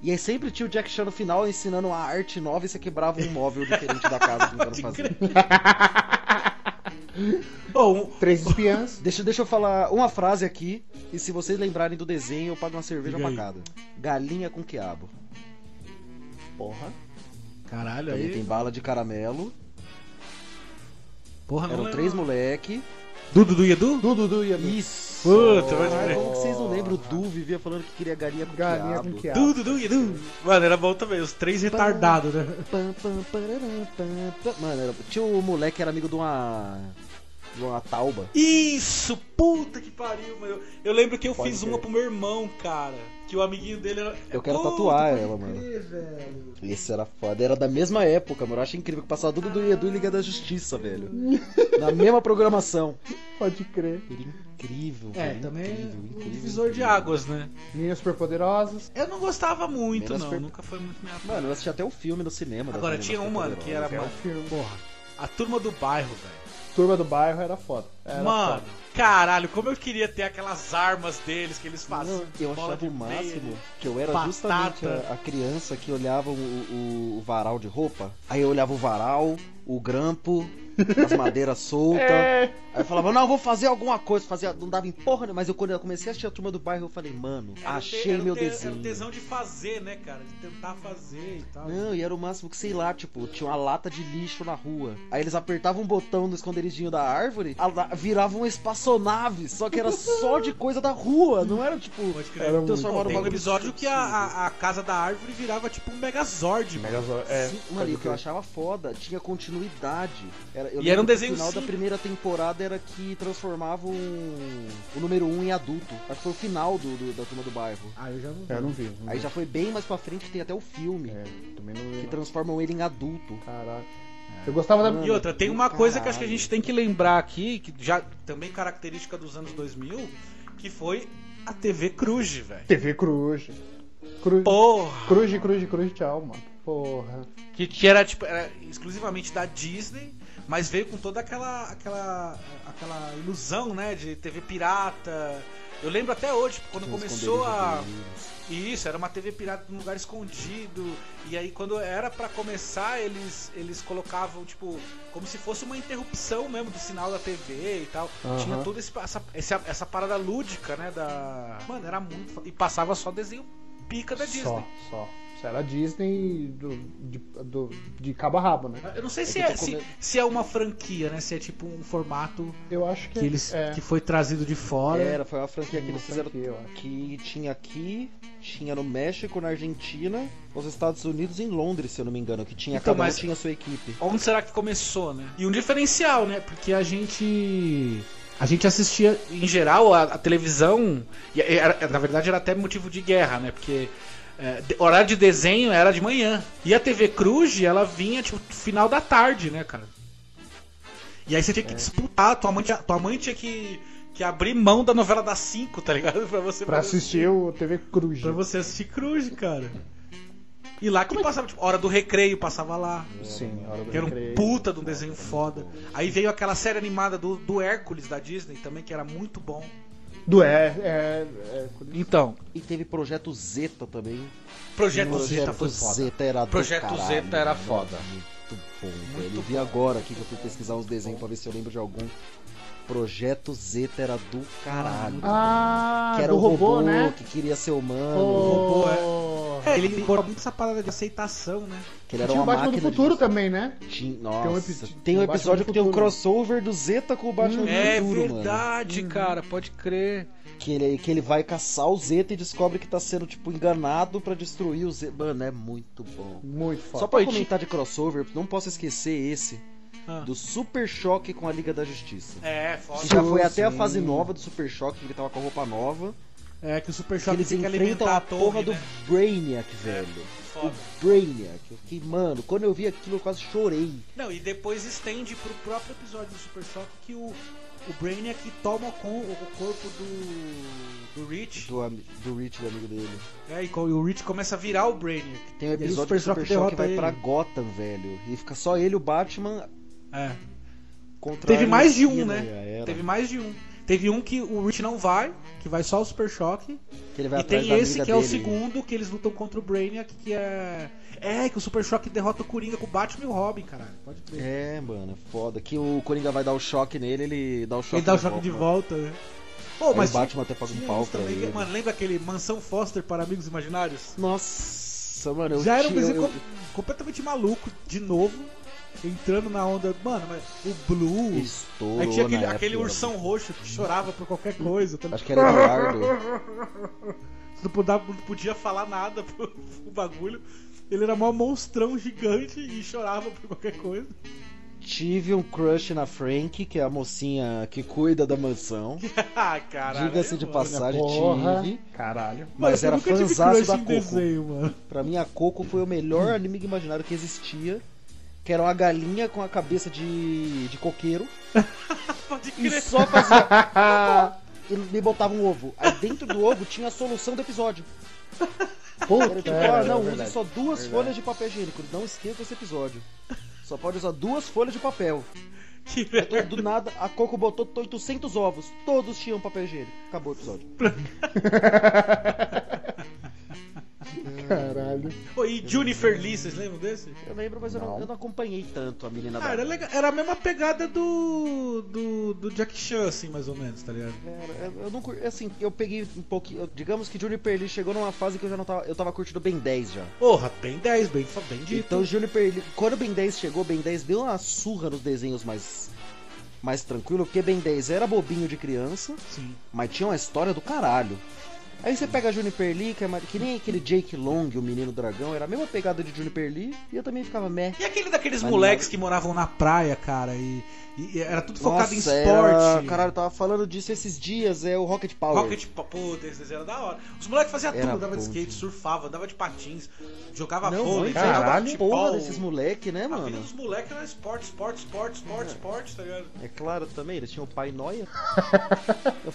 E aí sempre tinha o Jack Chan no final ensinando uma arte nova e você quebrava um móvel diferente da casa tentando
Pode
fazer.
Bom,
Três espiãs.
Deixa, deixa eu falar uma frase aqui, e se vocês lembrarem do desenho, eu pago uma cerveja
Diga
pra
aí.
cada. Galinha com quiabo.
Porra.
caralho,
Também tem
aí.
bala de caramelo.
Porra,
Eram
Ah, não é
três moleque.
Dudu e Edu?
Dudu, Dudu e Edu.
Isso!
Puta, pode
Caralho,
crer.
como que vocês não lembram? O Du vivia falando que queria galinha com
Galinha
quiabo.
com é quiabo.
Dudu, Dudu e Edu. Mano, era bom também, os três retardados, né?
Pam, pam, pararam, pam, pam. Mano, era... tinha um moleque que era amigo de uma... de uma tauba.
Isso, puta que pariu, mano. Eu lembro que eu
Pode
fiz
crer.
uma pro meu irmão, cara. Que o amiguinho dele era.
Eu quero
Puta,
tatuar
pode
ela, mano.
crer, velho.
Isso era foda. Era da mesma época, mano. Eu acho incrível que passava tudo do Edu e Liga da Justiça, velho. Na mesma programação.
Pode crer.
Ele incrível,
É,
velho,
também
incrível,
um
incrível,
divisor de
incrível.
águas, né?
Meninas superpoderosas.
Eu não gostava muito,
Menos
não.
per-
Nunca foi muito minha
Mano, eu assisti até o filme no cinema. das
Agora
Meninas
tinha um, mano, que era,
Superpoderosas.
mano, porra, a turma do bairro, velho.
Turma do bairro era foda. Era
Mano,
foda.
caralho, como eu queria ter aquelas armas deles que eles faziam.
Não, eu
bola
achava
de
o máximo
meia.
que eu era
batata.
justamente a, a criança que olhava o, o- o varal de roupa. Aí eu olhava o varal, o grampo, as madeiras soltas.
É.
Aí eu falava, não, eu vou fazer alguma coisa. Fazia, não dava em porra, né? Mas eu, quando eu comecei a assistir a turma do bairro, eu falei, mano,
Era o te-
achei
era o
meu
te- Era
desenho.
o tesão de fazer, né, cara? De tentar fazer e tal.
Não, e era o máximo que, sei lá, tipo, tinha uma lata de lixo na rua. Aí eles apertavam um botão no esconderijinho da árvore, a la- virava uma espaçonave, só que era só de coisa da rua, não era tipo.
Pode crer.
Era um-
Pô,
Transformaram
tem
o
um
bagulho.
episódio que a, a- a casa da árvore virava tipo um Megazord, mano.
Megazord. É,
Sim, mano,
pode
e o que eu
crer.
achava foda, tinha continuidade. Era, eu
E era um
lembro que
desenho
O final da
simples.
primeira temporada era que transformavam o número 1 um em adulto. Acho que foi o final do, do- da turma do bairro.
Ah, eu já não vi.
É, eu não vi. não
Aí
vi.
já foi bem mais pra frente que tem até o filme.
É, também não vi.
Que
não.
transformam ele em adulto.
Caralho. Eu gostava da.
E outra, tem uma
Caralho.
coisa que acho que a gente tem que lembrar aqui, que já também característica dos anos 2000, que foi a TV Cruz, velho.
TV Cruz. Cruz,
Porra!
Cruz, Cruz, Cruz, tchau, mano. Porra.
Que, que era, tipo, era exclusivamente da Disney, mas veio com toda aquela, aquela, aquela ilusão, né, de TV pirata. Eu lembro até hoje, tipo, quando
um
começou a... Isso, era uma TV pirata num lugar escondido. E aí quando era pra começar, eles eles colocavam tipo como se fosse uma interrupção mesmo do sinal da TV e tal.
Aham.
Tinha toda essa, essa essa parada lúdica, né, da Mano, era muito fo- e passava só desenho pica é da
Só,
Disney.
só. Isso era Disney do, de, do, de cabo a rabo, né?
Eu não sei se
que eu
é,
tô
se,
come-
se é uma franquia, né? Se é tipo um formato
Eu acho que,
que eles
é,
que foi trazido de fora.
Era, foi uma franquia que
uma
eles fizeram
franquia, é eu acho.
que tinha aqui, tinha no México, na Argentina, nos Estados Unidos e em Londres, se eu não me engano, que tinha
Então,
cada um
mas-
tinha sua equipe.
Onde será que começou, né? E um diferencial, né? Porque a gente. A gente assistia, em geral, a, a televisão. E é, era- na verdade, era até motivo de guerra, né? Porque. é, de- horário de desenho era de manhã. E a TV Cruz, ela vinha, tipo, final da tarde, né, cara? E aí você tinha que disputar. Tua mãe tinha, tua mãe tinha que, que abrir mão da novela das 5, tá ligado? Pra você
Pra assistir o TV Cruz.
Pra você assistir Cruz, cara. E lá que passava, tipo, hora do recreio passava lá.
Sim, a hora do
Que era um
recreio.
puta de um desenho foda. Aí veio aquela série animada do, do Hércules da Disney também, que era muito bom.
Do é, é, é,
Então,
E teve Projeto Zeta também.
Projeto Zeta foi foda.
Zeta era do
Projeto
caralho,
Zeta era
mano.
foda.
Muito bom, velho. Eu vi agora aqui que eu fui pesquisar uns desenhos pra ver se eu lembro de algum. Projeto Zeta era do caralho.
Ah,
que era um
do
o
robô, né?
que queria ser humano,
robô,
é.
É, ele incorporou muito essa parada de aceitação, né?
que ele era
Tinha o
uma
Batman do
máquina de-
Futuro também, né?
Tinha-
Tem um
Nossa,
epi-
tem um
o Batman
episódio
do
que tem um
futuro. Uhum.
crossover do Zeta com o Batman do
É
Futuro, mano.
verdade, cara, pode crer.
Que ele, que ele vai caçar o Zeta e descobre que tá sendo, tipo, enganado pra destruir o Zeta. Mano, é muito bom.
Muito foda.
Só pra
Pô, e
comentar de crossover, não posso esquecer esse.
Ah.
Do Super Choque com a Liga da Justiça.
É,
Que
foda.
já foi até a
Sim.
fase nova do Super Choque, que ele tava com a roupa nova.
É que o Super
Que
Choque
eles
tem que
enfrentam
alimentar
a É,
a
porra
torre
do
né?
Brainiac, velho. O
Foda.
Brainiac. Eu fiquei, mano, quando eu vi aquilo eu quase chorei.
Não, e depois estende pro próprio episódio do Super Choque que o, o Brainiac toma com o corpo do, do Rich.
Do, ami- do Rich, do amigo dele.
É, e co- e o Rich começa a virar o Brainiac.
Tem um
E aí o
episódio que o Super Choque
derrota
vai
ele.
pra Gotham, velho. E fica só ele, o Batman,
É.
contra
Teve
a
mais de um,
Arlequina,
né?
já era.
Teve mais de um. Teve um que o Rich não vai, que vai só o Super Choque.
Que ele vai
e
atrás
tem
da
esse
amiga
que é o
dele.
segundo, que eles lutam contra o Brainiac, que é. É, que o Super Choque derrota o Coringa com o Batman e o Robin, caralho. Pode crer.
É, mano, é foda. Que o Coringa vai dar o choque nele, ele dá o choque
Ele dá o choque de volta, né? Pô,
Aí
mas.
o Batman até paga um
tinha
pau
isso
pra
também, que-
ele.
Mano, lembra aquele Mansão Foster para Amigos Imaginários?
Nossa, mano, eu
Já era um
tinha-
desenho
eu-
com- completamente maluco, de novo, entrando na onda. Mano, mas o Blue.
eu- estourou
Aí tinha
na
aquele,
época,
aquele
mano.
ursão roxo que chorava por qualquer coisa. Tá?
Acho que era Eduardo.
Não poda- não podia falar nada pro, pro bagulho. Ele era mó monstrão gigante e chorava por qualquer coisa.
Tive um crush na Frank, que é a mocinha que cuida da mansão.
ah, caralho.
Diga-se de
mano.
passagem,
Porra.
tive.
Caralho.
Mano,
Mas
eu
era
nunca tive
fanzaço
crush
da
em
Coco.
desenho, mano.
Pra mim, a Coco foi o
Hum.
melhor anime imaginário que existia. Que era uma galinha com a cabeça de, de coqueiro.
Pode
E
crer.
só fazia. e me botava um ovo. Aí dentro do ovo tinha a solução do episódio.
Puta,
Era tipo,
é,
ah,
é
não, use
verdade.
só duas
Verdade.
folhas de papel higiênico. Não esqueça esse episódio. Só pode usar duas folhas de papel.
Que
Então, do nada, a Coco botou 800 ovos. Todos tinham papel higiênico. Acabou o episódio.
Caralho.
Pô, e Junifer Lee, vocês lembram desse?
Eu lembro, mas eu não,
Não.
eu não acompanhei tanto a menina
Ah,
da.
era, legal- era a mesma pegada do, do. do Jack Chan, assim, mais ou menos, tá ligado?
Cara, eu- eu não cur- assim, eu peguei um pouquinho. eu- digamos que Juniper Lee chegou numa fase que eu já não tava. Eu tava curtindo Ben 10 já.
Porra, bem 10, bem, bem dito.
Então Juniper Lee. Quando o Ben 10 chegou, Ben 10 deu uma surra nos desenhos mais. Mais tranquilo, porque Ben 10 era bobinho de criança,
Sim.
mas tinha uma história do caralho. Aí você pega Juniper Lee, que, é mar- que nem aquele Jake Long, o menino dragão, era a mesma pegada de Juniper Lee, e eu também ficava meh.
E aquele daqueles
Animado.
moleques que moravam na praia, cara, e, e era tudo focado em
Nossa,
esporte. né?
Era... Caralho, eu tava falando disso esses dias, é o Rocket Power.
Rocket, pô, pô, esse desenho era da hora. Os moleques faziam
Era
tudo, andava de
bom,
skate,
gente.
surfava, andava de patins, jogava
Não,
vôlei,
vôlei,
jogava
caralho, porra
futebol.
desses moleque, né,
A vida
mano?
dos moleques era esporte, esporte, esporte, esporte, esporte, tá ligado?
É claro também, eles tinham o pai noia.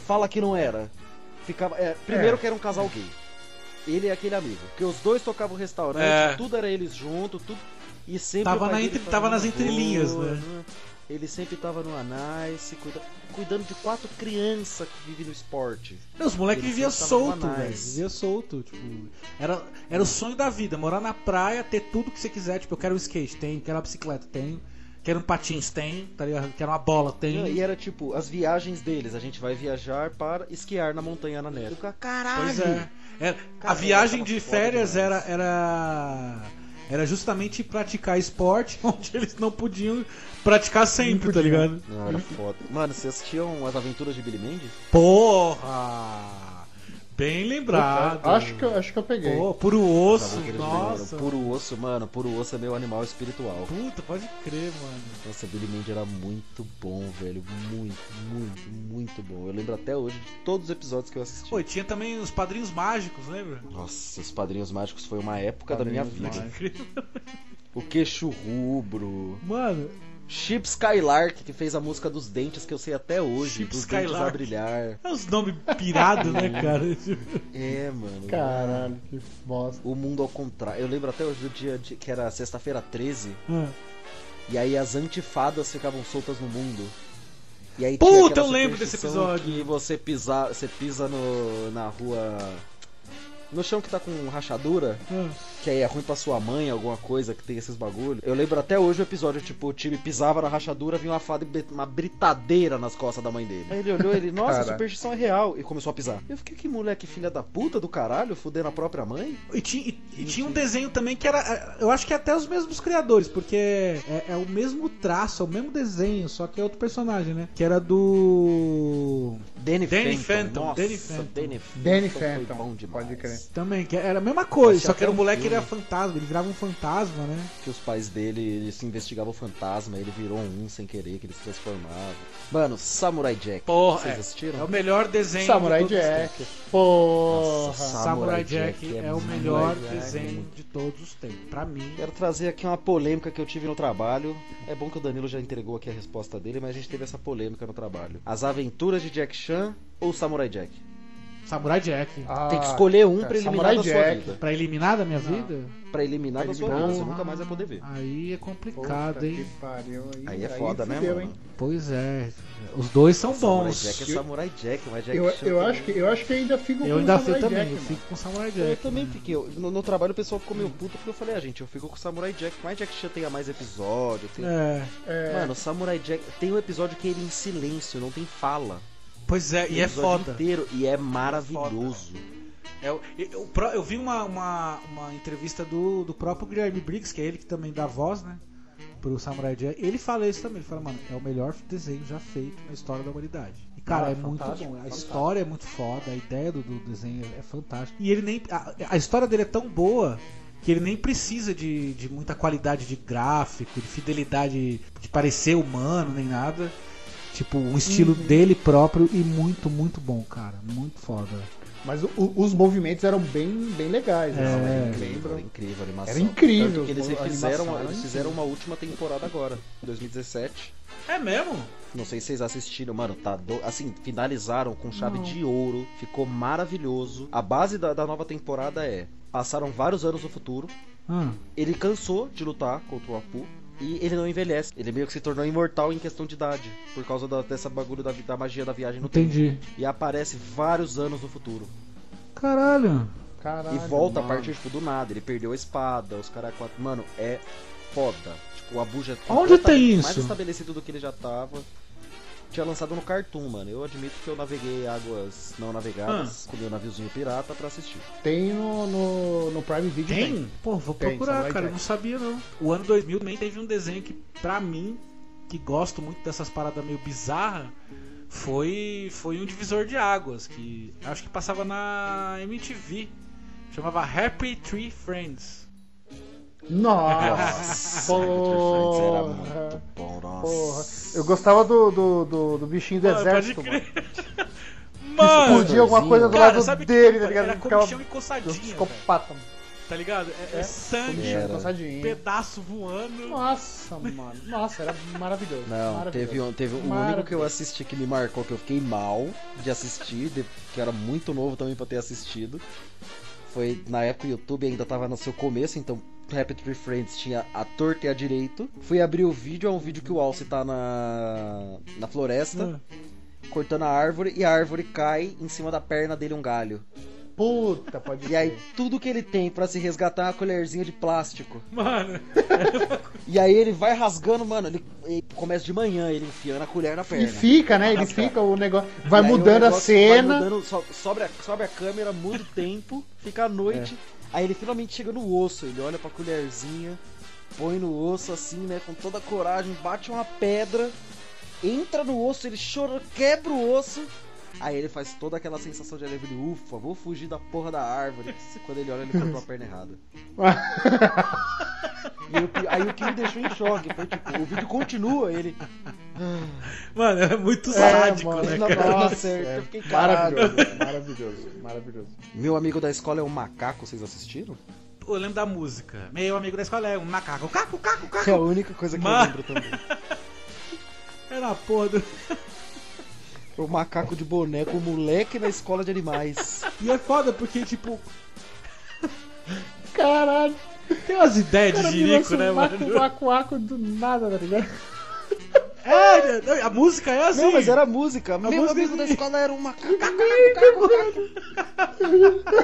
Fala que não era. Ficava, é, primeiro que era um casal gay. Ele e aquele amigo. Porque os dois tocavam restaurante,
É.
tudo era eles junto, tudo. E sempre.
Tava
o pai
na
dele
entre- tava nas
fazendo
entrelinhas,
boa,
né?
Ele sempre tava no Anais, cuida, cuidando de quatro crianças que vivem no esporte.
Não, os moleques
Ele
viviam
sempre tava
solto,
banais.
velho. Vivia solto, tipo. Era, era o sonho da vida, morar na praia, ter tudo que você quiser. Tipo, eu quero um skate, tenho, quero uma bicicleta, tenho, quero um patins, tenho, tá ligado? Quero uma bola, tenho.
Não, E era tipo, as viagens deles, a gente vai viajar para esquiar na montanha na neve. Eu ficava, Caralho!
Pois é. Era- a
Cara,
viagem
eu
de
tava foda
férias era,
demais.
era era justamente praticar esporte onde eles não podiam praticar sempre, tá ligado?
Não, era foda. Mano, vocês assistiam as aventuras de Billy Mandy?
Porra! Bem lembrado.
Acho que, eu- acho que eu peguei.
Pô, puro osso,
Aqueles
nossa.
desenhos, Puro osso, mano. Puro osso é meu animal espiritual.
Puta, pode crer, mano.
Nossa, Billy Mandy era muito bom, velho. Muito, muito, muito bom. Eu lembro até hoje de todos os episódios que eu assisti.
Pô, e tinha também os padrinhos mágicos, lembra?
Nossa, os Padrinhos Mágicos foi uma época da minha vida.
Pode crer.
O Queixo Rubro,
Mano,
Chip Skylark, que fez a música dos dentes que eu sei até hoje.
Chip
dos dentes a
Skylark.
brilhar.
é uns nomes pirados, né, cara?
É, mano.
Caralho, que bosta.
O mundo ao contrário. Eu lembro até hoje do dia de- que era sexta-feira 13.
Ah.
E aí as antifadas ficavam soltas no mundo. E aí
Puta,
tinha aquela
eu lembro desse
superstição
episódio.
Que você pisa, você pisa no, na rua. No chão que tá com rachadura,
Ah.
que aí é ruim pra sua mãe, alguma coisa que tem esses bagulho. Eu lembro até hoje o episódio, tipo, o time pisava na rachadura, vinha uma fada e bet- uma britadeira nas costas da mãe dele. Aí ele olhou e ele, nossa, a
Cara.
superstição é real, e começou a pisar. Eu fiquei, que moleque filha da puta do caralho, fudendo a própria mãe?
E tinha, e- e tinha um desenho também que era. Eu acho que é até os mesmos criadores, porque é, é o mesmo traço, é o mesmo desenho, só que é outro personagem, né? Que era do.
Danny,
Danny
Phantom.
Phantom,
Nossa,
Danny Phantom.
Danny
Danny
foi
Phantom,
bom demais.
pode crer.
Também, que era a mesma coisa,
Achei
só que
até
era um
um
moleque ele
filme.
era fantasma, ele virava um fantasma, né?
que os pais dele eles se investigavam o fantasma, ele virou um sem querer, que ele se transformava. Mano, Samurai Jack.
Porra,
vocês
é.
assistiram?
É o melhor desenho.
Samurai
de todos os tempos.
Jack. Porra.
Nossa,
Samurai Jack é, o
muito
melhor
legal.
desenho de todos os tempos. Pra mim.
Quero trazer aqui uma polêmica que eu tive no trabalho. É bom que o Danilo já entregou aqui a resposta dele, mas a gente teve essa polêmica no trabalho. As aventuras de Jack Chan ou Samurai Jack?
Samurai Jack.
Ah,
Tem que escolher um
cara,
pra eliminar
Samurai
da
Jack.
sua vida.
Pra eliminar da minha vida?
Pra eliminar um. da sua
Porra.
vida, você nunca mais vai poder ver.
Aí é
puta
complicado,
que
hein?
pariu,
Aí é foda, né,
fudeu,
mano?
hein?
Pois é. Os dois são
Samurai
bons.
Jack é Samurai Jack, mas Jack
Eu,
Chan
eu,
também.
acho que, eu acho que ainda fico
Eu
com
ainda
Samurai
fico também,
Jack,
eu
mano.
fico com Samurai
É, Eu
Jack.
também fiquei. eu- No, no trabalho o pessoal ficou meio puto porque eu falei, ah, gente, eu fico com o Samurai Jack, mas Jack Chan tenha mais episódio. Tem...
É,
É,
Mano, o Samurai Jack tem um episódio que ele é em silêncio, não tem fala.
pois é,
Tem
e é
episódio
foda.
Inteiro, e é maravilhoso.
É, eu, eu- pro- eu vi uma, uma, uma entrevista do, do próprio Guilherme Briggs, que é ele que também dá voz, né? Pro Samurai Jack. Ele fala isso também. Ele fala, mano, é o melhor desenho já feito na história da humanidade. E, cara,
Ah,
é muito
fantástico,
bom. A
fantástico.
história é muito foda, a ideia do, do desenho é fantástica. E ele nem. A, a história dele é tão boa que ele nem precisa de, de muita qualidade de gráfico, de fidelidade, de parecer humano, nem nada. Tipo, um estilo
Uhum.
dele próprio e muito, muito bom, cara. Muito foda.
mas o- o- os movimentos eram bem, bem legais.
É.
Não,
né?
era
Eu
incrível,
lembro.
era incrível a animação.
Era incrível,
Tanto que eles
a
refizeram,
animação era
eles fizeram uma última temporada agora, em 2017.
É mesmo?
Não sei se vocês assistiram, mano, tá do- assim, finalizaram com chave de ouro, ficou maravilhoso. A base da, da nova temporada é: passaram vários anos no futuro,
Ah.
Ele cansou de lutar contra o Apu e ele não envelhece. Ele meio que se tornou imortal em questão de idade, por causa da- dessa bagulho da, vi- da magia da viagem no tempo.
Entendi.
E aparece vários anos no futuro.
Caralho.
Caralho,
e volta
mano.
a partir tipo, do nada. Ele perdeu a espada, os caras quatro. Mano, é foda. Tipo, o Abu já tá
Onde tem
completamente mais
isso?
estabelecido do que ele já tava. Tinha lançado no Cartoon, mano. Eu admito que eu naveguei águas não navegadas com meu naviozinho pirata pra assistir.
Tem no, no, no Prime Video.
Tem? Pô, vou
Tem,
procurar,
Samurai
cara. Eu
Jack.
não sabia, não. O ano 2000 também teve um desenho que, pra mim, que gosto muito dessas paradas meio bizarras, foi, foi um divisor de águas, que acho que passava na MTV. Chamava Happy Tree Friends.
Nossa!
era
porra.
muito bom,
Porra.
nossa.
Eu gostava do, do, do, do bichinho do
Mano,
exército,
pode
mano.
crer.
Mano,
Mano,
Explodia alguma coisa do
cara,
lado
sabe
dele, tá
que
ligado?
era
Ele ficava
comichão e
um
coçadinha, velho,
psicopata, mano.
tá ligado? É, é
É,
sangue,
Era.
coçadinha.
pedaço voando.
Nossa, mano. Nossa, era maravilhoso.
Não,
maravilhoso.
teve um, teve um o único que eu assisti que me marcou, que eu fiquei mal de assistir, de- que eu era muito novo também pra ter assistido. Foi na época o YouTube ainda tava no seu começo, então Happy Tree Friends tinha a torta e a direito. Fui abrir o vídeo, é um vídeo que o Alce tá na, na floresta, cortando a árvore, e a árvore cai em cima da perna dele um galho.
Puta, pode
E aí
crer.
tudo que ele tem pra se resgatar é uma colherzinha de plástico.
Mano,
E aí ele vai rasgando, mano, ele, ele começa de manhã, ele enfiando a colher na perna.
E fica, né? Ele
Rasga.
fica o negócio. Vai
E aí o
mudando a
negócio
cena.
vai mudando, so- sobe, a, sobe a câmera, muda o tempo, fica a noite. Aí ele finalmente chega no osso, ele olha pra colherzinha, põe no osso assim, né? Com toda a coragem, bate uma pedra, entra no osso, ele chora, quebra o osso. Aí ele faz toda aquela sensação de alívio, ele, ufa, vou fugir da porra da árvore. Quando ele olha, ele cortou a perna errada. E o pi- aí o que me deixou em choque foi tipo, o vídeo continua, ele.
mano, é muito sádico,
mano,
né,
na
cara?
bola
Nossa,
certa,
é
eu fiquei caralho.
maravilhoso, maravilhoso, maravilhoso.
Meu amigo da escola é um macaco, vocês assistiram?
Eu lembro da música. Meu amigo da escola é um macaco. Caco, caco, caco.
É a única coisa que
Mas-
eu lembro também.
Era a porra do.
O macaco de boneco, o moleque na escola de animais.
E é foda porque, tipo,
Caralho,
Tem umas ideias de
cara, me
jirico,
lança
né,
um
mano?
vacu, vacu, vacu do nada, tá ligado?
É, não, a música é assim.
Não, mas era a música. Meu
música
amigo
sim.
da escola era um macaco. Não,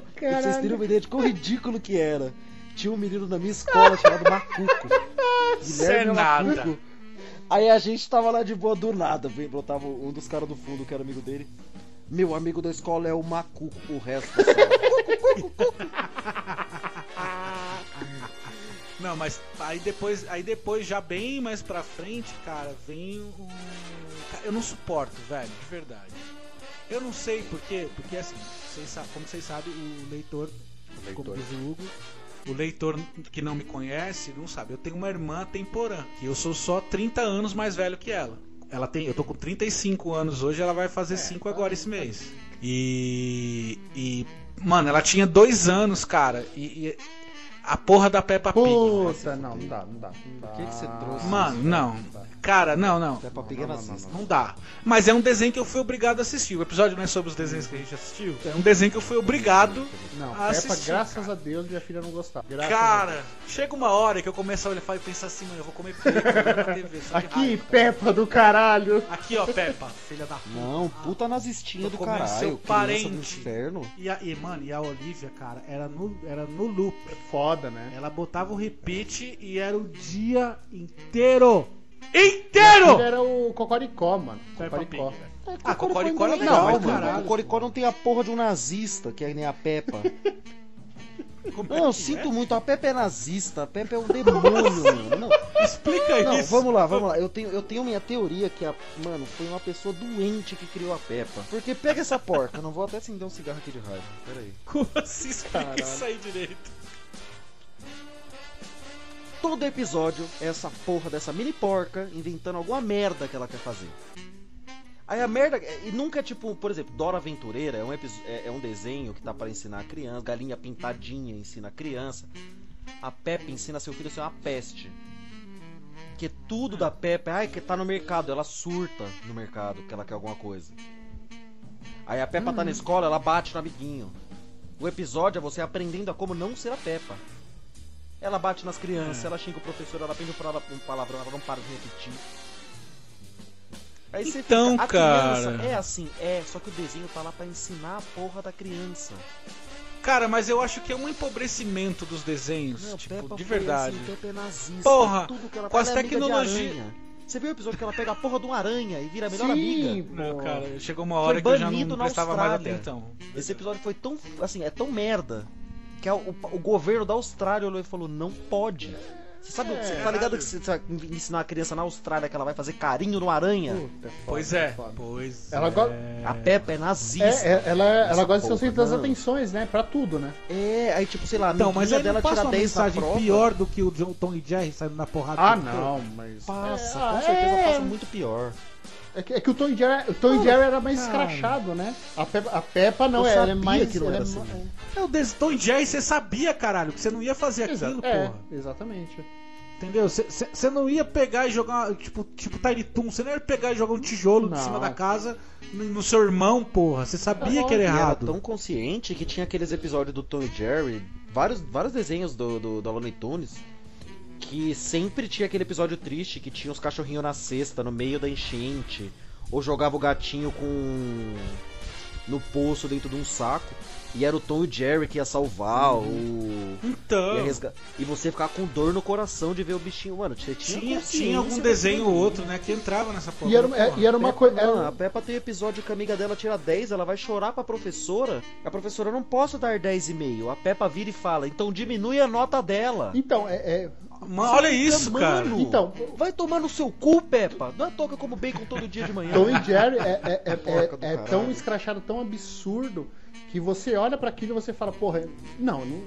pra vocês terem uma ideia de quão ridículo que era. Tinha um menino na minha escola chamado Macuco.
Cê é nada.
Aí a gente tava lá de boa do nada. Vem, botava um dos caras do fundo que era amigo dele. Meu amigo da escola é o Macuco, o resto da sala.
Não, mas aí depois, aí depois, já bem mais pra frente, cara, vem o. Ca- Eu não suporto, velho, de verdade. Eu não sei por quê, porque assim, vocês sa- como vocês sabem, o leitor, como diz o Hugo, o leitor que não me conhece não sabe. Eu tenho uma irmã temporã, que eu sou só 30 anos mais velho que ela. Ela tem, eu tô com 35 anos hoje, ela vai fazer 5 agora esse mês. E, e mano, ela tinha dois anos, cara, e, e a porra da Peppa Pig.
Puta, não, não dá, não dá. Por
que que você trouxe
Mano, não. Cara, não, não.
Até pra pegar nazista.
Não dá. Mas é um desenho que eu fui obrigado a assistir. O episódio não é sobre os desenhos que a gente assistiu. É um desenho que eu fui obrigado.
Não,
Ah,
Peppa,
assisti,
graças a Deus, minha filha não gostava. Graças a
Cara, chega uma hora que eu começo a olhar e pensar assim, mano, eu vou comer película na TV.
Deus.
só de
Aqui,
raiva, cara.
Peppa do caralho.
Aqui, ó, Peppa, filha da puta.
Não, puta nazistinha
Tô
do
comendo
caralho.
seu
criança Do
parente.
inferno.
E, a, e, mano, e a Olivia, cara, era no, era no loop.
Foda, né?
Ela botava o repeat e era o dia inteiro. Inteiro!
Ele era o Cocoricó, mano.
Peppa Pig,
Cocoricó.
velho.
Ah,
Cocoricó era
ainda
legal,
mas,
mano.
O Cocoricó não tem a porra de um nazista, que é nem a Peppa.
Como é
Não, eu
que
sinto muito, a Peppa é nazista, a Peppa é um demônio, mano. Não,
é? Explica
não,
isso.
vamos lá, vamos lá. Eu tenho, eu tenho minha teoria que a. Mano, foi uma pessoa doente que criou a Peppa. Porque pega essa porca, eu não vou até acender um cigarro aqui de raiva. Pera aí.
Como assim explica
Caralho.
isso aí direito?
Todo episódio é essa porra dessa mini porca inventando alguma merda que ela quer fazer. Aí a merda. E nunca é tipo, por exemplo, Dora Aventureira é um, episo- é, é um desenho que tá pra ensinar a criança. Galinha Pintadinha ensina a criança. A Peppa ensina seu filho a ser uma peste. Que tudo da Peppa é, ai, que tá no mercado. Ela surta no mercado que ela quer alguma coisa. Aí a Peppa
Hum.
tá na escola, ela bate no amiguinho. O episódio é você aprendendo a como não ser a Peppa. Ela bate nas
É.
crianças, ela xinga o professor, ela aprende um pala- um palavrão, ela não para de repetir. Aí você
Então,
fica, a
cara.
criança é assim, é, só que o desenho tá lá pra ensinar a porra da criança.
Cara, mas eu acho que é um empobrecimento dos desenhos,
Não,
tipo,
Peppa
de
foi
verdade.
assim, Peppa é nazista,
Porra,
tudo que ela
com as
ela é amiga de
tecnologia-
aranha. Você viu o episódio que ela pega a porra de uma aranha e
é
vira a melhor
Sim,
amiga?
Não,
pô.
cara, chegou uma hora que
Foi
eu já não
banido na
prestava mais
Austrália.
atenção.
Esse episódio foi tão, assim, é tão merda que a- o, o governo da Austrália olhou e falou: não pode. Você sabe, você tá ligado que você, você vai ensinar a criança na Austrália que ela vai fazer carinho numa aranha?
Puta, foda,
Pois é,
foda.
pois
Ela
é.
go-
A Peppa é nazista.
É, é, ela, ela
Essa
gosta de ser o
porra,
centro das
não.
atenções, né? Pra tudo, né?
É, aí tipo, sei lá, a
Então, mas
amiguinha
aí não
dela
passa
tira
uma
10 na
mensagem
prova.
pior do que o John, Tom e Jerry saindo na porrada.
Ah,
com o
não, mas.
Passa,
É,
ah,
com certeza
é.
passa muito pior.
É que, é que o Tom e Jerry, o Tom e Jerry era mais escrachado, né? A Peppa, a Peppa não,
Eu
ela
sabia
é mais.
que não
ela
era
é
assim.
ma-
É o des- Tom e Jerry, você sabia, caralho, que você não ia fazer
é. Exa-
aquilo,
é,
porra.
exatamente.
Entendeu? Você não ia pegar e jogar, tipo, tipo Tiny Toon, você não ia pegar e jogar um tijolo
Não.
de cima da casa no, no seu irmão, porra. Você
É
sabia que era
E era
errado.
tão consciente que tinha aqueles episódios do Tom e Jerry, vários, vários desenhos do, do, da Looney Tunes, que sempre tinha aquele episódio triste que tinha os cachorrinhos na cesta, no meio da enchente, ou jogava o gatinho com. no poço dentro de um saco, e era o Tom e Jerry que ia salvar o.
Então,
Ia resga- E você ficar com dor no coração de ver o bichinho, mano. Você tinha,
tinha, tinha
consciência
algum
do
desenho ou
desenho.
outro, né, que entrava nessa porra.
E era, uma- é- e era uma coisa.
Mano, a Peppa tem episódio que a amiga dela tira 10, ela vai chorar pra professora. A professora, não posso dar 10,5. A Peppa vira e fala, então diminui a nota dela.
Então, é. é-
Mas olha isso, cara.
Mano,
Então,
vai tomar no seu cu, Peppa. Não é à toa que eu como bacon todo dia de manhã.
Tom e Jerry é, é- é-
Porca do
é- é
caralho.
tão escrachado, tão absurdo, que você olha pra aquilo e você fala, porra, não, não.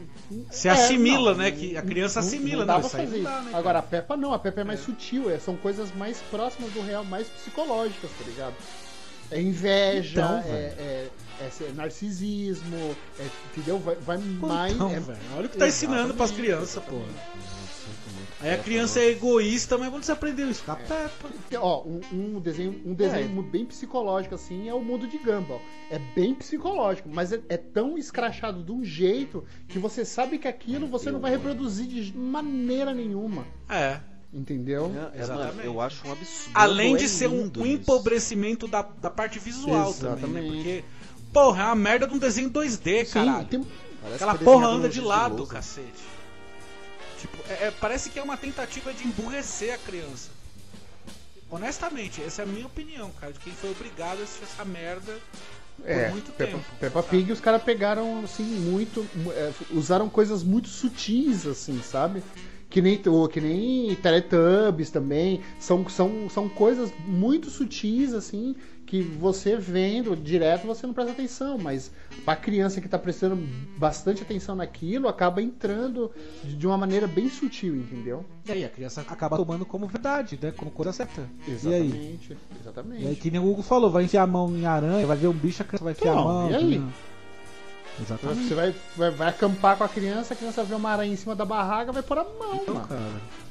Você
é,
assimila,
não,
né, que a criança assimila,
não
né,
dá pra
isso aí
fazer
não
isso.
dá, né,
Agora, a Peppa não, a Peppa é mais sutil, é, são coisas mais próximas do real, mais psicológicas, tá ligado? É inveja,
Então,
é, é, é- é narcisismo, é, entendeu? Vai, vai mais.
Então,
é-
velho, olha o que tá ensinando pras crianças, porra. Aí a criança é egoísta, mas quando você aprendeu isso? Da
É.
Peppa.
Ó, um, um desenho, um desenho bem psicológico assim é o mundo de Gumball. É bem psicológico, mas é, é tão escrachado de um jeito que você sabe que aquilo você não vai reproduzir de maneira nenhuma.
É.
Entendeu?
É,
Exatamente.
mano, eu acho um absurdo.
Além
é
de ser um,
lindo
um
isso.
empobrecimento da, da parte visual também, né?
Exatamente.
Porque, porra, é uma merda de um desenho 2D,
Sim,
caralho.
tem,
Parece
Aquela
que foi
porra
desenhado
anda
no
de
giz
lado,
lousa.
cacete. Tipo, é- é- parece que é uma tentativa de emburrecer a criança. Honestamente, essa é a minha opinião, cara, de quem foi obrigado a assistir essa merda por
É,
muito
Peppa,
tempo.
Peppa
sabe?
Pig, os caras pegaram, assim, muito. mu- é, usaram coisas muito sutis, assim, sabe? Que nem, o- que nem Teletubbies também. São, são, são coisas muito sutis, assim, que você vendo direto você não presta atenção. Mas pra criança que tá prestando bastante atenção naquilo, acaba entrando de, de uma maneira bem sutil, entendeu?
E aí a criança acaba tomando como verdade, né? Como coisa certa. E aí?
Exatamente. Exatamente.
E aí que nem o Hugo falou, vai enfiar a mão em aranha, vai ver um bicho, a criança vai enfiar
Então,
a mão.
e aí?
né? Exatamente.
Então, Você vai, vai, vai acampar com a criança, a criança vê uma aranha em cima da barraca, vai pôr a mão,
Então,
mano.
Cara.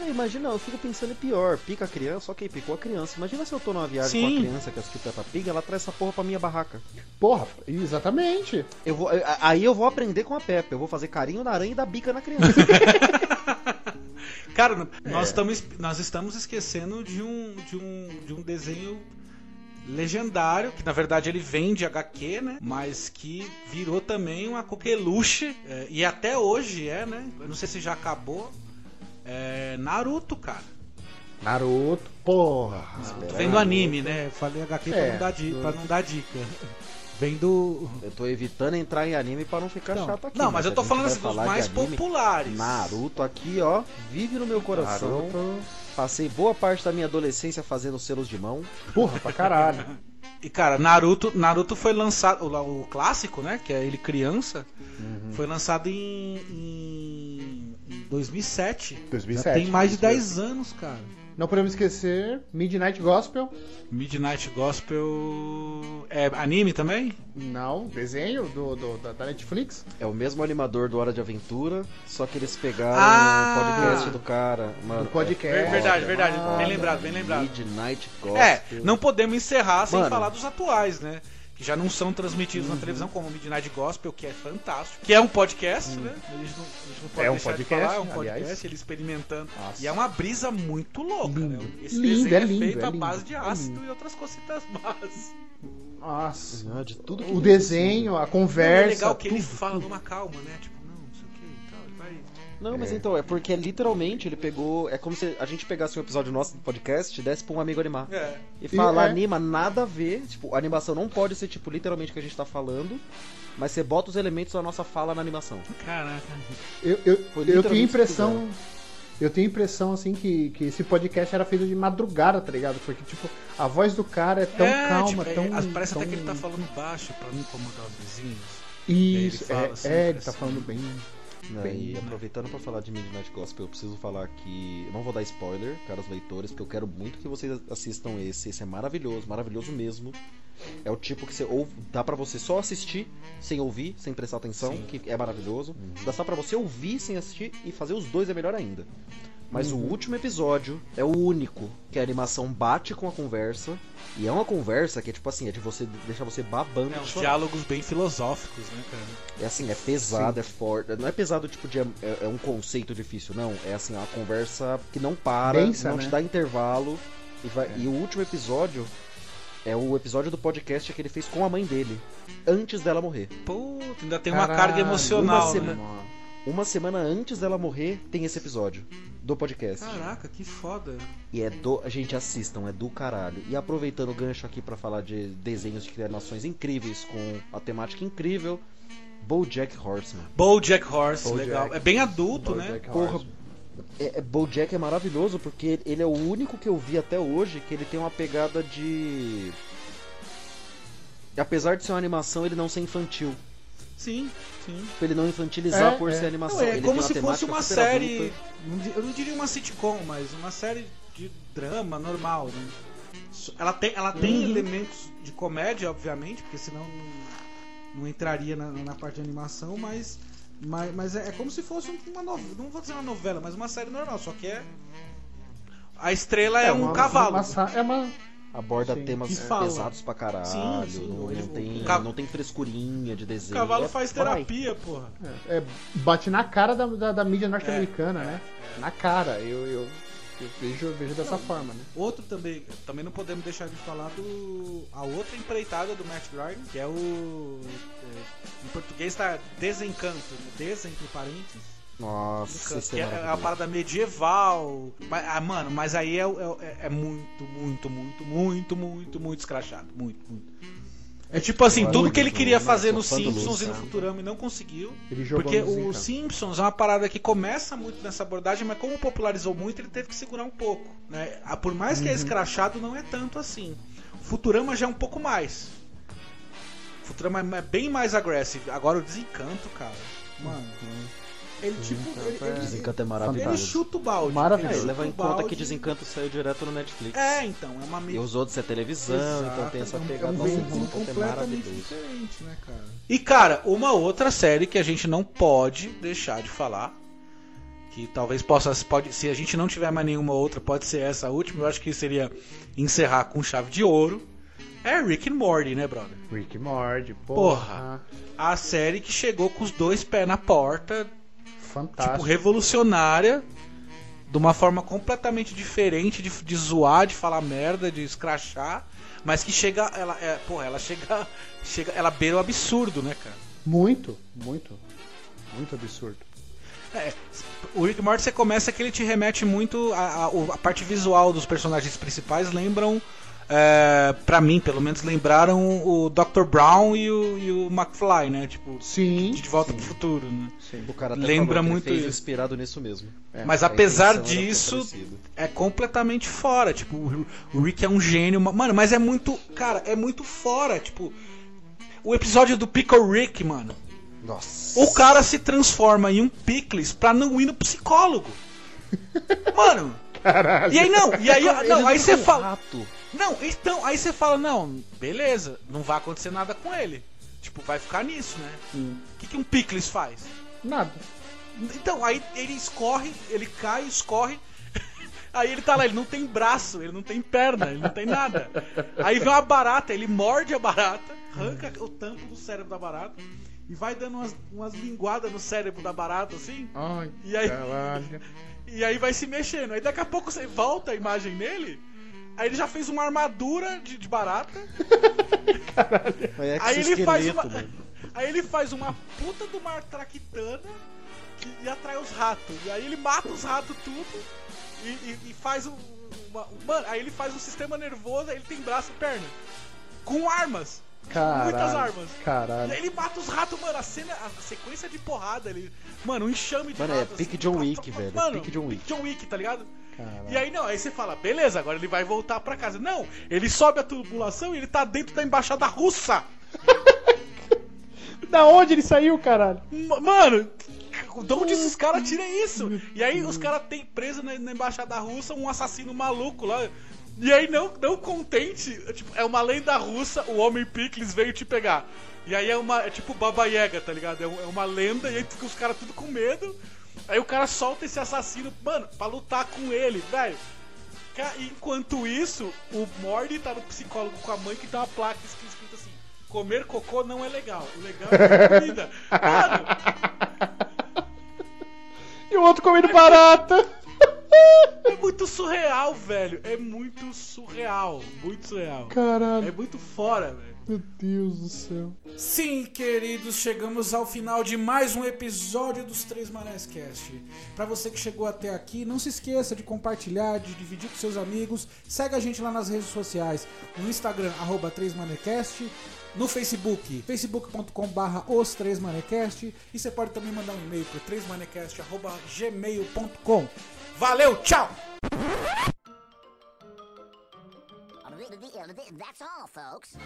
É, imagina, eu fico pensando em pior. Pica a criança, ok, picou a criança. Imagina se eu tô numa viagem com
Sim.
a criança que assistiu Peppa Pig, ela traz essa porra pra minha barraca.
Porra, exatamente.
Eu vou, a- aí eu vou aprender com a Peppa. Eu vou fazer carinho na aranha e dar bica na criança.
Cara,
É.
nós, estamos, nós estamos esquecendo de um, de, um, de um desenho legendário, que na verdade ele vem de HQ, né? Mas que virou também uma coqueluche, é, e até hoje é, né? Eu não sei se já acabou. É Naruto, cara.
Naruto, porra.
Tô vendo anime, né?
É, Eu falei HQ
É,
pra, não dar dica, pra não dar dica. Vem do.
Eu tô evitando entrar em anime pra não ficar
Não,
chato aqui.
Não, mas eu
a
tô
gente
falando
vai
assim, dos
falar de
mais
anime.
populares.
Naruto aqui, ó, vive no meu coração. Passei boa parte da minha adolescência fazendo selos de mão.
Porra, pra caralho.
E cara, Naruto, Naruto foi lançado, o, o clássico, né? Que é ele criança,
Uhum.
foi lançado em, em, em 2007.
Já
2007.
tem mais de 10 anos, cara.
Não podemos esquecer Midnight Gospel.
Midnight Gospel. É anime também?
Não, desenho do, do- da, da Netflix.
É o mesmo animador do Hora de Aventura, só que eles pegaram
Ah!
o podcast do cara, mano.
Do podcast.
é foda,
Verdade, verdade,
mano.
bem lembrado, bem lembrado.
Midnight Gospel.
É, não É, podemos encerrar sem
Mano. Uhum.
falar dos atuais, né? Que que já não são transmitidos na televisão, como o Midnight Gospel, que é fantástico. Que é um podcast, né? A gente não, a gente não pode
Uhum. É um
deixar
podcast,
de falar, é um
aliás.
podcast, ele experimentando.
Nossa.
E é uma brisa muito louca,
Lindo.
né? Esse
Lindo,
desenho
é
é,
lindo,
feito
é
à
lindo,
base de
é
ácido e outras cositas más.
Nossa.
Ah, de tudo que
O desenho, a
é
conversa.
legal que ele
tudo.
fala numa calma, né? Tipo, não, não sei o que e tal. Ele vai.
Não, mas então, é porque literalmente ele pegou. É como se a gente pegasse um episódio nosso do podcast e desse pra um amigo animar.
É.
E fala,
é.
anima, nada a ver. Tipo, a animação não pode ser, tipo, literalmente o que a gente tá falando. Mas você bota os elementos da nossa fala na animação.
Caraca.
Eu, eu,
Foi
eu tenho
literalmente
impressão. Eu tenho impressão, assim, que, que esse podcast era feito de madrugada, tá ligado? Porque, tipo, a voz do cara é tão
é,
calma,
tipo, é,
tão.
as- parece
tão...
até que ele tá falando baixo pra não incomodar os vizinhos.
Isso,
Ele fala
é,
assim,
é, ele
parece-
tá falando bem.
Né,
Bem,
e aproveitando pra falar de Midnight Gospel, eu preciso falar que. Eu não vou dar spoiler, caros leitores, porque eu quero muito que vocês assistam esse. Esse é maravilhoso, maravilhoso mesmo. É o tipo que você ouve, dá pra você só assistir sem ouvir, sem prestar atenção, que é maravilhoso. Dá só pra você ouvir sem assistir e fazer os dois é melhor ainda. Mas o último episódio é o único que a animação bate com a conversa. E é uma conversa que é tipo assim, é de você deixar você
É,
babando de
uns
chorar.
diálogos bem filosóficos, né, cara?
É assim, é pesado, é forte. Não é pesado, tipo, de, é, é um conceito difícil, não. É assim, é uma conversa que não para,
Densa,
não
né? É.
te dá intervalo. E, vai- e o último episódio é o episódio do podcast que ele fez com a mãe dele, antes dela morrer.
Puta, ainda tem uma
Caralho,
carga emocional,
uma
né?
semana- Uma semana antes dela morrer, tem esse episódio do podcast.
Caraca, que foda.
E é do. Gente, assistam, é do caralho. E aproveitando o gancho aqui pra falar de desenhos de criações incríveis, com a temática incrível, Bojack Horseman.
Bojack Horse,
Bojack.
legal. É bem adulto, né?
Porra, é, é, BoJack é maravilhoso porque ele é o único que eu vi até hoje que ele tem uma pegada de apesar de ser uma animação ele não ser infantil
Sim, sim.
Tipo, ele não infantilizar
É,
por
é.
ser
Não,
animação
é
Ele tem
como se fosse
temática
uma
super
série.
adulta.
não di- Eu não diria uma sitcom, mas uma série de drama normal, né? So- Ela tem, ela
Uhum.
tem elementos de comédia, obviamente, porque senão não, não entraria na, na parte de animação, mas. Mas, mas é, é como se fosse uma novela. Não vou dizer uma novela, mas uma série normal, só que é. A estrela é, um
uma-
cavalo.
uma sa- é uma-
aborda
Sim.
temas
Que fala.
pesados pra caralho
Sim, sim,
não,
ele-
não tem
o ca-
não tem frescurinha de
O
desenho
Um cavalo
É-
faz
vai.
terapia, porra.
é, bate na cara da, da, da mídia norte-americana, né? Na cara, eu, eu, eu vejo, eu vejo dessa forma, né?
Outro também, também não podemos deixar de falar do a outra empreitada do Matt Ryan, que é o é, em português tá desencanto, né? Desen entre parênteses,
nossa
Encanto,
isso
que é,
é
é a
maravilhoso.
parada medieval. Mas, ah, mano, mas aí é, é, é muito, muito, muito, muito, muito, muito escrachado, muito, muito. É tipo assim, tudo que ele queria fazer no
né? fã do Lúcio,
Simpsons e no
sabe?
Futurama e não conseguiu.
Ele jogou
Porque
no
o
desencanto.
Simpsons é uma parada que começa muito nessa abordagem, mas como popularizou muito, ele teve que segurar um pouco. Né? Ah, Por mais
Uhum.
que é escrachado, não é tanto assim. O Futurama já é um pouco mais. O Futurama é- é bem mais agressivo. Agora o desencanto, cara. Mano. Ele tipo. Ele, ele-
Uhum. desencanto é
ele
maravilhoso
chuta o balde.
Maravilhoso.
Ele
É, e
chuta
leva em
o
conta que
balde.
Desencanto saiu direto no Netflix
É, então, é uma
E
meio.
os outros é televisão, então tem essa
Exato, é um-
pegada.
é um
Nossa,
veículo
Desencanto é
completamente
maravilhoso.
diferente, né, cara?
E cara, uma outra série que a gente não pode deixar de falar, que talvez possa, pode, se a gente não tiver mais nenhuma outra, pode ser essa a última. Eu acho que seria encerrar com chave de ouro. É Rick and Morty, né, brother?
Rick Mord,
Porra. A série que chegou com os dois pés na porta,
Fantástico.
tipo, revolucionária, de uma forma completamente diferente de, de zoar, de falar merda, de escrachar, mas que chega, ela, é, porra, ela chega, chega, ela beira o absurdo, né, cara?
Muito, muito. Muito absurdo.
É, o Rick and Morty você começa que ele te remete muito a, a- o- a parte visual dos personagens principais lembram é, para mim pelo menos lembraram o Dr. Brown e o, e o McFly né tipo
Sim.
de volta pro futuro né?
O cara até
Lembra
falou que ele
muito
fez
isso.
inspirado nisso mesmo. É,
mas
A
apesar
intenção era
disso
parecida.
é completamente fora tipo o- o Rick é um gênio ma- mano mas é muito cara é muito fora tipo o episódio do Pickle Rick mano
Nossa.
O cara se transforma em um picles pra não ir no psicólogo. Mano. Caralho. E aí não, e aí,
Ele
não, aí você
vira um
fala.
rato.
Não, então, aí você fala, não, beleza, não vai acontecer nada com ele. Tipo, vai ficar nisso, né? O que, que um picles faz?
Nada.
Então, aí ele escorre, ele cai, escorre. Aí ele tá lá, ele não tem braço, ele não tem perna, ele não tem nada. Aí vem uma barata, ele morde a barata. arranca o tampo do cérebro da barata e vai dando umas, umas linguadas no cérebro da barata, assim,
Ai,
E aí-
caralho.
e aí vai se mexendo. Aí daqui a pouco você volta a imagem nele. Aí ele já fez uma armadura de, de barata.
É
Aí ele faz uma.
exoesqueleto, mano.
Aí ele faz uma puta de uma traquitana que atrai os ratos. E aí ele mata os ratos tudo e, e- e faz um. uma- mano, aí ele faz um sistema nervoso, aí ele tem braço e perna. Com armas.
Caralho.
Muitas armas. E
Caralho.
aí ele mata os ratos, mano. A cena, a sequência de porrada ali. Mano, um enxame de
Mano, é
ratos,
pique
assim,
John
pá, pá,
Wick,
pá,
velho, é
Mano,
pique John Wick.
John Wick, tá ligado?
Caralho.
E aí não, aí você fala, beleza, agora ele vai voltar pra casa. Não, ele sobe a tubulação e ele tá dentro da embaixada russa.
Da onde ele saiu, caralho?
M- Mano, de onde esses caras tiram isso? E aí os caras têm preso na, na embaixada russa um assassino maluco lá. E aí não, não contente, tipo, é uma lenda russa, o homem picles veio te pegar. E aí é uma é tipo Baba Yaga, tá ligado? É, um- é uma lenda e aí fica os caras tudo com medo. Aí o cara solta esse assassino, mano, pra lutar com ele, velho. Ca- Enquanto isso, o Morty tá no psicólogo com a mãe que tem uma placa escrita escrito assim: comer cocô não é legal, o legal é comer comida. Mano,
E o outro comendo barata.
é muito surreal, velho. É muito surreal. Muito surreal.
Caralho.
É muito fora, velho.
Meu Deus do céu.
Sim, queridos, chegamos ao final de mais um episódio dos Três Marés Cast. Para você que chegou até aqui, não se esqueça de compartilhar, de dividir com seus amigos. Segue a gente lá nas redes sociais, no Instagram arroba 3 Manecast, no Facebook, facebook.com.br os 3 Manecast, e você pode também mandar um e-mail para 3 gmail.com. Valeu, tchau.
That's all, folks.